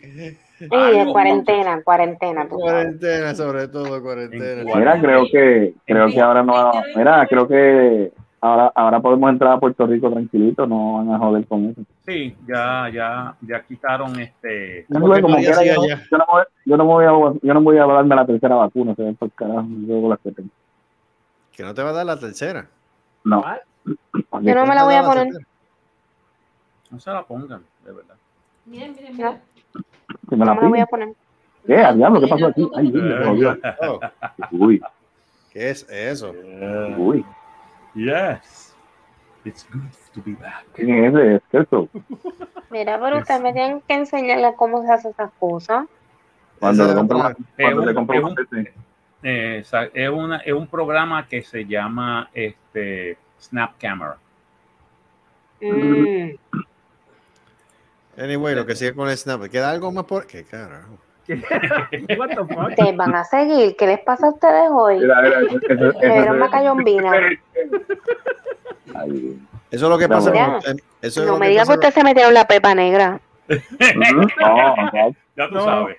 Sí,
Algo,
es cuarentena, cuarentena. tú sabes.
Cuarentena, sobre todo, cuarentena.
Cuarentena.
Mira, creo que, creo que ahora no va- Mira, creo que ahora, ahora podemos entrar a Puerto Rico tranquilito, no van a joder con eso.
Sí, ya, ya, ya quitaron este.
Yo,
Porque
como
todavía
quiera, yo,
sigue
no- yo
allá.
no, voy- yo no voy a, yo no voy a darme la tercera vacuna, se ven por carajo, yo con las que tengo.
Que no te va a dar la tercera.
No.
What?
Yo no me la voy a poner.
No se la pongan, de verdad.
Miren, miren, miren.
Que me
No
la
me la voy
piden.
a poner.
¿Qué? Al diablo, ¿qué pasó aquí? Ay, Dios,
Eh,
me jodió.
Oh,
Uy,
¿Qué es eso?
Eh,
uy.
Yes. It's good to be back.
¿Quién es ese? ¿Qué es eso?
Mira, pero ustedes me tienen que enseñarle cómo se hace esas cosas.
Cuando
Esa
le
es
compro
otra.
una- cuando
Es
le
un-
compro
es
una-
Eh, sa- es, una, es un programa que se llama este, Snap Camera.
Mm.
Anyway, lo que sigue con el snap. ¿Queda algo más por.? ¿Qué carajo?
What the fuck?
Ustedes van a seguir. ¿Qué les pasa a ustedes hoy?
Mira, mira, eso- eso- eso-
Me dieron macayombina.
Eso es lo que
No,
pasa.
ya.
cuando usted- eso es
No
lo
me
que
diga que
pasa-
ustedes se metieron la pepa negra.
Ya tú
No.
sabes.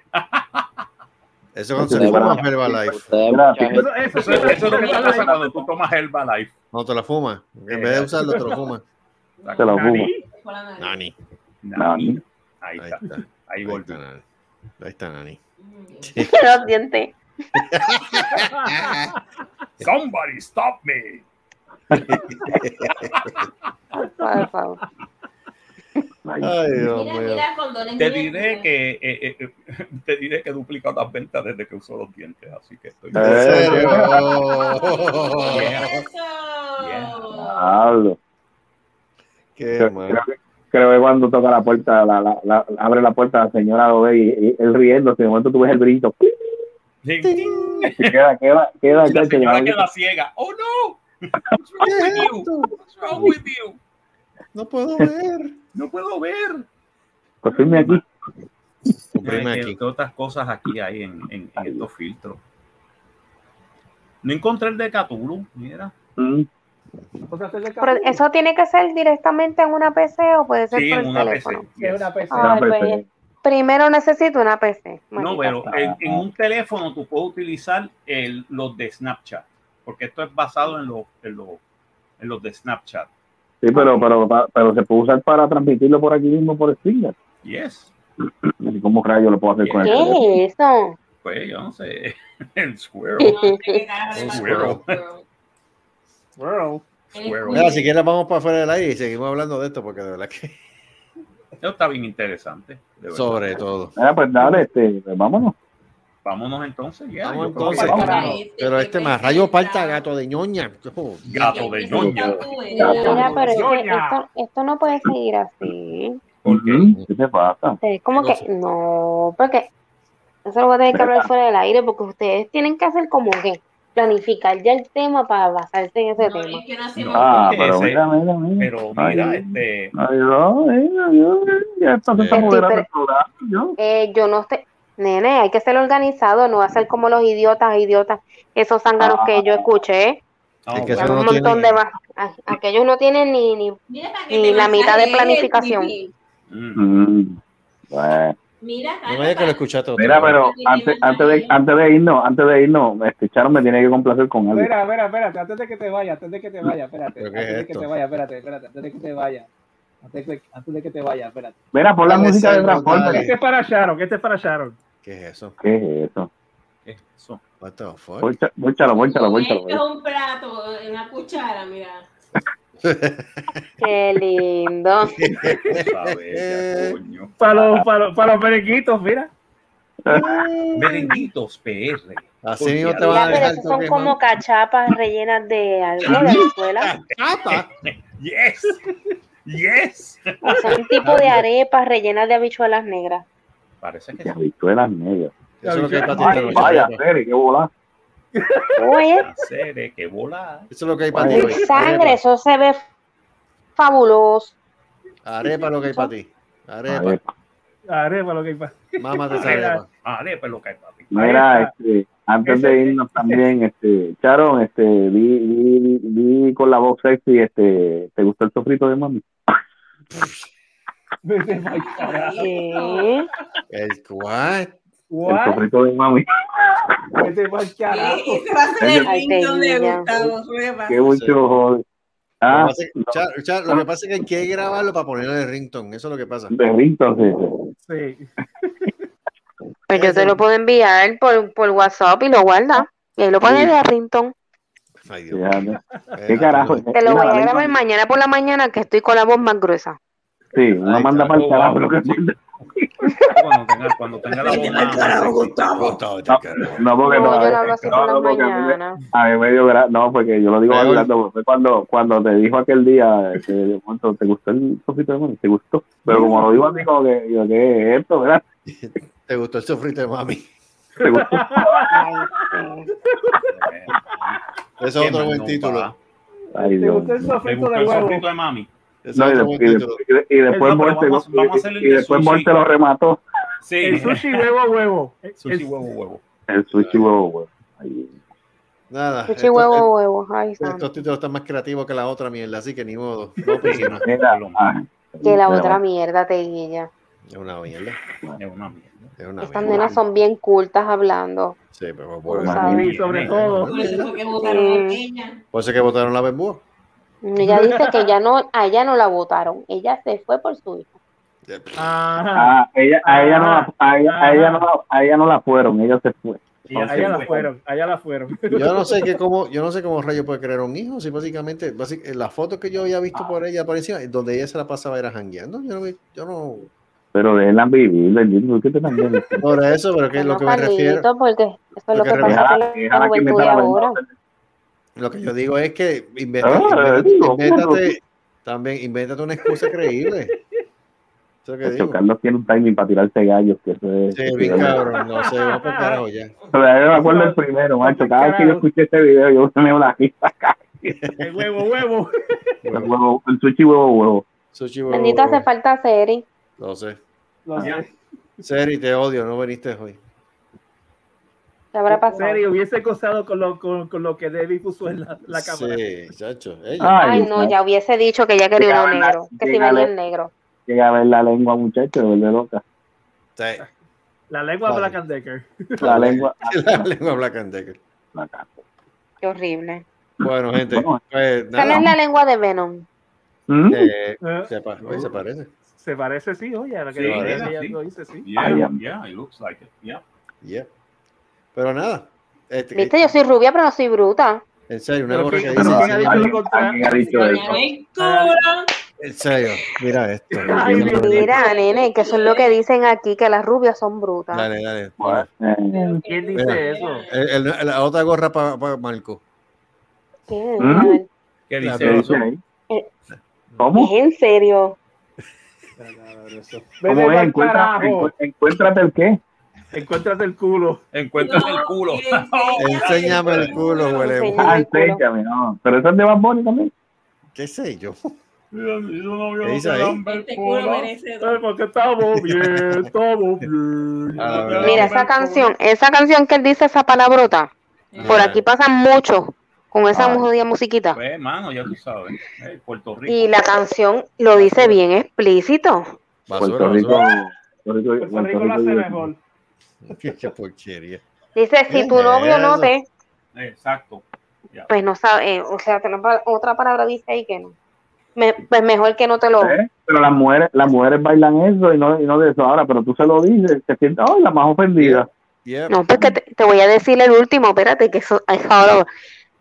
Eso cuando se fuma Herbalife.
Bueno, eso, eso- eso es lo que te pasa cuando tú tomas Herbalife.
No te la fumas. En vez de usarlo, te lo fumas.
eh,
Te lo fumas.
Nani.
Nani.
Ahí está. Ahí
volvió. Ahí está Nani.
Los dientes.
Somebody stop me.
Por favor.
Ay, Dios
Mira,
mío.
mira, condones.
Te
mira.
diré que eh, eh, eh, te diré que he duplicado las ventas desde que uso los dientes, así que estoy.
¿En serio?
Yeah.
Ah, Diablo. creo,
mal.
creo que, creo que cuando toca la puerta, la, la, la- abre la puerta la señora lo ve y, y él riéndose, de momento tú ves el brinco.
Ting,
Se queda, queda, queda.
La señora
chacho,
queda ciega. Oh no. What's wrong
¿Qué es
with you?
esto?
What's wrong with you?
No puedo ver.
No puedo ver.
Confirme aquí.
Comprime
Eh,
aquí.
¿Qué otras cosas aquí hay en, en- en estos filtros? No encontré el de Cthulhu, mira.
Pero eso tiene que ser directamente en una PC o puede ser
Sí,
por
en
el
una PC.
teléfono.
yes.
Ay, pues, primero necesito una PC.
No, pero en, en un teléfono tú puedes utilizar el- los de Snapchat, porque esto es basado en los, en los, en los de Snapchat.
Sí, pero, pero, pa- pero se puede usar para transmitirlo por aquí mismo por Springer.
Yes.
¿Cómo rayo lo puedo hacer con el teléfono?
¿Qué es eso?
Pues yo no sé. El Squirrel. El Squirrel.
Pero
World.
Squirrel.
Mira, si quieres, vamos para afuera del aire y seguimos hablando de esto, porque de verdad que.
Esto está bien interesante. de verdad.
Sobre todo.
Mira, pues dale, este, pues vámonos.
Vámonos entonces. ya.
Vamos
Yo creo que
entonces.
vámonos.
Pero este más rayo parta gato de ñoña. Oh,
Gato de ñoña.
Mira, pero es que
Sonia.
esto, esto no puede seguir así.
Ujú, ¿Qué te pasa?
Ustedes como que, no, porque eso lo voy a tener que hablar fuera del aire, porque ustedes tienen que hacer como que planificar ya el tema para basarse en ese tema.
Es que no hacemos
Ah,
¿qué
pero
es
mira, mira, mira.
Pero mira,
Ay. Ah.
este.
Ay, Dios, ay, Dios, ya esto se está
Sí,
moderando
Este, pero-
el programa, yo.
Eh, yo no sé, nene, hay que ser organizado, no hacer como los idiotas, idiotas, esos zánganos
Ah.
que yo escuché, ¿eh?
es
vamos,
que eso
un
no
montón
tiene.
de va- a- aquellos no tienen ni, ni
Mira, para que
Ni
te
la mitad de
masajes,
planificación.
Pipi.
mm,
Mm, bueno.
Mira,
No me digas que lo escuchaste. otra
Mira,
vez.
pero antes, antes, de, antes de irnos, antes de irnos, este Charo me tiene que complacer con algo.
Espera, espera, espérate, antes de que te vaya, antes de que te vaya, espérate,
¿Pero qué
antes
es
de que
esto?
te vaya, espérate, espérate, antes de que te vaya, antes de, antes de que te vaya, espérate.
Mira, pon la
Dale,
música de
Sergio,
Transformers.
dale.
Este es para Sharon, este es para Sharon.
¿Qué es eso?
¿Qué es eso?
¿qué es eso?
What the fuck?
Bóchalo, bóchalo, bóchalo.
Esto es
bóchalo.
un plato, una cuchara, mira.
qué lindo.
Esa bella, coño.
Para los, para los, para los periquitos, mira.
Merenguitos PR.
Así
Porque
mismo te
ahora-
Mira, pero
van a dejar
esos son
toque,
como
man.
cachapas rellenas de algo de habichuelas.
¡Apa!
Yes. Yes.
Son tipo
Ah,
de arepas rellenas de habichuelas negras.
Parece que
Y
sí.
habichuelas negras.
Eso es lo que hay para ti,
Ay,
pero-
Vaya, Terry, qué bola.
Ah,
Oye,
Hacer, eh, que volar.
Eso es lo que hay para ti.
sin
hoy.
sangre, eso se ve fabuloso.
Arepa es lo que hay para ti. Arepa.
Arepa.
Arepa, lo que pasa.
Mamá te arepa.
Vale, pues lo que hay para ti.
Mira,
Ahí
este, antes
Ese-
de irnos también, este, Charo, este, vi, vi, vi con la voz sexy, este, ¿te gustó el sofrito de mami?
Vete pa'l carajo.
¿Qué?
El cual.
El
What? Este
sofrito de mami.
Vete pa'l carajo.
Y se va a hacer el
Ay,
ringtone de
Peña.
Gustavo Cuevas.
Qué mucho joder. Ah,
Lo que pasa es-
no,
Char- Char, lo que pasa es que hay que grabarlo para ponerlo en el ringtone. Eso es lo que pasa.
de Rington, sí,
Sí.
Pues yo te lo puedo enviar por, por WhatsApp y lo guardas. Y ahí lo pones de ringtone.
Ay,
sí,
Dios.
fíjate.
Eh,
¿Qué carajo?
atiéndeme.
Te lo
Mira,
voy a
la
grabar
misma-
mañana por la mañana que estoy con la voz más gruesa.
Sí, una
Ahí
manda
está.
para el
Oh,
carajo, pero
wow.
que manda-
Cuando tenga, cuando tenga la voz más-
Gustavo, te carajo.
No, porque
No,
no,
yo
eh,
no hablo así
no,
por las
no, porque a mí me-
mañanas.
A mí me dio gra- no, porque yo lo digo
Peor.
hablando, fue cuando, cuando te dijo aquel día eh, que "Moncho, te gustó el sofrito de mami, te gustó. Pero como lo digo así, como que digo, ¿qué es esto, verdad?
¿Te gustó el sofrito de mami?
Te gustó.
Ay, sí.
Eso es
Qué
otro buen
mano,
título.
pa.
Ay,
¿Te
Dios.
gustó el
mío.
Me
sofrito
gustó
de
el
huevo?
sofrito de mami.
Eso
No,
es
y,
otro buen
de- y
título.
de- y después
No, pero
Morte
vamos a- vamos a hacer el
y, y
de
después
sushi.
Morte lo remató.
Sí.
El sushi huevo huevo.
Sushi huevo huevo.
El sushi huevo, huevo. Ahí.
Nada.
Sushi huevo huevo. Ay, santo.
Estos títulos están más creativos que la otra mierda, así que ni modo. No opino.
Mira, ah,
Que la
Pero-
otra mierda te guilla.
Es una mierda.
Es una mierda.
Es una
Estas
mierda.
nenas son bien cultas hablando.
Sí, pero
Tú
por,
sabes.
Sí, sobre todo.
Por eso que votaron a ella.
por eso es que votaron la bembúa.
Ella dice que ya no, a ella no la votaron. Ella se fue por su hijo.
Ajá.
Ah, ella, a, ella no la, a, ella, a, ella no la, a ella no la fueron, ella se fue.
Allá la fueron, allá la fueron.
Yo no sé que cómo, yo no sé cómo Rayo puede crear un hijo, si básicamente, basic- eh, las fotos que yo había visto por ella por encima, eh, donde ella se la pasaba era jangueando, yo no, vi- yo no
Pero déjenla vivir, bendito, ¿por qué te están viendo?
por eso, pero que lo
No,
que me refiero,
Carlito, porque eso es lo
Lo
que
que
pasa
Déjala-
con la
déjala que
juventud
meta
de
la
ahora.
lo que yo digo es que inventa-
Ah,
inventa-
digo,
invéntate, también invéntate una excusa creíble. Eso que
Nacho
digo.
Carlos tiene un timing para tirarse gallos, que eso es.
Sí, bien cabrón, no sé, vamos por carajo ya.
Pero yo me acuerdo el primero, macho. Cada vez que yo escuché este video, yo me veo la risa.
El huevo huevo.
El, huevo, el sushi huevo huevo.
Sushi, huevo,
Bendito hace
huevo.
falta Seri.
No sé.
Lo sé.
Seri, te odio, no viniste hoy.
¿Qué habrá
Este
En
pasado?
serio, hubiese gozado con lo, con, con lo que David puso en la, la cámara.
Sí, chacho.
Ah,
Ella.
Ay, no, ya hubiese dicho que ya quería
Llegaba
uno
la-
negro. Que si
llegaba
venía
la-
el negro.
Llega a ver la lengua, muchacho, se vuelve loca.
Sí.
La lengua
Vale.
Black and Decker.
La lengua. Ah,
La lengua Black and Decker.
la cara.
Qué horrible.
Bueno, gente,
Bueno.
pues
¿Cuál es
nada.
la lengua de Venom?
¿Mm?
Eh,
Eh,
se, pa- oye, se parece.
Se parece, sí, oye, a lo que
Sí,
ella-
¿verdad?
ella
Sí.
lo dice, sí.
Yeah,
yeah.
yeah, it looks like it. Yeah.
Yeah. Pero nada. Este,
Viste, yo soy rubia, pero no soy bruta.
En serio, una
Pero
gorra
que-
que
pero
dice.
que ha dicho-
"Señor",
¿Alguien, alguien ha dicho eso.
Doña el culo.
En serio, mira este, esto.
Ay,
Mira, nene, que eso es lo que dicen aquí, que las rubias son brutas.
Dale, dale.
Bueno, eh,
¿Quién dice
Mira.
eso?
El- el- la otra gorra para Marco.
¿Qué?
¿Mm?
¿Qué
La
dice
¿qué
eso?
dice ahí?
Eh.
¿Cómo?
¿Es en serio?
Vete
¿Cómo es?
pa'l
Encuentra,
carajo,
encu- encuéntrate el qué.
Encuéntrate el culo.
Encuentras el culo.
Enséñame el culo, huele.
Enséñame
Ah,
el culo.
enséñame, no. Pero eso es de Bad Bunny también.
¿Qué sé yo?
¿Qué
¿Qué dice ahí?
Este culo merece
Ay, Eh, porque estamos bien, estamos bien.
A la verdad.
Mira, esa canción, esa canción que él dice esa palabrota, por
Ajá.
aquí pasan muchos con esa
Ah.
jodida musiquita.
Pues, mano, ya tú sabes. eh, Puerto Rico.
Y la canción lo dice bien explícito.
Basura,
Puerto Rico.
basura.
Puerto Rico,
Puerto Rico lo hace
vive-
mejor.
Qué, qué porquería.
Dice, si tu novio no
Eso.
te,
Exacto.
pues no sabe, eh, o sea, otra pa- otra palabra dice ahí que no. Me- pues mejor que no te lo...
¿Eh? Pero las mujeres, las mujeres bailan eso y no, y no de eso ahora, pero tú se lo dices, te sientes, ay, la más ofendida.
Yeah.
No, porque te, te voy a decir el último, espérate, que eso, ay, ahora,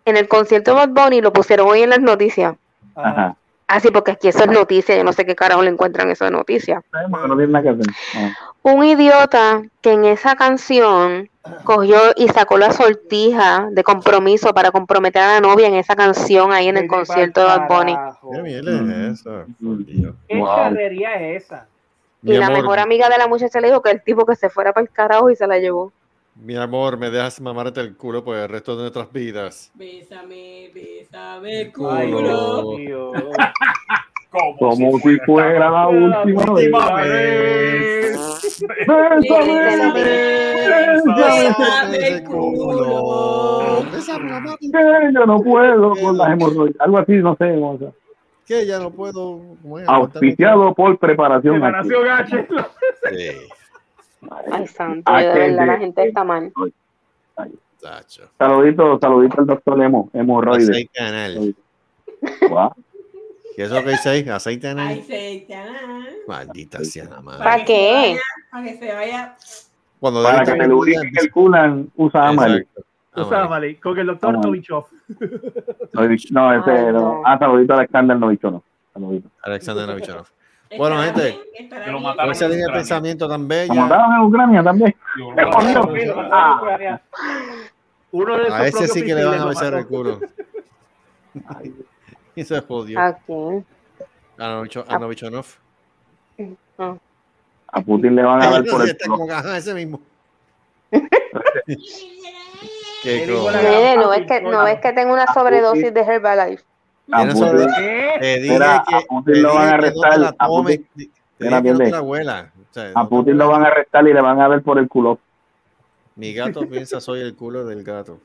en el concierto de Bad Bunny lo pusieron hoy en las noticias.
Ajá.
Ah, sí, porque aquí eso es noticia, yo no sé qué carajo le encuentran eso de noticia.
Porque No tiene nada que hacer. Ah.
un idiota que en esa canción cogió y sacó la sortija de compromiso para comprometer a la novia en esa canción ahí en el
Vete pa'l
concierto de Bad Bunny.
carajo.
Qué mierda es eso. por Dios.
¿Qué
Wow.
charrería es esa?
Y
Mi
la
amor,
mejor amiga de la muchacha le dijo que el tipo que se fuera para el carajo y se la llevó.
Mi amor, me dejas mamarte el culo por el resto de nuestras vidas.
Bésame, bésame,
Ay, Dios
culo.
mío.
Como si fuera la última vez. Bésame,
Bésame,
Bésame
culo.
Bésame la mami,
que yo no puedo con las hemorroides. Algo así, no sé. o sea.
Que ya no puedo. ¿cómo es?
Auspiciado por preparación. Activa.
Separación
Ah,
H.
Sí,
Ay, santo,
Ay,
yo de verdad, la
gente.
gente está mal.
tacho.
Saludito, saludito al doctor Lemo, hemorroides.
Aceite anal.
Guau.
¿Qué es lo que dice ahí? Aceite
Ay,
anal.
se llama.
Maldita sea la madre.
¿Para qué?
Para que se vaya.
Cuando
Para
David
que te
termina,
lubriquen el culan, usa Amari.
Exacto. Ah,
Usa,
Amari.
Mali, Con el doctor
Amari.
Novichov.
No, ese
Ay,
no.
no.
Ah, saludito a Alexander Novicho, no. Saludito.
Alexander Novichonov.
estará
Bueno, gente,
bien, estará
que lo
bien.
Con
mataron.
esa línea de pensamiento tan bella.
mataron en Ucrania también.
Yo
Qué
lo
bonito.
mataron.
Ah.
Uno de
A
esos
ese
propios
sí que le van a
misiles
besar
lo
el
mató.
culo. Y se jodió.
¿A quién?
A Novicho- a Novichonov.
A Putin le van a dar Ah,
Ella
por
Ah, sí
el
está
culo.
como, "Ajá, ese mismo.
Él igual a-
Nene, no es que, no es que tengo una sobredosis de Herbalife.
A
Tiene sobre-
Putin,
¿Qué?
Te dije
Mira,
que
a Putin
te
lo
dije
van a
que no te la
arrestar, a
tomes.
Putin.
Di- Tienes
Era
que no
bien
te
de-
la abuela. O sea,
A
no te
Putin lo van a arrestar y le van a ver por el culo.
Mi gato piensa soy el culo del gato.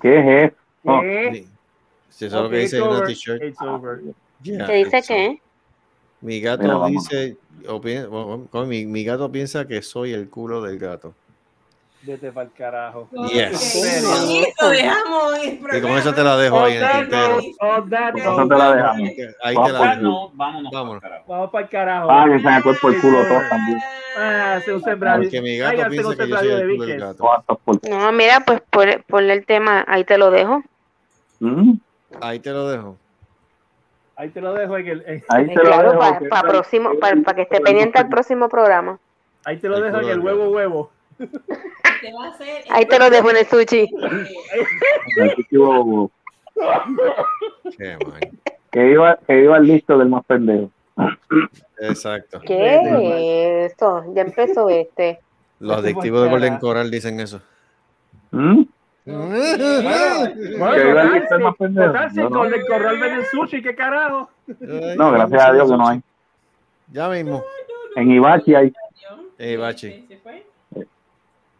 ¿Qué es eso?
Sí. Si Oh. eso es lo que
Ok,
dice
it's
en una
over,
t-shirt.
it's over.
Yeah,
¿Qué dice
it's over.
qué?
Mi gato
Mira, vamos.
dice, o pi- o- o- mi, mi gato piensa que soy el culo del gato.
Vete para el carajo.
Yes.
En serio.
Con eso dejamos el
Y con
programa.
eso te la dejo ahí en el
On that
tintero.
note, on that
Con eso
note,
te la dejamos.
Ahí te la dejo.
No, vámonos.
Vámonos.
Vamos para el carajo.
Ah, que se me fue por el culo todos también.
Ah, se usa en Brasil.
Porque mi
Ay,
gato
ya se
piensa
usa
que
en
yo soy
radio de
el culo del
Víquez.
gato.
Todos por...
No, mira, pues por, ponle el tema, ahí te lo dejo.
Mm,
Ahí te lo dejo.
Ahí te lo dejo en el, en-
Ahí
Eh,
te lo
claro,
dejo.
para
que-
próximo, para que esté pendiente al próximo programa.
ahí te lo
El
dejo en
culo
el
del
huevo
gato.
huevo.
Te va a hacer-
Ahí te lo dejo en el sushi.
Así que hubo-
Qué mal.
Que iba, que iba el listo del más pendejo.
Exacto.
¿Qué es esto? Ya empezó este.
Los
Este
adictivos de
volteada.
Golden Coral dicen eso.
Mm,
Bueno,
Que iba el
total,
listo del más pendejo.
total, si
No, no.
con el corral ven el sushi, ¿qué carajo?
No, gracias a Dios que no hay.
Ya mismo.
En Ibachi hay.
Eh, Bachi.
¿Se fue?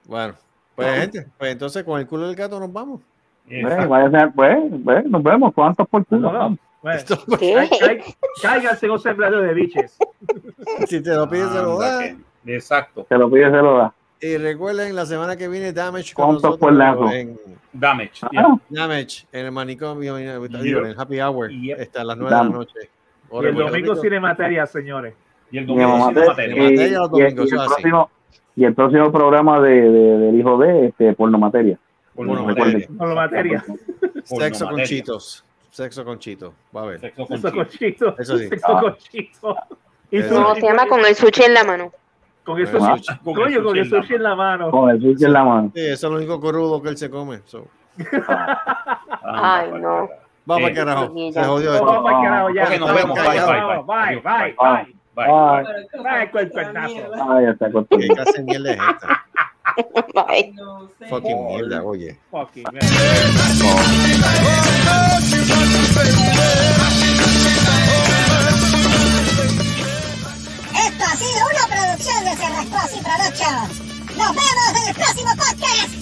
Bueno, pues gente, pues entonces con el culo del gato nos vamos.
Ve, váyase- ve, ve, Pues, nos vemos. ¿Cuántos por culo?
No, no. Bueno,
Esto- pues,
¿Qué?
cáiganse con sembrado de biches.
si te lo pides, se lo
Anda,
dan.
que- Exacto.
Te lo pide, se lo da.
Y recuerden, la semana que viene, Damage con
Puntos por lazo.
nosotros en
Damage.
Ah,
Damage, en el manicomio, en el-
Yep.
en Happy Hour,
Yep.
está a las 9 de la
Damage.
noche.
Y
Hora
el
de Puerto
domingo
Rico.
tiene materia, señores.
Y
y
el
el
domingo
mamá
sin
de-
y-
materia.
materia los
y- y el
domingos, eso es así.
próximo- Y el próximo programa de, de- del hijo de este, pornomateria.
Por
Bueno,
no
materia.
materia.
Con la materia.
Sexo con
materia.
chitos. Sexo con chitos. Va a ver.
Sexo con
Sexo
chico.
cochito.
Eso sí.
Sexo cochito. Y
Eso.
No,
sushi
se llama con el sushi en la mano.
con el
Bueno,
Ah.
sushi.
sushi.
Con el
Coño, con
sushi
el
en la
sushi en la mano.
Con el switch en la mano.
Sí, eso es lo único crudo que él se come. so.
Anda,
Ay,
pa'l
Ah, no.
carajo.
Va para
Sí.
carajo.
Sí,
Se
ya.
jodió esto.
Oh, Vamos para el carajo ya.
Ok, nos vemos. Bye,
Bye,
bye,
bye,
bye.
bye.
Bye.
Ay,
Pero esto
Ay,
fue
cuál
otra
cuernazo.
mierda.
ay, hasta corto.
¿Qué clase de mierda es esta?
Bye.
No sé.
Fucking mierda, oye.
Fucking man.
Esto ha sido una producción de Cerrascoas y Productions. Nos vemos en el próximo podcast.